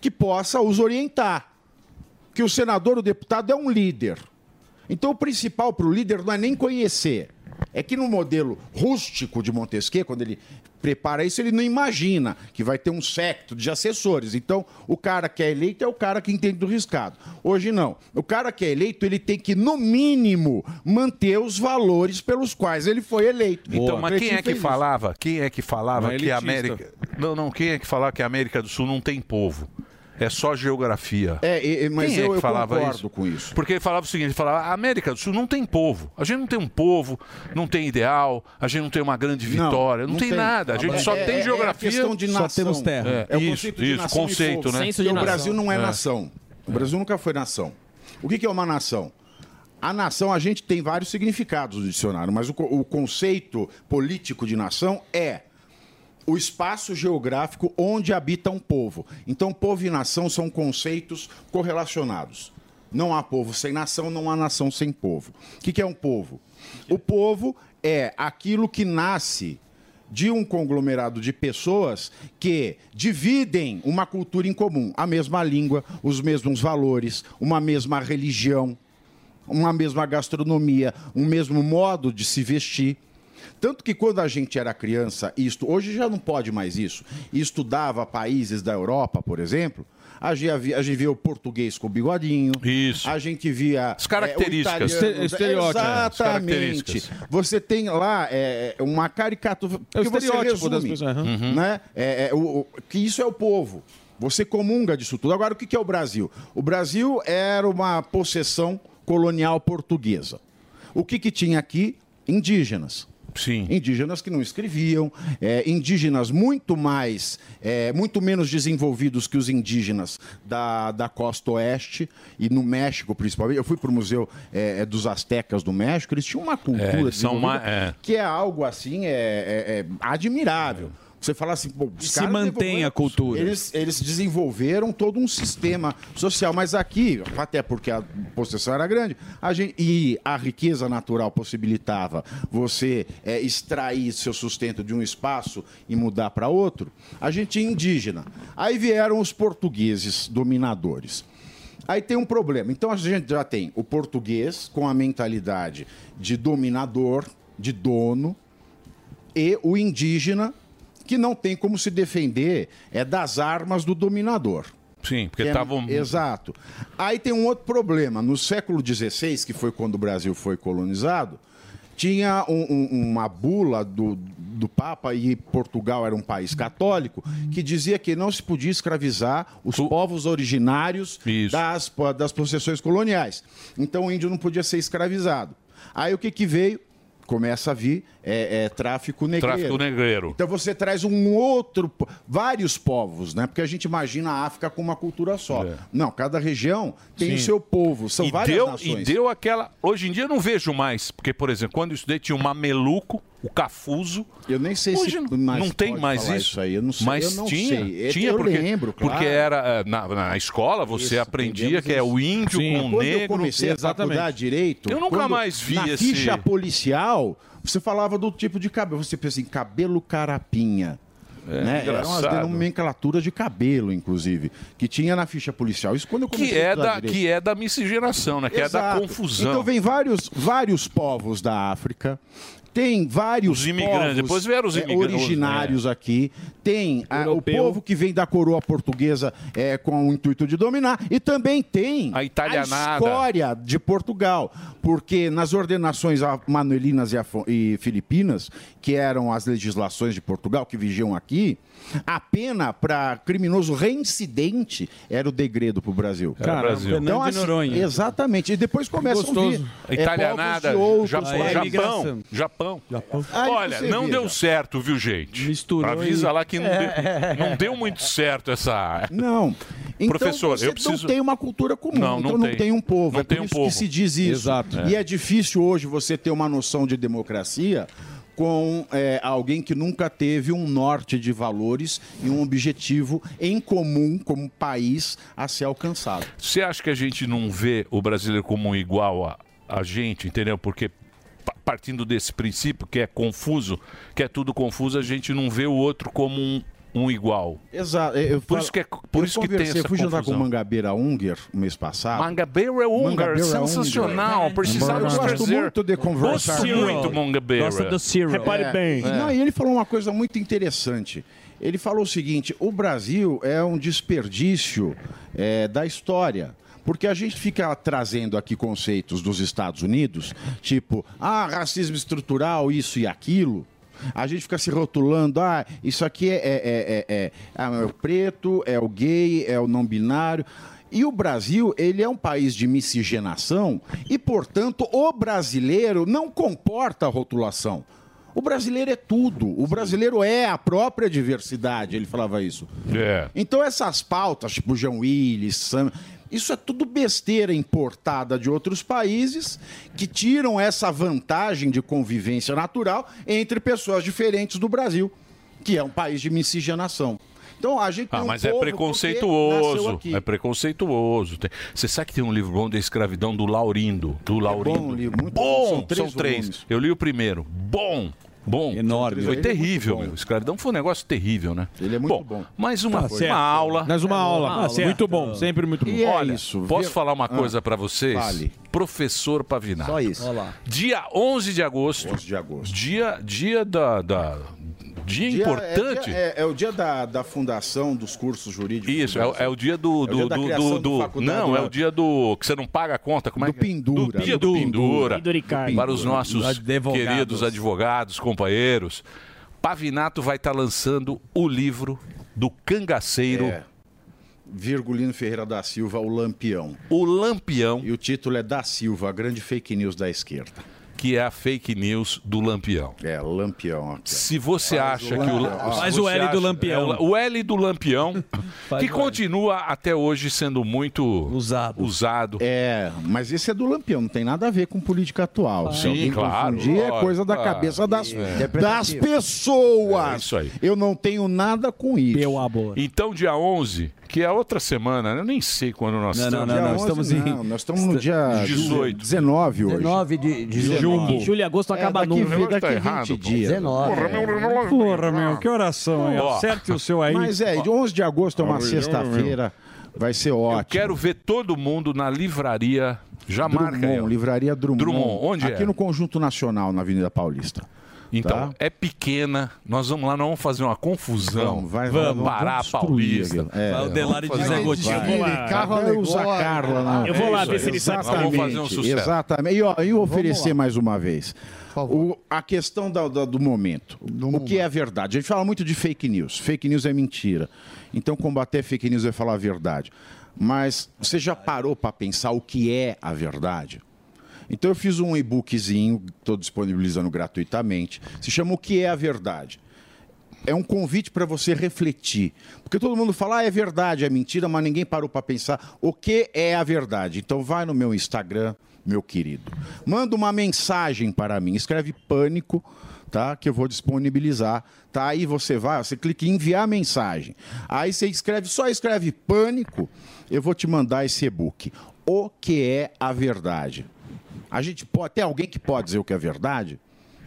Speaker 20: que possa os orientar. Que o senador, o deputado é um líder. Então o principal para o líder não é nem conhecer. É que no modelo rústico de Montesquieu, quando ele prepara isso, ele não imagina que vai ter um secto de assessores. Então, o cara que é eleito é o cara que entende do riscado. Hoje não. O cara que é eleito, ele tem que, no mínimo, manter os valores pelos quais ele foi eleito.
Speaker 5: Então, mas quem
Speaker 20: Cretinho
Speaker 5: é que
Speaker 20: fez isso.
Speaker 5: falava? Quem é que falava
Speaker 20: Não é
Speaker 5: que a
Speaker 20: elitista.
Speaker 5: América. Não, não, quem é que falava que a América do Sul não tem povo? É só geografia.
Speaker 20: É, e- e- mas
Speaker 5: Quem
Speaker 20: eu-
Speaker 5: é que
Speaker 20: eu
Speaker 5: falava
Speaker 20: concordo
Speaker 5: isso?
Speaker 20: com isso.
Speaker 5: Porque ele falava o seguinte, ele falava, a América do Sul não tem povo. A gente não tem um povo, não tem ideal, a gente não tem uma grande vitória, não, tem, nada. A gente só
Speaker 20: é-
Speaker 5: tem
Speaker 20: é- É
Speaker 5: geografia.
Speaker 20: a questão de nação.
Speaker 5: É,
Speaker 20: É, o
Speaker 5: isso,
Speaker 20: conceito de
Speaker 5: isso,
Speaker 20: nação e
Speaker 5: conceito,
Speaker 20: povo.
Speaker 5: né?
Speaker 20: Porque o Brasil não é, nação. O Brasil nunca foi nação. O que, que é uma nação? A nação, a gente tem vários significados no dicionário, mas o, co- o conceito político de nação é o espaço geográfico onde habita um povo. Então, povo e nação são conceitos correlacionados. Não há povo sem nação, não há nação sem povo. O que que é um povo? O povo é aquilo que nasce de um conglomerado de pessoas que dividem uma cultura em comum, a mesma língua, os mesmos valores, uma mesma religião, uma mesma gastronomia, um mesmo modo de se vestir. Tanto que quando a gente era criança, isto hoje já não pode mais isso, e estudava países da Europa, por exemplo, a gente via, a gente via o português com o bigodinho, isso. a gente via
Speaker 5: As características.
Speaker 20: é, o italiano-
Speaker 5: Este- estereótipos. As
Speaker 20: Exatamente.
Speaker 5: características.
Speaker 20: Você tem lá é, é, uma caricatura
Speaker 4: É o
Speaker 20: que você
Speaker 4: estereótipo
Speaker 20: resume,
Speaker 4: das pessoas, uhum.
Speaker 20: né? É, é, o- o- que isso é o povo. Você comunga disso tudo. Agora, o que que é o Brasil? O Brasil era uma possessão colonial portuguesa. O que, que tinha aqui? Indígenas.
Speaker 5: Sim.
Speaker 20: Indígenas que não escreviam, é, indígenas muito mais, é, muito menos desenvolvidos que os indígenas da, da costa oeste e no México principalmente. Eu fui para o Museu é, é, dos Aztecas do México, eles tinham uma
Speaker 5: É,
Speaker 20: cultura
Speaker 5: eles são
Speaker 20: desenvolvida
Speaker 5: ma- é.
Speaker 20: que é algo assim, é, é- é admirável. Você fala assim, pô, os
Speaker 17: Se
Speaker 20: caras
Speaker 17: mantém a
Speaker 20: desenvolveram-
Speaker 17: cultura.
Speaker 20: Eles, eles desenvolveram todo um sistema social, mas aqui, até porque a possessão era grande, a gente, e a riqueza natural possibilitava você é, extrair seu sustento de um espaço e mudar para outro, a gente tinha indígena. Aí vieram os portugueses dominadores. Aí tem um problema. Então a gente já tem o português com a mentalidade de dominador, de dono, e o indígena que não tem como se defender é das armas do dominador.
Speaker 5: Sim,
Speaker 20: Que
Speaker 5: porque um
Speaker 20: é-
Speaker 5: estavam.
Speaker 20: Exato. Aí tem um outro problema. No século XVI, que foi quando o Brasil foi colonizado, tinha um- um- uma bula do, do Papa, e Portugal era um país católico, que dizia que não se podia escravizar os povos originários das, po- das possessões coloniais. Então o índio não podia ser escravizado. Aí o que, que veio? Começa a vir é, é, tráfico negreiro.
Speaker 5: Tráfico negreiro.
Speaker 20: Então você traz um outro, po- vários povos, né? Porque a gente imagina a África com uma cultura só. Não, cada região tem
Speaker 5: É. Sim.
Speaker 20: o seu povo, são
Speaker 5: e
Speaker 20: várias
Speaker 5: deu,
Speaker 20: nações.
Speaker 5: E deu aquela. Hoje em dia eu não vejo mais, porque, por exemplo, quando eu estudei tinha o Mameluco, o Cafuso.
Speaker 20: Eu nem sei
Speaker 5: Hoje
Speaker 20: se
Speaker 5: não,
Speaker 20: mais
Speaker 5: não tem
Speaker 20: pode
Speaker 5: mais
Speaker 20: falar
Speaker 5: isso.
Speaker 20: isso aí, eu não sei,
Speaker 5: Mas
Speaker 20: eu não
Speaker 5: tinha.
Speaker 20: sei. É Eu-
Speaker 5: tinha
Speaker 20: eu
Speaker 5: porque,
Speaker 20: lembro, claro.
Speaker 5: Porque era. eh, Na, na escola você aprendia que é o índio
Speaker 20: Sim.
Speaker 5: com o
Speaker 20: quando
Speaker 5: negro.
Speaker 20: eu comecei a faculdade de direito,
Speaker 5: Eu nunca
Speaker 20: quando-
Speaker 5: mais vi
Speaker 20: na
Speaker 5: esse.
Speaker 20: ficha policial, você falava do tipo de cabelo, você pensa em cabelo carapinha. né? Eram as
Speaker 5: É, engraçado.
Speaker 20: nomenclaturas de cabelo, inclusive, que tinha na ficha policial. Isso quando eu comecei
Speaker 5: que
Speaker 20: a
Speaker 5: é,
Speaker 20: estudar
Speaker 5: da,
Speaker 20: direito.
Speaker 5: que é da miscigenação, né? Que é da
Speaker 20: Exato.
Speaker 5: confusão.
Speaker 20: Então vem vários, vários povos da África. Tem vários
Speaker 5: Os imigrantes,
Speaker 20: povos,
Speaker 5: depois vieram os
Speaker 20: eh,
Speaker 5: imigrantes, né?
Speaker 20: originários aqui. Tem ah, o povo que vem da coroa portuguesa eh, com o intuito de dominar. E também tem a,
Speaker 5: italianada.
Speaker 20: escória de Portugal. Porque nas ordenações a- manuelinas e, afo- e filipinas, que eram as legislações de Portugal que vigiam aqui, a pena para criminoso reincidente era o degredo para o Brasil.
Speaker 5: Era Caramba. Brasil. Fernando de
Speaker 20: assim,
Speaker 5: Noronha.
Speaker 20: Exatamente. E depois começam a vir. é,
Speaker 5: Italianada,
Speaker 20: povos de outros né?
Speaker 5: Japão,
Speaker 20: países.
Speaker 5: Japão, Japão.
Speaker 20: Aí
Speaker 5: Olha,
Speaker 20: você
Speaker 5: não
Speaker 20: vira.
Speaker 5: deu certo, viu, gente? Misturou. Avisa
Speaker 20: e-
Speaker 5: lá que não,
Speaker 20: É.
Speaker 5: deu, não deu muito certo essa.
Speaker 20: Não. Então,
Speaker 5: Professor,
Speaker 20: você
Speaker 5: eu preciso.
Speaker 20: não tem uma cultura comum,
Speaker 5: Não, não
Speaker 20: então não
Speaker 5: tem.
Speaker 20: tem um povo.
Speaker 5: Não
Speaker 20: é
Speaker 5: tem
Speaker 20: por
Speaker 5: um
Speaker 20: isso
Speaker 5: povo.
Speaker 20: que se diz isso.
Speaker 5: Exato.
Speaker 20: E é difícil hoje você ter uma noção de democracia com é, alguém que nunca teve um norte de valores e um objetivo em comum como país a ser alcançado.
Speaker 5: Você acha que a gente não vê o brasileiro como um igual a, a gente, entendeu? Porque pa- partindo desse princípio que é confuso, que é tudo confuso, a gente não vê o outro como um, um igual.
Speaker 20: Exato. Eu- eu
Speaker 5: Por
Speaker 20: falo-
Speaker 5: isso que é- por
Speaker 20: eu
Speaker 5: isso que tem
Speaker 20: conversei,
Speaker 5: essa
Speaker 20: Eu fui jantar com
Speaker 5: confusão.
Speaker 20: o Mangabeira Unger o mês passado.
Speaker 5: Mangabeira Unger, sensacional. Precisava
Speaker 20: Eu gosto
Speaker 5: trazer.
Speaker 20: muito de conversar. É,
Speaker 5: Gosto muito, Mangabeira.
Speaker 20: Repare bem. Não, e ele falou uma coisa muito interessante. Ele falou o seguinte: o Brasil é um desperdício é, da história. Porque a gente fica trazendo aqui conceitos dos Estados Unidos, tipo, ah, racismo estrutural, isso e aquilo. A gente fica se rotulando, ah, isso aqui é, é, é, é- ah, é o preto, é o gay, é o não binário. E o Brasil, ele é um país de miscigenação e, portanto, o brasileiro não comporta a rotulação. O brasileiro é tudo. O brasileiro é a própria diversidade, ele falava isso.
Speaker 5: É.
Speaker 20: Então essas pautas, tipo João Willis, Sam, Isso é tudo besteira importada de outros países que tiram essa vantagem de convivência natural entre pessoas diferentes do Brasil, que é um país de miscigenação. Então a gente tem
Speaker 5: Ah,
Speaker 20: um
Speaker 5: mas é
Speaker 20: povo que nasceu
Speaker 5: preconceituoso.
Speaker 20: aqui.
Speaker 5: É preconceituoso. Tem- Você sabe que tem um livro bom da escravidão do Laurindo. Do Laurindo.
Speaker 20: É bom o livro, muito
Speaker 5: bom.
Speaker 20: bom.
Speaker 5: São
Speaker 20: São
Speaker 5: três.
Speaker 20: três volumes.
Speaker 5: Eu li o primeiro. Bom. Bom. Enorme. Foi
Speaker 20: Ele é
Speaker 5: terrível,
Speaker 20: muito bom.
Speaker 5: meu. Escravidão foi um negócio terrível, né? Ele é muito bom. Mais uma,
Speaker 4: Tá
Speaker 5: coisa.
Speaker 4: certo.
Speaker 5: uma aula.
Speaker 4: Mais
Speaker 20: É
Speaker 4: uma aula. Tá certo. Muito bom, sempre muito bom. E é
Speaker 5: Olha,
Speaker 4: isso,
Speaker 5: posso
Speaker 4: viu?
Speaker 5: falar uma coisa
Speaker 4: Ah,
Speaker 5: pra vocês?
Speaker 4: fale.
Speaker 5: Professor Pavinato.
Speaker 4: Só isso. Olha lá.
Speaker 5: Dia 11 de agosto. 11
Speaker 20: de agosto.
Speaker 5: Dia, dia da... da- Dia,
Speaker 20: Dia-
Speaker 5: importante.
Speaker 20: É, dia- é- é o dia da, da fundação dos cursos jurídicos.
Speaker 5: Isso, é, é o dia do.
Speaker 20: É o dia
Speaker 5: do,
Speaker 20: da
Speaker 5: do-
Speaker 20: criação
Speaker 5: do-
Speaker 20: do
Speaker 5: do-
Speaker 20: faculdade,
Speaker 5: não, é
Speaker 20: né?
Speaker 5: o dia do. que você não paga a conta. Como é que é?
Speaker 20: pendura, né?
Speaker 5: Do dia do
Speaker 20: do
Speaker 5: pendura.
Speaker 20: pendura.
Speaker 5: Para os nossos
Speaker 20: Advogados.
Speaker 5: queridos advogados, companheiros. Pavinato vai estar lançando o livro do cangaceiro.
Speaker 20: É. Virgulino Ferreira da Silva, o Lampião.
Speaker 5: O Lampião.
Speaker 20: E o título é Da Silva, a grande fake news da esquerda.
Speaker 5: Que é a fake news do Lampião.
Speaker 20: É, Lampião. Aqui.
Speaker 5: Se você acha que o.
Speaker 20: Lampião.
Speaker 5: se
Speaker 20: Faz
Speaker 5: você
Speaker 20: o L do
Speaker 5: acha-
Speaker 20: Lampião.
Speaker 5: é, o La- o L do Lampião,
Speaker 20: Faz
Speaker 5: que
Speaker 20: o L.
Speaker 5: continua até hoje sendo muito usado.
Speaker 20: É, mas esse é do Lampião, não tem nada a ver com política atual.
Speaker 5: Sim,
Speaker 20: Se alguém
Speaker 5: claro,
Speaker 20: confundir,
Speaker 5: claro,
Speaker 20: é coisa da
Speaker 5: claro.
Speaker 20: cabeça das,
Speaker 5: É.
Speaker 20: das pessoas.
Speaker 5: É isso aí.
Speaker 20: Eu não tenho nada com isso. Meu amor.
Speaker 5: Então, dia 11, que é outra semana, eu nem sei quando nós
Speaker 20: Não,
Speaker 5: estamos.
Speaker 20: não, não, Dia não, 11 estamos em- não, nós estamos no dia
Speaker 5: 18.
Speaker 20: 19 hoje. É,
Speaker 21: 19 de, de
Speaker 5: Jumbo.
Speaker 21: dezembro.
Speaker 5: Julho e agosto acaba
Speaker 21: daqui,
Speaker 5: nunca. O negócio
Speaker 21: Daqui
Speaker 5: tá
Speaker 21: 20
Speaker 5: errado, pô.
Speaker 21: dias. 19.
Speaker 5: Porra,
Speaker 21: é.
Speaker 1: Porra, meu, que
Speaker 9: Então,
Speaker 1: oração, hein?
Speaker 5: Ó.
Speaker 1: Acerte o seu aí.
Speaker 20: Mas é, de 11 de agosto é uma
Speaker 5: Ó.
Speaker 20: sexta-feira, vai ser
Speaker 5: Eu
Speaker 20: ótimo.
Speaker 5: quero ver todo mundo na livraria. Já marca aí. ó.
Speaker 20: Drummond, livraria Drummond.
Speaker 5: Drummond, onde é?
Speaker 20: Aqui no Conjunto Nacional, na Avenida Paulista.
Speaker 5: Então,
Speaker 20: tá?
Speaker 5: é pequena. Nós vamos lá, nós vamos fazer uma confusão.
Speaker 20: Vamos, vai, vai, vamos
Speaker 5: vamos parar a
Speaker 20: construir
Speaker 5: Paulista.
Speaker 20: aquilo. É. Vai o
Speaker 1: Delari
Speaker 5: Vamos
Speaker 1: de
Speaker 5: fazer
Speaker 1: Zé
Speaker 5: um
Speaker 1: Gotinha.
Speaker 5: desfile.
Speaker 1: Eu vou lá.
Speaker 20: Carro
Speaker 1: Até
Speaker 20: alegórico.
Speaker 1: usar
Speaker 20: Carla, não.
Speaker 1: Eu vou lá
Speaker 20: É isso
Speaker 1: ver se ele
Speaker 20: aí.
Speaker 1: sabe
Speaker 20: Exatamente,
Speaker 1: fazer. Vamos fazer um sucesso.
Speaker 20: Exatamente. E ó, e oferecer
Speaker 1: lá.
Speaker 20: mais uma vez. O- a questão da- da- do momento. o que é a verdade? A gente fala muito de fake news. Fake news é mentira. Então, combater fake news é falar a verdade. Mas você já parou para pensar o que é a verdade? Então, eu fiz um e-bookzinho, estou disponibilizando gratuitamente. Se chama O que é a verdade? é um convite para você refletir. Porque todo mundo fala, ah, é verdade, é mentira, mas ninguém parou para pensar o que é a verdade. Então vai no meu Instagram, meu querido. Manda uma mensagem para mim, escreve pânico, tá? Que eu vou disponibilizar. Tá? Aí você vai, você clica em enviar mensagem. Aí você escreve, só escreve pânico, eu vou te mandar esse e-book. O que é a verdade? A gente pode, tem alguém que pode dizer o que é verdade?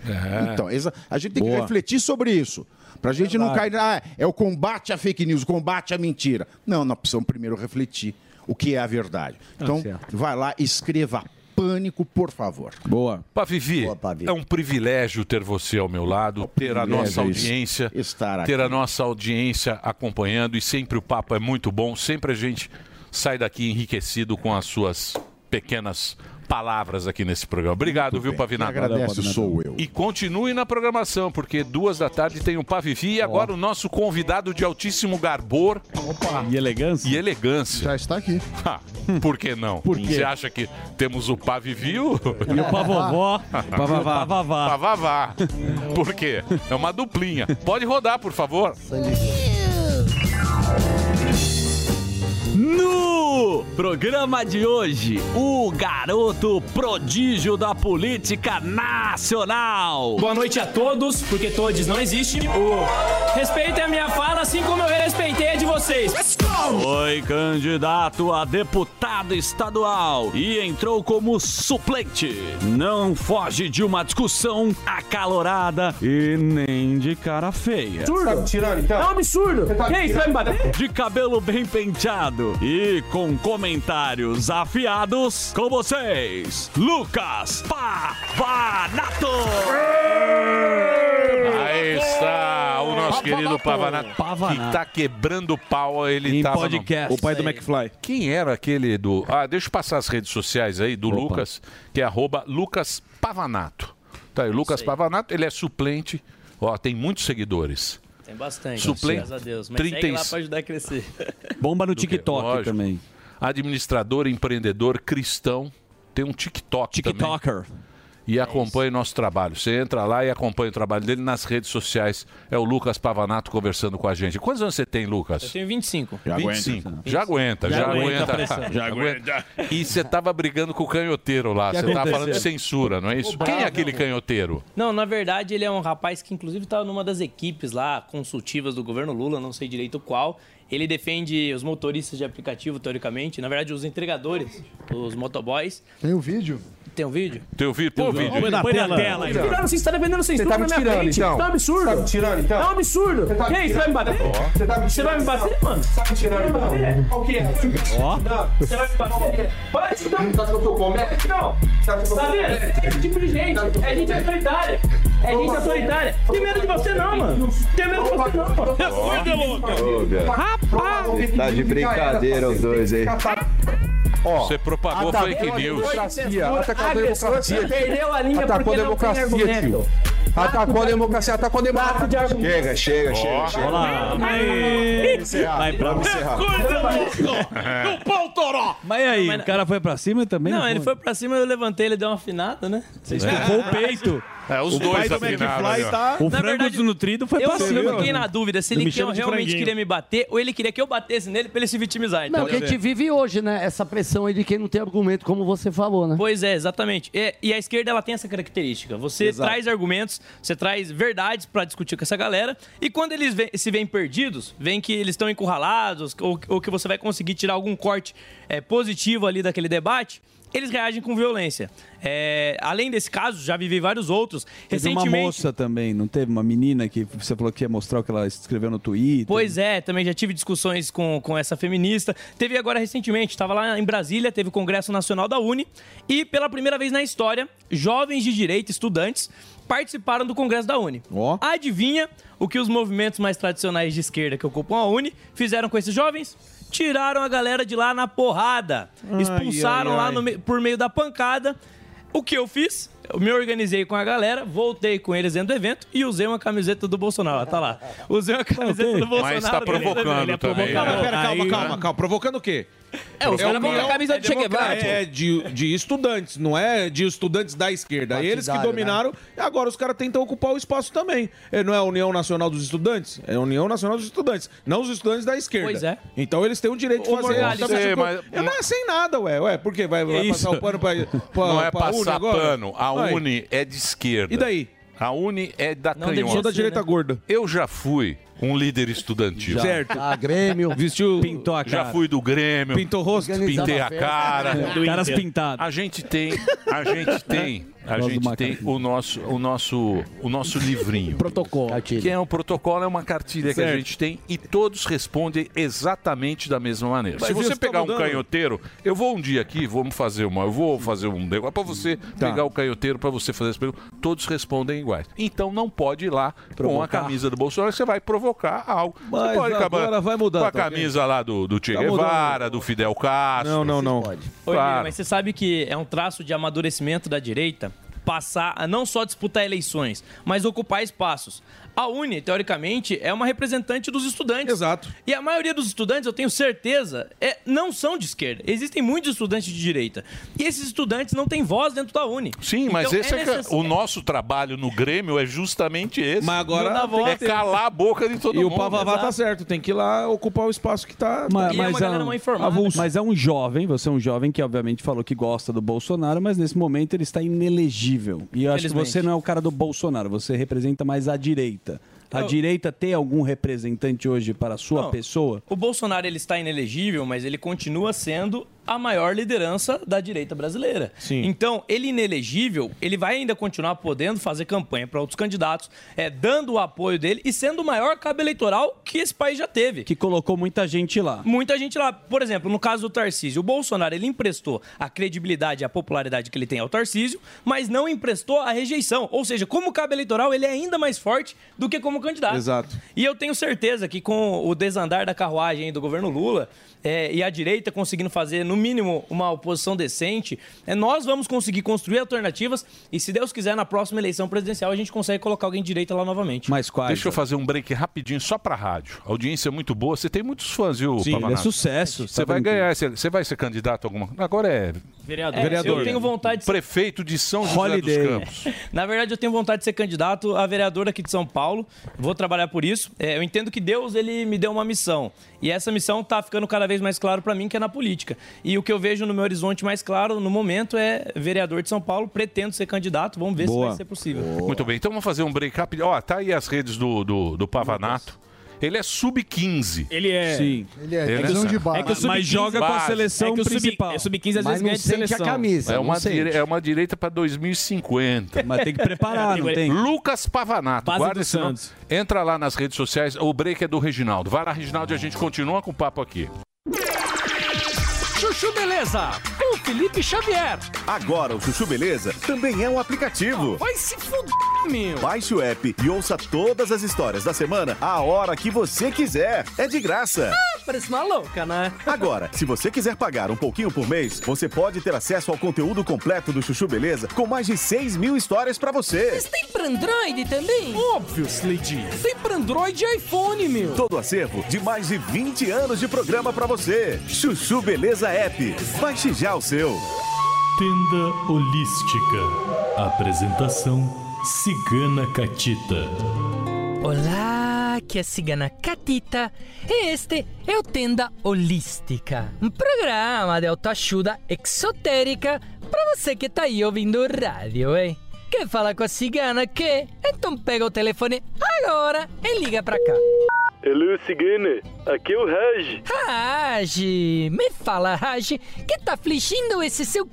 Speaker 5: É.
Speaker 20: Então, exa- a gente tem
Speaker 5: Boa.
Speaker 20: que refletir sobre isso. Pra gente não cair
Speaker 5: Verdade.
Speaker 20: na. "Ah, É o combate à fake news, o combate à mentira. Não, nós precisamos primeiro refletir o que é a verdade. Então, vai lá, escreva pânico, por favor.
Speaker 4: Boa.
Speaker 5: Pavivi, é um privilégio ter você ao meu lado, ter a
Speaker 20: privilégio
Speaker 5: nossa
Speaker 20: é
Speaker 5: audiência,
Speaker 20: estar
Speaker 5: ter
Speaker 20: aqui.
Speaker 5: a nossa audiência acompanhando e sempre o papo é muito bom, sempre a gente sai daqui enriquecido com as suas pequenas palavras aqui nesse programa. Obrigado, viu, Pavinato?
Speaker 20: Quem agradece sou eu.
Speaker 5: E continue na programação, porque duas da tarde tem o Pavivi e agora o nosso convidado de altíssimo garbor
Speaker 1: E elegância.
Speaker 5: e elegância.
Speaker 6: Já está aqui.
Speaker 5: por que não?
Speaker 1: Por quê?
Speaker 5: Você acha que temos o Pavivi e o...
Speaker 1: E o Pavovó. Pavavá.
Speaker 5: Pavavá. Por quê? É uma duplinha. Pode rodar, por favor.
Speaker 22: No programa de hoje, o garoto prodígio da política nacional.
Speaker 23: Boa noite a todos, porque todos não existem. O... Respeitem a minha fala, assim como eu respeitei a de vocês.
Speaker 22: Foi candidato a deputado estadual e entrou como suplente. Não foge de uma discussão acalorada e nem de cara feia.
Speaker 6: tá então?
Speaker 23: É um absurdo. Que isso, vai me bater?
Speaker 22: De cabelo bem penteado e com comentários afiados, com vocês, Lucas Pavanato!
Speaker 5: Aí está o nosso querido Pavanato,
Speaker 22: Pavanato.
Speaker 5: que tá quebrando pau. Ele
Speaker 22: Em
Speaker 5: tava no-
Speaker 22: podcast. O pai do
Speaker 4: McFly.
Speaker 5: Quem era aquele do... Ah, deixa eu passar as redes sociais aí do Lucas, que é arroba Lucas Pavanato. Tá aí, o Lucas Pavanato, ele é suplente. Ó, tem muitos seguidores.
Speaker 24: Tem bastante,
Speaker 5: Suplente.
Speaker 24: Né, graças a Deus. Mas
Speaker 5: 30 e-
Speaker 24: segue lá pra ajudar a crescer.
Speaker 5: Bomba no TikTok também. Administrador, empreendedor, cristão. Tem um TikTok TikToker. e acompanhe nosso trabalho. Você entra lá e acompanha o trabalho dele nas redes sociais. É o Lucas Pavanato conversando com a gente. Quantos anos você tem, Lucas?
Speaker 23: Eu tenho 25.
Speaker 5: 25. Já aguenta, já,
Speaker 24: tá
Speaker 5: aguenta. Já aguenta. E você tava brigando com o canhoteiro lá.
Speaker 23: O que
Speaker 5: Você tava
Speaker 23: aconteceu?
Speaker 5: falando de censura, não é isso?
Speaker 23: Ô,
Speaker 5: Quem é
Speaker 23: bravo.
Speaker 5: aquele canhoteiro?
Speaker 23: Não, na verdade, ele é um rapaz que, inclusive, estava numa das equipes lá consultivas do governo Lula, não sei direito qual. Ele defende os motoristas de aplicativo, teoricamente. Na verdade, os entregadores, os motoboys.
Speaker 6: Tem o vídeo?
Speaker 23: Tem um vídeo?
Speaker 5: Tem o vídeo? Põe
Speaker 22: um
Speaker 5: o vídeo.
Speaker 23: aí. Não,
Speaker 22: assim,
Speaker 23: você está defendendo
Speaker 5: Você
Speaker 23: censura
Speaker 5: tá
Speaker 23: na
Speaker 5: me
Speaker 23: minha
Speaker 5: tirando,
Speaker 23: frente.
Speaker 5: então?
Speaker 23: Tá um absurdo.
Speaker 5: Tá me tirando, então?
Speaker 23: É um absurdo.
Speaker 5: Você tá me
Speaker 23: e aí, você vai me bater? Você, vai me bater, mano? Você tá me tirando, Qual que é?
Speaker 2: Ó.
Speaker 23: Não, você vai me bater? é? Para de não. Tá achando que eu comédio? Não. Tá vendo? Esse tipo de gente. É gente autoritária. É gente autoritária. Tem medo de você não, mano. Tem medo de você não, mano.
Speaker 2: Ô,
Speaker 3: Rapaz! Tá de brincadeira os dois aí.
Speaker 5: Ó, você propagou
Speaker 3: atacou
Speaker 5: fake
Speaker 3: a
Speaker 5: news.
Speaker 3: democracia, atacou a
Speaker 23: A pessoa
Speaker 3: democracia, tio.
Speaker 23: perdeu a linha
Speaker 3: Atacou a
Speaker 23: porque não tem
Speaker 3: democracia,
Speaker 23: argumento.
Speaker 3: tio. Atacou a democracia, atacou a democracia. Chega, chega, chega, chega.
Speaker 22: Olá.
Speaker 3: Vamos encerrar,
Speaker 22: Vai pra-
Speaker 3: vamos encerrar.
Speaker 23: pau toró!
Speaker 22: Mas e aí, o cara foi pra cima também?
Speaker 23: Não, ele foi pra cima, eu levantei, ele deu uma afinada, né? Você
Speaker 22: estufou o peito.
Speaker 5: É,
Speaker 22: os dois afinaram ali, ó. tá- O frango desnutrido foi
Speaker 23: eu assim,
Speaker 22: pra cima,
Speaker 23: Eu fiquei
Speaker 22: né?
Speaker 23: na dúvida se
Speaker 22: Me
Speaker 23: ele
Speaker 22: chama de
Speaker 23: realmente
Speaker 22: franguinho.
Speaker 23: queria me bater ou ele queria que eu batesse nele pra ele se vitimizar.
Speaker 21: Não,
Speaker 23: Entendeu?
Speaker 21: que a gente vive hoje, né? Essa pressão aí de quem não tem argumento, como você falou, né?
Speaker 23: Pois é, exatamente. É, e a esquerda ela tem essa característica. Você
Speaker 21: Exato.
Speaker 23: traz argumentos, você traz verdades pra discutir com essa galera. E quando eles ve- se veem perdidos, veem que eles estão encurralados ou, ou que você vai conseguir tirar algum corte é, positivo ali daquele debate. Eles reagem com violência. É, além desse caso, já vivi vários outros.
Speaker 9: Teve uma moça também, não teve? Uma menina que você falou que ia mostrar o que ela escreveu no Twitter.
Speaker 23: Pois é, também já tive discussões com, com essa feminista. Teve agora recentemente, estava lá em Brasília, teve o Congresso Nacional da Uni e pela primeira vez na história, jovens de direita, estudantes, participaram do Congresso da Uni. Adivinha o que os movimentos mais tradicionais de esquerda que ocupam a Uni fizeram com esses jovens? Tiraram a galera de lá na porrada.
Speaker 2: Ai,
Speaker 23: expulsaram
Speaker 2: ai,
Speaker 23: lá
Speaker 2: ai.
Speaker 23: no me- por meio da pancada. O que eu fiz? Eu me organizei com a galera, voltei com eles dentro do evento e usei uma camiseta do Bolsonaro. ó, Tá lá. Usei uma camiseta do é Bolsonaro.
Speaker 5: Mas tá
Speaker 23: dentro do evento.
Speaker 5: provocando
Speaker 23: Ele é
Speaker 5: também. né?
Speaker 23: provocador.
Speaker 4: Pera, calma,
Speaker 23: Aí-
Speaker 4: calma, calma. Provocando o quê?
Speaker 23: É, os caras
Speaker 4: opinião-
Speaker 23: vão com a camisa do Che Guevara,
Speaker 4: democra- É,
Speaker 23: pô.
Speaker 4: de, de estudantes, não é de estudantes da esquerda. Eles que
Speaker 20: né?
Speaker 6: Partidário,
Speaker 4: dominaram, e agora os caras tentam ocupar o espaço também. É, não é a União Nacional dos Estudantes? É a União Nacional dos Estudantes, não os estudantes da esquerda.
Speaker 23: Pois é.
Speaker 4: Então eles têm o direito de
Speaker 23: Ô,
Speaker 4: fazer
Speaker 23: Morgado,
Speaker 4: isso.
Speaker 23: isso é- mas-
Speaker 5: um
Speaker 4: Eu não é sem nada, ué. Ué, por quê? Vai, vai
Speaker 5: isso?
Speaker 4: passar o pano pra, pra
Speaker 5: Não é
Speaker 4: pra Uni
Speaker 5: passar
Speaker 4: agora?
Speaker 5: pano. A
Speaker 4: Vai.
Speaker 5: Uni é de esquerda.
Speaker 4: E daí?
Speaker 5: A Uni é da
Speaker 4: Não
Speaker 5: canhota.
Speaker 4: devia ser, Da direita né? gorda.
Speaker 5: Eu já fui um líder estudantil.
Speaker 4: Já. Certo.
Speaker 21: Ah, Grêmio.
Speaker 4: Vestiu.
Speaker 21: Pintou a
Speaker 5: Já fui do Grêmio.
Speaker 4: Pintou o rosto?
Speaker 5: Pintei a cara.
Speaker 21: Do Caras Inter. pintados.
Speaker 5: A gente tem, a gente tem, a
Speaker 22: Gosto do
Speaker 5: gente tem o nosso, o nosso, o nosso
Speaker 4: é
Speaker 5: livrinho.
Speaker 21: Protocolo.
Speaker 5: Que é um protocolo, é uma cartilha que a
Speaker 22: Certo.
Speaker 5: gente tem e todos respondem exatamente da mesma maneira.
Speaker 22: Mas
Speaker 5: Se
Speaker 22: isso
Speaker 5: você
Speaker 22: tá
Speaker 5: pegar um
Speaker 22: mudando.
Speaker 5: canhoteiro, eu vou um dia aqui, vamos fazer uma, eu vou fazer um negócio para você
Speaker 4: Hum, tá.
Speaker 5: pegar o canhoteiro para você fazer as perguntas, todos respondem iguais. Então não pode ir lá com a
Speaker 4: Provocar.
Speaker 5: camisa do Bolsonaro, você vai provocar algo.
Speaker 4: Mas
Speaker 5: você
Speaker 4: agora
Speaker 5: pode acabar
Speaker 4: vai mudar,
Speaker 5: com a
Speaker 4: tá ok?
Speaker 5: camisa lá do, do Che
Speaker 4: Tá mudando.
Speaker 5: Guevara, do Fidel Castro.
Speaker 4: Não, não, não.
Speaker 23: Ô, Emílio,
Speaker 5: Claro.
Speaker 23: mas você sabe que é um traço de amadurecimento da direita passar a não só disputar eleições, mas ocupar espaços. A Uni, teoricamente, é uma representante dos estudantes.
Speaker 4: Exato.
Speaker 23: E a maioria dos estudantes, eu tenho certeza, é- não são de esquerda. Existem muitos estudantes de direita. E esses estudantes não têm voz dentro da Uni.
Speaker 5: Sim, mas
Speaker 23: Então,
Speaker 5: esse é que-
Speaker 23: necess-
Speaker 5: o nosso trabalho no Grêmio é justamente esse.
Speaker 4: Mas agora
Speaker 5: Não dá volta. é calar a boca de todo
Speaker 4: e
Speaker 5: mundo.
Speaker 4: o Pavavá tá certo, tem que ir lá ocupar o espaço que tá.
Speaker 22: Mas, mas é um- avulso. Mas é um jovem, você é um jovem que obviamente falou que gosta do Bolsonaro, mas nesse momento ele está inelegível. E eu acho que
Speaker 23: Infelizmente.
Speaker 22: você não é o cara do Bolsonaro, você representa mais a direita. A
Speaker 23: Eu-
Speaker 22: direita tem algum representante hoje para a sua
Speaker 23: Não.
Speaker 22: pessoa?
Speaker 23: O Bolsonaro ele está inelegível, mas ele continua sendo a maior liderança da direita brasileira.
Speaker 22: Sim.
Speaker 23: Então, ele inelegível, ele vai ainda continuar podendo fazer campanha para outros candidatos, é, dando o apoio dele e sendo o maior cabo eleitoral que esse país já teve.
Speaker 22: Que colocou muita gente lá.
Speaker 23: Muita gente lá, por exemplo, no caso do Tarcísio, o Bolsonaro ele emprestou a credibilidade e a popularidade que ele tem ao Tarcísio, mas não emprestou a rejeição. Ou seja, como cabo eleitoral, ele é ainda mais forte do que como candidato.
Speaker 4: Exato.
Speaker 23: E eu tenho certeza que com o desandar da carruagem do governo Lula é, e a direita conseguindo fazer no mínimo, uma oposição decente, é, nós vamos conseguir construir alternativas e, se Deus quiser, na próxima eleição presidencial a gente consegue colocar alguém de direita lá novamente.
Speaker 5: Mas quais? Deixa eu fazer um break rapidinho só pra rádio. A audiência é muito boa. Você tem muitos fãs, viu,
Speaker 23: Sim, ele é
Speaker 5: Pavanato?
Speaker 23: sucesso.
Speaker 5: Você
Speaker 23: Tá
Speaker 5: vai
Speaker 23: brincando.
Speaker 5: ganhar. esse- Você vai ser candidato a alguma Agora é.
Speaker 23: Vereador. É, eu tenho vontade de ser-
Speaker 5: Prefeito de São José dos Campos.
Speaker 23: Na verdade, eu tenho vontade de ser candidato a vereador aqui de São Paulo. Vou trabalhar por isso. É, eu entendo que Deus ele me deu uma missão. E essa missão tá ficando cada vez mais claro para mim, que é na política. E o que eu vejo no meu horizonte mais claro no momento é vereador de São Paulo. Pretendo ser candidato. Vamos ver se vai ser possível.
Speaker 5: Muito bem, então vamos fazer um break rápido. Ó, tá aí as redes do, do, do Pavanato. Ele é sub-15.
Speaker 23: Ele é- Sim.
Speaker 6: Ele é divisão de base. É que o sub-15 base. É que o sub- é, o sub-15 às vezes Mas não ganha de sente a seleção. camisa,
Speaker 5: É
Speaker 6: não
Speaker 5: uma,
Speaker 6: sente.
Speaker 5: dire- é uma direita para 2050.
Speaker 17: Mas tem que preparar, não tem?
Speaker 5: Lucas Pavanato,
Speaker 17: Base
Speaker 5: guarda
Speaker 17: do
Speaker 5: esse nome.
Speaker 17: Santos.
Speaker 5: Entra lá nas redes sociais. O break é do Reginaldo. Vai lá, Reginaldo, e a gente continua com o papo aqui.
Speaker 8: Chuchu Beleza, com Felipe Xavier.
Speaker 10: Agora o Chuchu Beleza também é um aplicativo.
Speaker 8: Vai se fuder, meu.
Speaker 10: Baixe o app e ouça todas as histórias da semana a hora que você quiser. É de graça.
Speaker 23: Parece uma louca, né?
Speaker 10: Agora, se você quiser pagar um pouquinho por mês, você pode ter acesso ao conteúdo completo do Chuchu Beleza com mais de 6 mil histórias pra
Speaker 2: é.
Speaker 10: você.
Speaker 13: Tem pra Android também?
Speaker 10: Óbvio, Slade.
Speaker 13: Tem pra Android e iPhone, meu.
Speaker 10: Todo acervo de mais de 20 anos de programa pra você. Chuchu Beleza App. Baixe já o seu.
Speaker 24: Tenda Holística. Apresentação Cigana Catita.
Speaker 13: Olá, que é a Cigana Catita e este é o Tenda Holística, um programa de autoajuda exotérica pra você que tá aí ouvindo rádio, hein? Quer falar com a Cigana que? Então pega o telefone agora e liga pra cá.
Speaker 25: Hello, cigana. Aqui é o Raj.
Speaker 13: Raj, me fala, Raj, que tá afligindo esse seu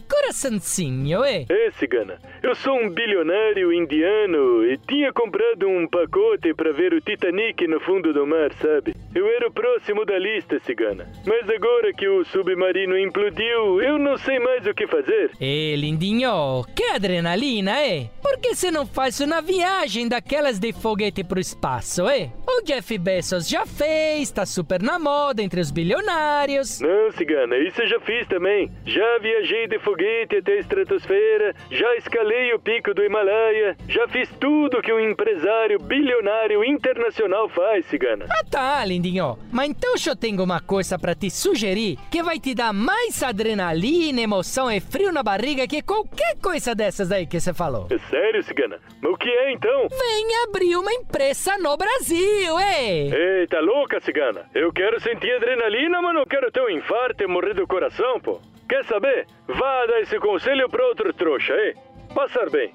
Speaker 13: coraçãozinho, eh? hein?
Speaker 25: É, cigana. Eu sou um bilionário indiano e tinha comprado um pacote para ver o Titanic no fundo do mar, sabe? Eu era o próximo da lista, cigana. Mas agora que o submarino implodiu, eu não sei mais o que fazer.
Speaker 13: E lindinho, que adrenalina, é? Por que você não faz uma viagem daquelas de foguete pro espaço, é? O Jeff Bezos já fez, tá super na moda entre os bilionários.
Speaker 25: Não, cigana, isso eu já fiz também. Já viajei de foguete até a estratosfera, já escalei o pico do Himalaia, já fiz tudo que um empresário bilionário internacional faz, cigana.
Speaker 13: Ah tá, lindinho. Mas então eu tenho uma coisa pra te sugerir que vai te dar mais adrenalina, emoção e frio na barriga que qualquer coisa dessas aí que você falou.
Speaker 25: É sério, cigana? Mas o que é então?
Speaker 13: Vem abrir uma empresa no Brasil, é?
Speaker 25: Ei, tá louca, cigana? Eu quero sentir adrenalina, mas não quero ter um infarto e morrer do coração, pô. Quer saber? Vá dar esse conselho pra outro trouxa, hein? Passar bem.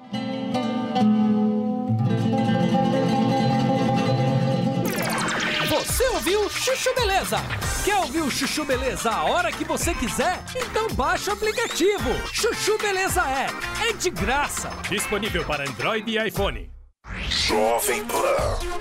Speaker 13: Você
Speaker 8: ouviu Chuchu Beleza? Quer ouvir o Chuchu Beleza a hora que você quiser? Então baixa o aplicativo. Chuchu Beleza é. É de graça.
Speaker 24: Disponível para Android e iPhone.
Speaker 8: Jovem Pan.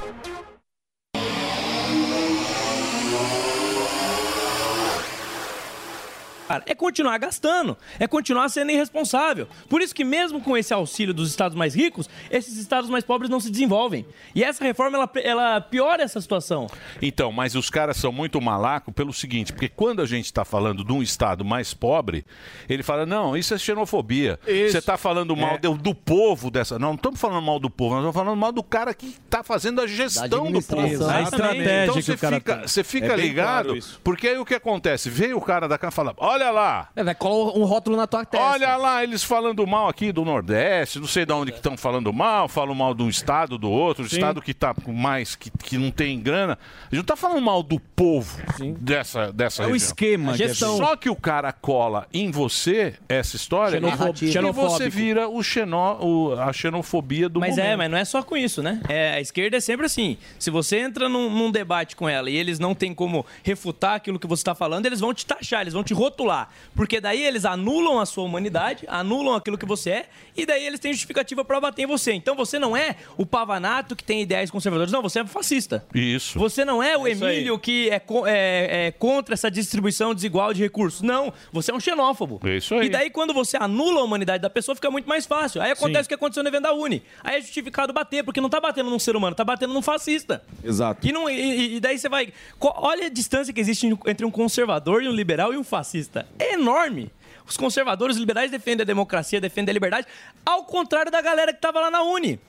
Speaker 23: Cara, é continuar gastando, é continuar sendo irresponsável. Por isso que mesmo com esse auxílio dos estados mais ricos, esses estados mais pobres não se desenvolvem. E essa reforma, ela, ela
Speaker 4: é
Speaker 23: piora essa situação.
Speaker 5: Então, mas os caras são muito malaco pelo seguinte, porque quando a gente está falando de um estado mais pobre, ele fala, não, isso é xenofobia. Você está
Speaker 4: É.
Speaker 5: falando mal do, do povo dessa... Não, não estamos falando mal do povo, nós estamos falando mal do cara que está fazendo a gestão do
Speaker 4: administração.
Speaker 5: povo.
Speaker 4: A estratégia
Speaker 5: então,
Speaker 4: que
Speaker 5: você
Speaker 4: o cara
Speaker 5: fica,
Speaker 4: tem.
Speaker 5: você fica
Speaker 4: É bem
Speaker 5: ligado,
Speaker 4: claro isso.
Speaker 5: porque aí o que acontece? Vem o cara da casa e fala, olha lá,
Speaker 23: É, vai colar um rótulo na tua testa.
Speaker 5: Olha lá, eles falando mal aqui do Nordeste, não sei de onde que estão falando mal, falam mal de um estado, do outro,
Speaker 23: Sim.
Speaker 5: estado que tá com mais, que, que não tem grana. A gente não tá falando mal do povo dessa, dessa
Speaker 23: É o
Speaker 5: região.
Speaker 23: esquema,
Speaker 5: A
Speaker 23: Jeff.
Speaker 5: gestão. Só que o cara cola em você essa história
Speaker 23: Xenofo-
Speaker 5: e, e
Speaker 23: xenofóbico.
Speaker 5: você vira o xenó, o- a xenofobia do
Speaker 23: Mas é,
Speaker 5: momento.
Speaker 23: mas não é só com isso, né? É, a esquerda é sempre assim. Se você entra num, num debate com ela e eles não têm como refutar aquilo que você está falando, eles vão te taxar, eles vão te rotular. Porque daí eles anulam a sua humanidade, anulam aquilo que você é, e daí eles têm justificativa para bater em você. Então você não é o pavanato que tem ideias conservadoras, não, você é fascista.
Speaker 5: Isso.
Speaker 23: Você não é o Emílio que é, co- é- é contra essa distribuição desigual de recursos. Não, você é um xenófobo.
Speaker 5: Isso aí.
Speaker 23: E daí, quando você anula a humanidade da pessoa, fica muito mais fácil. Aí acontece
Speaker 4: Sim.
Speaker 23: o que aconteceu no evento da Uni. Aí é justificado bater, porque não tá batendo num ser humano, tá batendo num fascista.
Speaker 4: Exato.
Speaker 23: E, não- e- e- e daí você vai. co- Olha a distância que existe entre um conservador e um liberal e um fascista. esquerda enorme. Os conservadores, os liberais defendem a democracia, defendem a liberdade, ao contrário da galera que estava lá na Uni.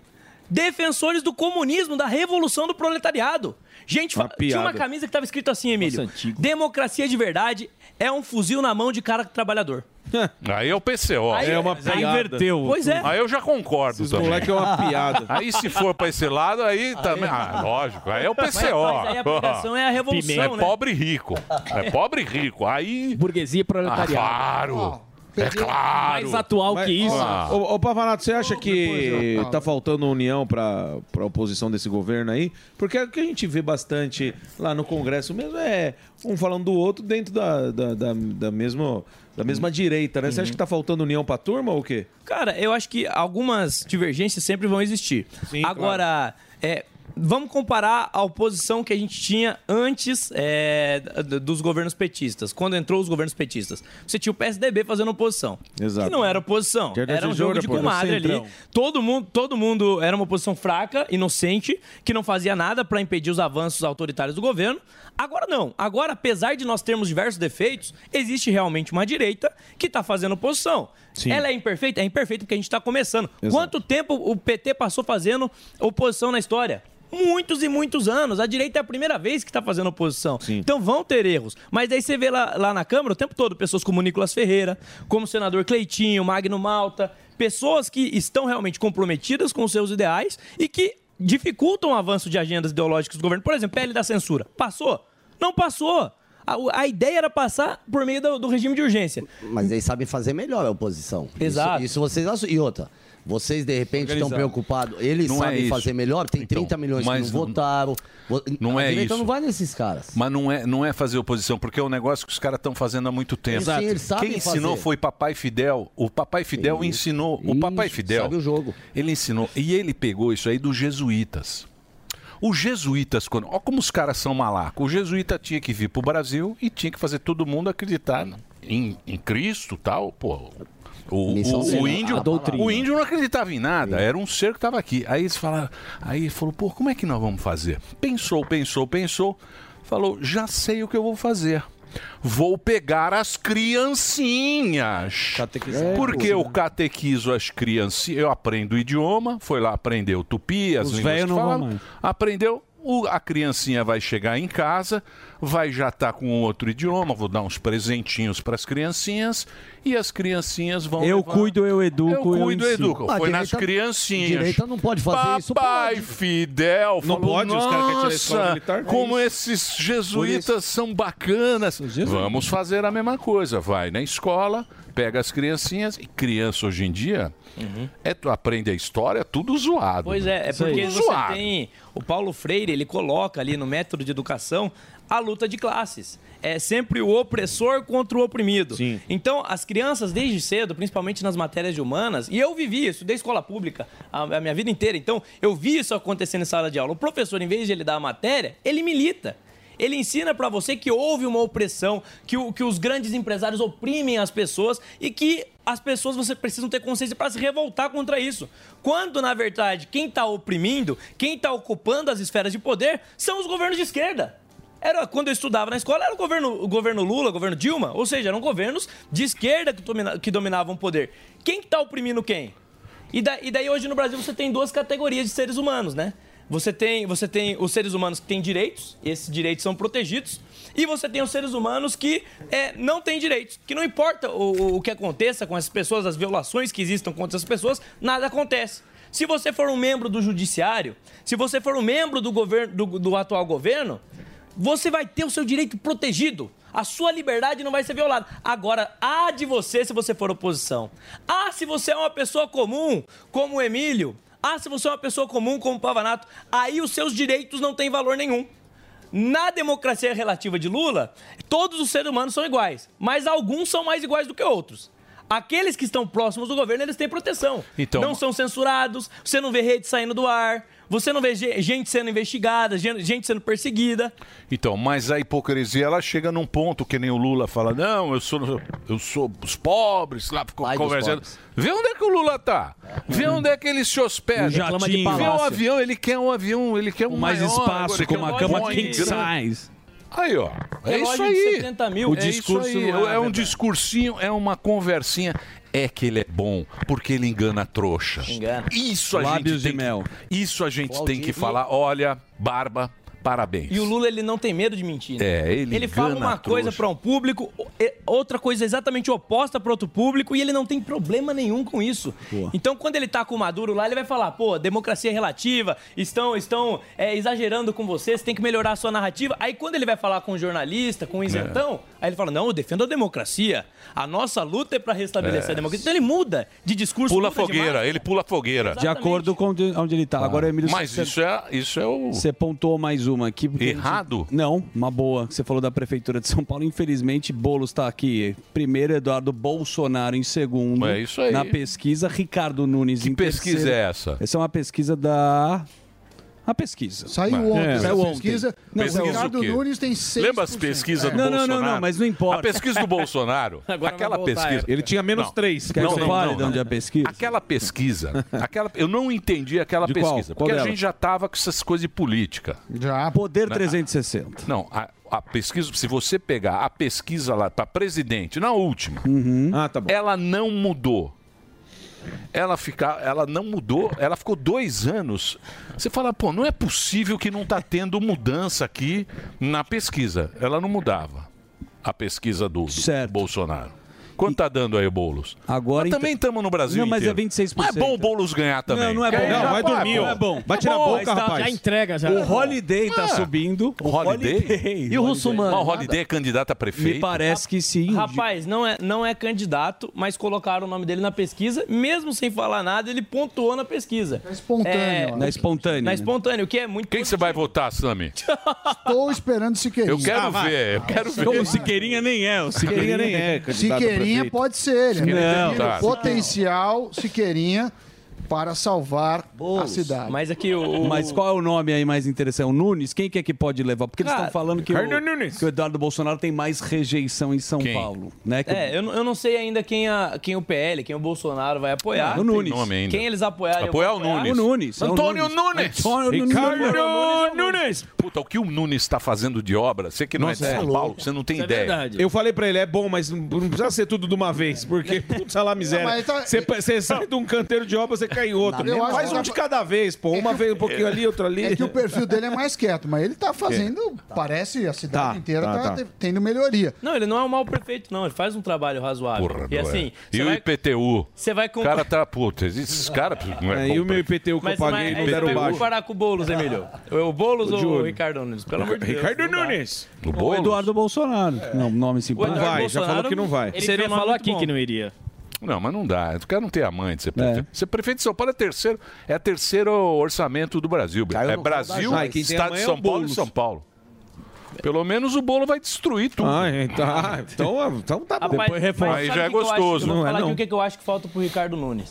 Speaker 23: Defensores do comunismo, da revolução do proletariado. Gente,
Speaker 4: Uma
Speaker 23: fa- tinha uma
Speaker 4: piada.
Speaker 23: camisa que estava escrito assim, Emílio. Democracia de verdade é um fuzil na mão de cara trabalhador.
Speaker 5: Aí é o PCO.
Speaker 23: Aí é uma
Speaker 5: Aí
Speaker 23: piada. Pois é.
Speaker 5: Aí eu já concordo
Speaker 23: Esses
Speaker 5: também.
Speaker 23: moleque é uma piada.
Speaker 5: Aí se for pra esse lado, aí também... Ah, lógico. Aí é o PCO.
Speaker 23: Mas aí a aplicação é a revolução,
Speaker 5: É
Speaker 23: né?
Speaker 5: pobre e rico. É pobre e rico. Aí... Ah,
Speaker 23: Burguesia
Speaker 4: proletariado.
Speaker 5: claro. É claro.
Speaker 4: Mas-
Speaker 5: Ah.
Speaker 4: Ô, ô, Pavanato, você acha que tá faltando união pra, pra oposição desse governo aí? Porque é o que a gente vê bastante lá no Congresso mesmo é um falando do outro dentro da, da, da, da mesmo, da mesma direita, né? Você
Speaker 22: Uhum.
Speaker 4: acha que tá faltando união pra turma ou o quê?
Speaker 23: Cara, eu acho que algumas divergências sempre vão existir. Agora, é, vamos comparar a oposição que a gente tinha antes é, d- dos governos petistas, quando entrou os governos petistas. Você tinha o PSDB fazendo oposição.
Speaker 4: Exato.
Speaker 23: Que não era oposição.
Speaker 4: Tinha
Speaker 23: Era um
Speaker 4: decisora,
Speaker 23: jogo de
Speaker 4: pô, era
Speaker 23: comadre ali.
Speaker 4: centrão.
Speaker 23: Todo mundo, todo mundo era uma oposição fraca, inocente, que não fazia nada para impedir os avanços autoritários do governo. Agora não. Agora, apesar de nós termos diversos defeitos, existe realmente uma direita que está fazendo oposição. Ela é imperfeita? É imperfeita porque a gente está começando. Quanto tempo o PT passou fazendo oposição na história? Muitos e muitos anos. A direita é a primeira vez que está fazendo oposição. Então vão ter erros. Mas daí você vê lá, lá na Câmara o tempo todo pessoas como Nicolas Ferreira, como o senador Cleitinho, Magno Malta, pessoas que estão realmente comprometidas com os seus ideais e que dificultam o avanço de agendas ideológicas do governo. Por exemplo, PL da censura. Passou? Não passou. A, a ideia era passar por meio do, do regime de urgência.
Speaker 21: Mas eles sabem fazer melhor a oposição. Exato. Isso, isso vocês assu- E outra, vocês de repente estão Organizado. preocupados. Eles Não é sabem isso. fazer melhor, tem 30 milhões que não
Speaker 5: mas não-
Speaker 21: votaram. Vo-
Speaker 5: Não
Speaker 21: a
Speaker 5: é
Speaker 21: direita
Speaker 5: isso.
Speaker 21: não vai nesses caras.
Speaker 5: Mas não é, não é fazer oposição, porque é um negócio que os caras estão fazendo há muito tempo.
Speaker 21: Sim, eles sabem
Speaker 5: Quem ensinou
Speaker 21: fazer.
Speaker 5: foi Papai Fidel. O Papai Fidel
Speaker 21: Isso.
Speaker 5: ensinou. O Papai Fidel.
Speaker 21: sabe o jogo.
Speaker 5: Ele ensinou. E ele pegou isso aí dos jesuítas. Os jesuítas, quando. Olha como os caras são malacos. O jesuíta tinha que vir pro Brasil e tinha que fazer todo mundo acreditar em, em Cristo tal. Pô. O,
Speaker 21: Missão
Speaker 5: o- o
Speaker 21: sendo
Speaker 5: índio,
Speaker 21: a doutrina.
Speaker 5: o índio não acreditava em nada, era um ser que estava aqui. Aí eles falaram, aí ele falou, pô, como é que nós vamos fazer? Pensou, pensou, pensou, falou, já sei o que eu vou fazer. Vou pegar as criancinhas. Porque eu catequizo as criancinhas, eu aprendo o idioma, foi lá, aprendeu tupi, as
Speaker 22: Os
Speaker 5: línguas
Speaker 22: velhos
Speaker 5: que
Speaker 22: não vão
Speaker 5: falam,
Speaker 22: mais.
Speaker 5: aprendeu. o- a criancinha vai chegar em casa, vai já estar com outro idioma, vou dar uns presentinhos para as criancinhas e as criancinhas vão.
Speaker 22: Eu
Speaker 5: levar-
Speaker 22: cuido, eu educo,
Speaker 5: eu cuido,
Speaker 22: ensino.
Speaker 5: educo. Foi nas criancinhas.
Speaker 21: Ah, Direita não pode fazer
Speaker 5: Papai
Speaker 21: isso.
Speaker 5: Fidel
Speaker 21: Não
Speaker 5: falou,
Speaker 21: pode, os caras querem tirar a escola
Speaker 5: "Nossa,
Speaker 21: militar".
Speaker 5: Como esses jesuítas são bacanas. Vamos fazer a mesma coisa. Vai na escola, pega as criancinhas. E criança hoje em dia é, tu aprende a história tudo zoado.
Speaker 23: Uhum.
Speaker 5: né?
Speaker 23: Pois é, é
Speaker 5: Tudo
Speaker 23: porque você
Speaker 5: zoado.
Speaker 23: tem. O Paulo Freire, ele coloca ali no método de educação a luta de classes. É sempre o opressor contra o oprimido. Então, as crianças, desde cedo, principalmente nas matérias de humanas, e eu vivi isso desde escola pública, a, a minha vida inteira. Então, eu vi isso acontecer em sala de aula. O professor, em vez de ele dar a matéria, ele milita. Ele ensina pra você que houve uma opressão, que, o- que os grandes empresários oprimem as pessoas e que as pessoas você precisam ter consciência pra se revoltar contra isso. Quando, na verdade, quem tá oprimindo, quem tá ocupando as esferas de poder são os governos de esquerda. Era quando eu estudava na escola, era o governo, o governo Lula, o governo Dilma, ou seja, eram governos de esquerda que, domina- que dominavam o poder. Quem que tá oprimindo quem? E, da- e daí hoje no Brasil você tem duas categorias de seres humanos, né? Você tem, você tem os seres humanos que têm direitos, esses direitos são protegidos, e você tem os seres humanos que é, não têm direitos, que não importa o, o que aconteça com essas pessoas, as violações que existam contra essas pessoas, nada acontece. Se você for um membro do judiciário, se você for um membro do governo do- do atual governo, você vai ter o seu direito protegido. A sua liberdade não vai ser violada. Agora, há de você se você for oposição. Ah, se você é uma pessoa comum, como o Emílio. Ah, se você é uma pessoa comum, como o Pavanato. Aí os seus direitos não têm valor nenhum. Na democracia relativa de Lula, todos os seres humanos são iguais. Mas alguns são mais iguais do que outros. Aqueles que estão próximos do governo, eles têm proteção.
Speaker 5: Então-
Speaker 23: não são censurados, você não vê rede saindo do ar, você não vê ge- gente sendo investigada, gen- gente sendo perseguida.
Speaker 5: Então, mas a hipocrisia ela chega num ponto que nem o Lula fala: não, eu sou, eu sou os pobres, lá ficou
Speaker 22: dos
Speaker 5: conversando.
Speaker 22: pobres.
Speaker 5: Vê onde é que o Lula tá. Vê onde é que ele se hospeda.
Speaker 22: Um jatinho.
Speaker 5: Vê o avião, ele quer um avião, ele quer um
Speaker 22: Mais
Speaker 5: maior,
Speaker 22: espaço,
Speaker 5: agora ele
Speaker 22: com
Speaker 5: quer
Speaker 22: uma
Speaker 5: um
Speaker 22: cama
Speaker 5: Boeing
Speaker 22: king
Speaker 5: grande.
Speaker 22: size.
Speaker 5: Aí, ó. É
Speaker 23: Relógio
Speaker 5: isso
Speaker 23: de
Speaker 5: aí.
Speaker 23: 70 mil,
Speaker 5: o
Speaker 23: é isso
Speaker 5: discurso
Speaker 23: aí,
Speaker 5: é,
Speaker 23: não é
Speaker 5: um
Speaker 23: verdade.
Speaker 5: discursinho, é uma conversinha. É que ele é bom, porque ele engana a trouxa.
Speaker 23: Engana.
Speaker 5: Isso a
Speaker 23: Lábios
Speaker 5: gente
Speaker 23: de
Speaker 5: tem
Speaker 23: mel.
Speaker 5: Que, isso a gente
Speaker 23: Claudinho.
Speaker 5: tem que falar. Olha, barba, parabéns.
Speaker 23: E o Lula, ele não tem medo de mentir. né?
Speaker 5: É, ele
Speaker 23: fala
Speaker 5: engana a
Speaker 23: uma coisa
Speaker 5: trouxa.
Speaker 23: pra um público, o- e- outra coisa exatamente oposta pra outro público, e ele não tem problema nenhum com isso. Então, quando ele tá com o Maduro lá, ele vai falar, pô, democracia é relativa, estão estão é, exagerando com vocês, tem que melhorar a sua narrativa. Aí, quando ele vai falar com o jornalista,
Speaker 5: É.
Speaker 23: com o isentão, aí ele fala, não, eu defendo a democracia. A nossa luta é pra restabelecer
Speaker 5: É.
Speaker 23: a democracia. Então, ele muda de discurso.
Speaker 5: Pula
Speaker 23: muda de
Speaker 5: fogueira, ele pula fogueira.
Speaker 17: De acordo com onde, onde ele tá. Agora, Emílio,
Speaker 5: Mas
Speaker 17: você-
Speaker 5: isso é, isso é o.
Speaker 17: Você pontuou mais uma aqui. porque a gente-
Speaker 5: Errado?
Speaker 17: Não, uma boa. Você falou da Prefeitura de São Paulo. Infelizmente, Boulos está aqui. Primeiro, Eduardo Bolsonaro em segundo.
Speaker 5: É isso aí.
Speaker 17: Na pesquisa, Ricardo Nunes que em
Speaker 5: pesquisa
Speaker 17: terceiro.
Speaker 5: é essa?
Speaker 17: Essa é uma pesquisa da... A pesquisa.
Speaker 6: Saiu
Speaker 17: Mas-
Speaker 6: ontem
Speaker 17: É.
Speaker 6: essa
Speaker 17: Saiu ontem.
Speaker 6: pesquisa. Não,
Speaker 17: Pesquisa
Speaker 6: o
Speaker 17: o
Speaker 6: Ricardo
Speaker 17: quê?
Speaker 6: Nunes tem 6%.
Speaker 5: Lembra as
Speaker 6: É.
Speaker 5: pesquisas do
Speaker 17: É. Não, não, não,
Speaker 5: Bolsonaro?
Speaker 17: não, mas não importa.
Speaker 5: A pesquisa do Bolsonaro,
Speaker 17: Agora
Speaker 5: aquela
Speaker 17: vai voltar,
Speaker 5: pesquisa...
Speaker 17: é. Ele tinha menos três, quer que eu fale de onde é a pesquisa?
Speaker 5: Aquela pesquisa, aquela... eu não entendi aquela
Speaker 17: De qual?
Speaker 5: pesquisa,
Speaker 17: Qual
Speaker 5: porque a
Speaker 17: dela?
Speaker 5: gente já tava com essas coisas de política.
Speaker 6: Já.
Speaker 17: Poder 360.
Speaker 5: Não, a, a pesquisa, se você pegar a pesquisa lá para presidente, na última,
Speaker 17: Uhum.
Speaker 5: ela não mudou. Ela, fica, ela não mudou, ela ficou dois anos. Você fala, pô, não é possível que não tá tendo mudança aqui na pesquisa. Ela não mudava a pesquisa do, do Bolsonaro. Quanto tá dando aí, Boulos?
Speaker 17: Agora então-
Speaker 5: Mas também estamos no Brasil
Speaker 17: Não, mas é
Speaker 5: inteiro.
Speaker 17: 26%.
Speaker 5: Mas é bom o Boulos ganhar também.
Speaker 17: Não, não é bom.
Speaker 5: Porque aí
Speaker 17: Não,
Speaker 5: já
Speaker 17: vai dormir,
Speaker 5: pô.
Speaker 17: ó.
Speaker 5: É bom.
Speaker 17: Bate na
Speaker 5: Bom,
Speaker 17: boca,
Speaker 5: mas tá-
Speaker 17: rapaz.
Speaker 5: já entrega, já.
Speaker 17: O Holiday tá
Speaker 5: Ah.
Speaker 17: subindo.
Speaker 5: O Holiday?
Speaker 17: E o Russomano?
Speaker 5: Mas O Holiday é candidato a prefeito?
Speaker 17: Me parece que sim.
Speaker 23: Rapaz, não é, não é candidato, mas colocaram o nome dele na pesquisa, mesmo sem falar nada, ele pontuou na pesquisa. É
Speaker 6: espontâneo,
Speaker 18: né?
Speaker 6: ó. Na
Speaker 17: espontânea.
Speaker 23: Na espontânea, o que é muito.
Speaker 5: Quem que você vai votar, Sami?
Speaker 6: Estou esperando o Siqueirinha.
Speaker 5: Eu
Speaker 20: Ah,
Speaker 5: quero ver, eu quero ver.
Speaker 17: Como o Siqueirinha nem é, o Siqueirinha nem é. candidato a
Speaker 6: Siqueirinha
Speaker 17: prefeito.
Speaker 6: pode ser. Ele
Speaker 17: Siqueirinha
Speaker 6: é
Speaker 17: é deputado.
Speaker 6: potencial Siqueirinha para salvar a cidade.
Speaker 23: Mas aqui o.
Speaker 17: Mas qual é o nome aí mais interessante? O Nunes? Quem que é que pode levar? Porque eles
Speaker 23: Cara,
Speaker 17: estão falando que
Speaker 23: Ricardo
Speaker 17: o, que o Eduardo Bolsonaro tem mais rejeição em São Paulo. Né? Que-
Speaker 23: É, eu, não- eu não sei ainda quem, a, quem o PL, quem o Bolsonaro vai apoiar.
Speaker 17: Não, o Nunes.
Speaker 5: é nome ainda.
Speaker 23: Quem eles apoiarem. eu vou
Speaker 5: Apoiar o Nunes.
Speaker 17: O Nunes, é o
Speaker 5: Antônio
Speaker 17: Nunes.
Speaker 5: Nunes.
Speaker 17: Antônio Nunes.
Speaker 5: Nunes. Puta, o que o Nunes está fazendo de obra? Você que não
Speaker 4: Nossa,
Speaker 5: é de
Speaker 4: é
Speaker 5: São
Speaker 4: louco.
Speaker 5: Paulo, você não tem ideia.
Speaker 4: Eu falei pra ele, é bom, mas não não precisa ser tudo de uma vez, porque puta lá
Speaker 5: Não,
Speaker 4: miséria.
Speaker 5: mas tá-
Speaker 4: Você você sai de um canteiro de obra, você cai em outro.
Speaker 6: Eu acho
Speaker 4: Faz
Speaker 6: que-
Speaker 4: um de cada vez, pô. Uma vez um pouquinho ali, outra ali.
Speaker 6: É que o perfil dele é mais quieto, mas ele tá
Speaker 23: É.
Speaker 6: fazendo. Parece a cidade
Speaker 23: Tá,
Speaker 6: inteira
Speaker 23: tá,
Speaker 6: tá,
Speaker 23: tá.
Speaker 6: te- tendo melhoria.
Speaker 23: Não, ele não é um mau prefeito, não. Ele faz um trabalho razoável. e assim,
Speaker 5: e
Speaker 23: você
Speaker 5: o
Speaker 23: vai-
Speaker 5: IPTU?
Speaker 23: você vai
Speaker 5: O
Speaker 23: com-
Speaker 5: cara tá, puta, esses caras... não
Speaker 23: É,
Speaker 5: É,
Speaker 23: e o
Speaker 5: meu
Speaker 4: IPTU
Speaker 23: Mas, mas aí você vai comparar com o Boulos, Emílio. O Boulos
Speaker 17: Ô,
Speaker 23: ou o
Speaker 17: Júlio.
Speaker 23: Ricardo Nunes? Pelo amor de Deus.
Speaker 17: Ricardo
Speaker 23: não dá.
Speaker 17: Nunes.
Speaker 5: O
Speaker 17: Ou Eduardo Bolsonaro.
Speaker 5: É.
Speaker 17: Não, nome assim, simpático.
Speaker 23: Ele um seria falou aqui que não
Speaker 5: iria. Não, mas não dá. O cara não tem a mãe
Speaker 4: É.
Speaker 5: de ser prefeito. Ser prefeito de São Paulo é terceiro, é terceiro orçamento do Brasil. é
Speaker 4: no colo da
Speaker 5: Brasil,
Speaker 4: Jai. Ah, e quem tem a
Speaker 5: Estado de
Speaker 4: mãe é o
Speaker 5: São Paulo e
Speaker 4: Boulos.
Speaker 5: São Paulo. Pelo menos o bolo vai destruir tudo.
Speaker 4: Ah, então, ah, então, então tá bom.
Speaker 23: Rapaz, mas
Speaker 5: Aí
Speaker 23: sabe
Speaker 5: já é
Speaker 23: o que eu acho?
Speaker 5: gostoso.
Speaker 23: Eu vou
Speaker 5: Não é,
Speaker 23: falar aqui
Speaker 5: não.
Speaker 23: o que que eu acho que falta pro Ricardo Nunes.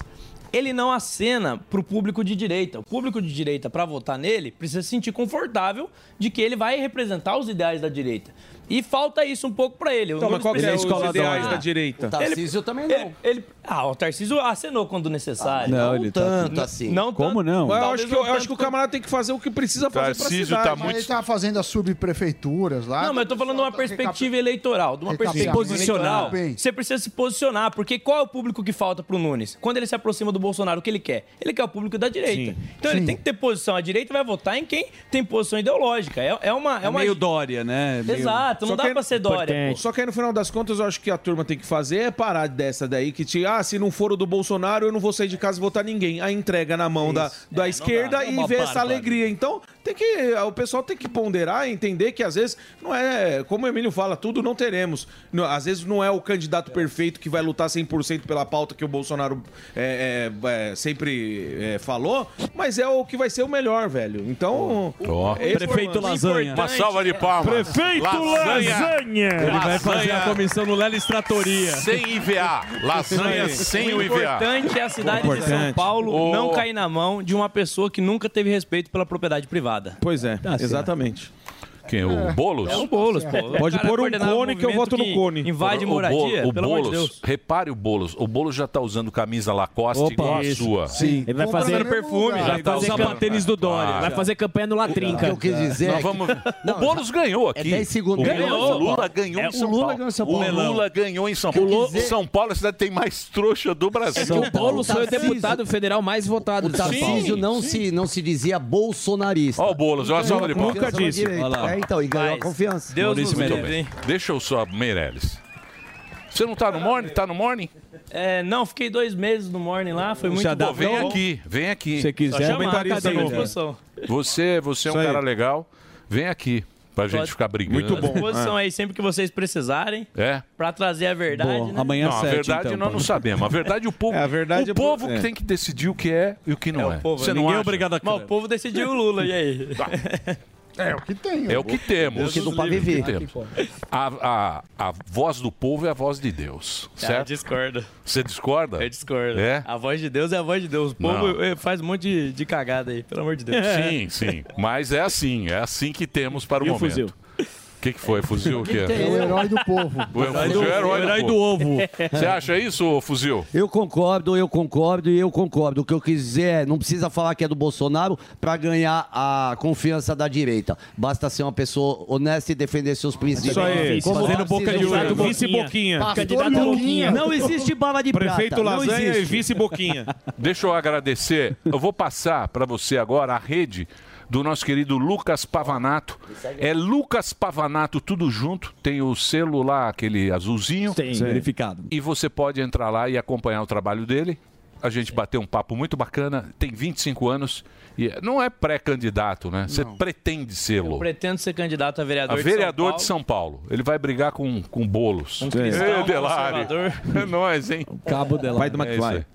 Speaker 23: Ele não acena pro público de direita. O público de direita, pra votar nele, precisa se sentir confortável de que ele vai representar os ideais da direita. E falta isso um pouco pra ele. O
Speaker 4: Então, mas
Speaker 23: Nunes
Speaker 4: qual que é
Speaker 23: precisa
Speaker 4: os
Speaker 23: escolar
Speaker 4: ideais
Speaker 23: da-
Speaker 4: da direita?
Speaker 23: O Tarcísio
Speaker 21: também
Speaker 23: não. Ele, ele- ah, o Tarcísio acenou quando necessário.
Speaker 4: Não, ele tá-
Speaker 23: Não
Speaker 17: Como não?
Speaker 4: Mas eu
Speaker 23: Talvez
Speaker 4: acho, que, eu acho que o camarada tem que fazer o que precisa fazer pra
Speaker 5: Tarcísio
Speaker 4: cidade.
Speaker 5: tá
Speaker 6: Mas ele tá fazendo as subprefeituras
Speaker 5: Ah,
Speaker 6: lá.
Speaker 23: Não, mas eu tô falando de uma perspectiva eleitoral, de uma
Speaker 6: Recap-
Speaker 23: perspectiva
Speaker 6: Posicionar.
Speaker 23: eleitoral. Você precisa se posicionar, porque qual é o público que falta pro Nunes? Quando ele se aproxima do Bolsonaro, o que ele quer? Ele quer o público da direita. Então ele tem que ter posição. A direita vai votar em quem tem posição ideológica. É, é uma... É uma...
Speaker 17: meio Dória, né? Meio-
Speaker 23: Exato, não
Speaker 4: Só
Speaker 23: dá
Speaker 4: que aí-
Speaker 23: pra ser Dória. pô.
Speaker 4: Só que aí no final das contas, eu acho que a turma tem que fazer é parar dessa daí que te, ah, se não for o do Bolsonaro, eu não vou sair de casa e votar ninguém. Aí entrega na mão da, da esquerda
Speaker 17: dá. É
Speaker 4: e
Speaker 17: uma
Speaker 4: vê essa
Speaker 17: bárbara.
Speaker 4: alegria. Então, tem que o pessoal tem que ponderar e entender que às vezes não é, como o Emílio fala, tudo não teremos. Não, às vezes não é o candidato perfeito que vai lutar 100% pela pauta que o Bolsonaro é, é, é, sempre é, falou, mas é o que vai ser o melhor, velho. Então, esse foi o
Speaker 17: Prefeito
Speaker 4: lance.
Speaker 17: Lasanha.
Speaker 5: Uma salva de palmas.
Speaker 17: Prefeito
Speaker 5: Lasanha.
Speaker 17: Ele vai
Speaker 5: Lasanha.
Speaker 17: fazer a comissão no Lela Estratoria.
Speaker 5: Sem IVA. Lasanha sem o IVA.
Speaker 23: importante é a cidade de São
Speaker 5: Importante.
Speaker 23: Paulo
Speaker 5: Ô.
Speaker 23: não cair na mão de uma pessoa que nunca teve respeito pela propriedade privada.
Speaker 4: Pois é,
Speaker 23: Tá certo.
Speaker 4: exatamente.
Speaker 5: Quem? O Boulos?
Speaker 23: É o Boulos, pô. O
Speaker 26: Pode
Speaker 23: cara
Speaker 26: pôr um
Speaker 23: coordenava
Speaker 26: cone que eu
Speaker 23: movimento
Speaker 26: voto no
Speaker 23: que
Speaker 26: cone.
Speaker 23: Invade
Speaker 5: O
Speaker 23: moradia,
Speaker 5: Bo- o
Speaker 23: pelo amor de
Speaker 5: Boulos-
Speaker 23: Deus.
Speaker 5: Repare o Boulos. O Boulos já tá usando camisa Lacoste igual a
Speaker 23: isso.
Speaker 5: sua.
Speaker 23: Sim. Ele vai Compra fazer- no mesmo perfume, lugar.
Speaker 5: Já
Speaker 23: Ele
Speaker 5: tá
Speaker 23: vai usar
Speaker 5: usando
Speaker 23: tênis do Dória. Vai fazer campanha
Speaker 11: É
Speaker 23: no Latrinca.
Speaker 5: O
Speaker 23: O que eu quis dizer é
Speaker 5: Nós
Speaker 23: que-
Speaker 5: vamos...
Speaker 23: Não,
Speaker 5: o Boulos ganhou aqui.
Speaker 23: é 10 segundos.
Speaker 5: O Lula-
Speaker 23: Ganhou.
Speaker 5: O Lula ganhou
Speaker 23: É,
Speaker 5: em São
Speaker 23: o Lula
Speaker 5: Paulo.
Speaker 23: ganhou em São Paulo.
Speaker 5: O Lula ganhou em São Paulo. São Paulo é a cidade que tem mais trouxa do Brasil.
Speaker 12: É que o Boulos foi o deputado
Speaker 23: federal mais votado.
Speaker 12: O Tarcísio não se, não se dizia bolsonarista. Ó
Speaker 5: o Boulos, olha só onde ele
Speaker 12: Nunca
Speaker 5: pode.
Speaker 12: disse.
Speaker 5: Olha lá.
Speaker 12: É, então, e ganhou a confiança.
Speaker 5: Muito bem. Deixa eu só, Meirelles. Você não tá no morning? Tá no morning?
Speaker 23: É, não, fiquei dois meses no morning lá, foi
Speaker 5: Pô,
Speaker 23: muito bom.
Speaker 5: Vem aqui, vem aqui.
Speaker 23: Se quiser, né? Só chamar, comentarista cadê a novo. disposição?
Speaker 5: Você, você é um
Speaker 23: Isso aí.
Speaker 5: cara legal. Vem aqui pra gente
Speaker 23: Pode-
Speaker 5: ficar brigando.
Speaker 23: À Tá disposição aí sempre que vocês precisarem.
Speaker 5: É.
Speaker 23: Pra trazer a verdade, né?
Speaker 5: não, a verdade nós não sabemos. A verdade o povo,
Speaker 23: É, a verdade é
Speaker 5: o
Speaker 23: po-
Speaker 5: povo
Speaker 23: é.
Speaker 5: que tem que decidir o que é e o que não é.
Speaker 23: O povo,
Speaker 5: Você não
Speaker 23: ninguém
Speaker 5: acha? Tá.
Speaker 23: é obrigado a Mas o povo decidiu o Lula, e aí?
Speaker 27: É o que tem.
Speaker 5: É o que temos.
Speaker 23: Deus nos livre.
Speaker 5: É o que temos. A, a, a voz do povo é a voz de Deus,
Speaker 23: Cara, Ah, eu
Speaker 5: certo?
Speaker 23: discordo.
Speaker 5: Você discorda?
Speaker 23: Eu discordo.
Speaker 5: É?
Speaker 23: A voz de Deus é a voz de Deus. O povo
Speaker 5: Não.
Speaker 23: eh, faz um monte de, de cagada aí, pelo amor de Deus.
Speaker 5: Sim, sim. Mas é assim, é assim que temos para
Speaker 23: É.
Speaker 5: o
Speaker 23: E o
Speaker 5: momento.
Speaker 23: fuzil?
Speaker 5: O que, que foi? Fuzil o quê?
Speaker 27: É o herói do povo.
Speaker 5: O fuzil é herói,
Speaker 12: Herói
Speaker 5: pô.
Speaker 12: do ovo.
Speaker 5: Você acha isso, ô fuzil?
Speaker 12: Eu concordo, eu concordo e eu concordo. O que eu quis dizer é, não precisa falar que é do Bolsonaro para ganhar a confiança da direita. Basta ser uma pessoa honesta e defender seus princípios.
Speaker 26: Isso aí, fazendo boca de urna. Vice Boquinha.
Speaker 12: Candidato Boquinha. Não existe bala de
Speaker 26: Prefeito
Speaker 12: prata. não
Speaker 26: Lasanha e
Speaker 12: existe.
Speaker 26: vice Boquinha.
Speaker 5: Deixa eu agradecer. Eu vou passar para você agora a rede do nosso querido Lucas Pavanato. É Lucas Pavanato, tudo junto. Tem o selo lá, aquele azulzinho. Tem,
Speaker 9: verificado.
Speaker 5: E você pode entrar lá e acompanhar o trabalho dele. A gente bateu um papo muito bacana. Tem 25 anos e não é pré-candidato, né? Você pretende
Speaker 23: Eu
Speaker 5: sê-lo.
Speaker 23: pretendo ser candidato a É vereador,
Speaker 5: A vereador de São Paulo. Ele vai brigar com, com bolos. Um
Speaker 23: cristão, um
Speaker 5: É nóis, hein?
Speaker 9: Cabo dela.
Speaker 5: Pai do McFly.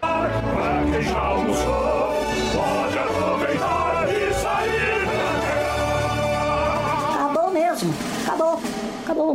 Speaker 4: Pra quem já almoçou, pode aproveitar e sair
Speaker 18: Acabou mesmo. Acabou. Acabou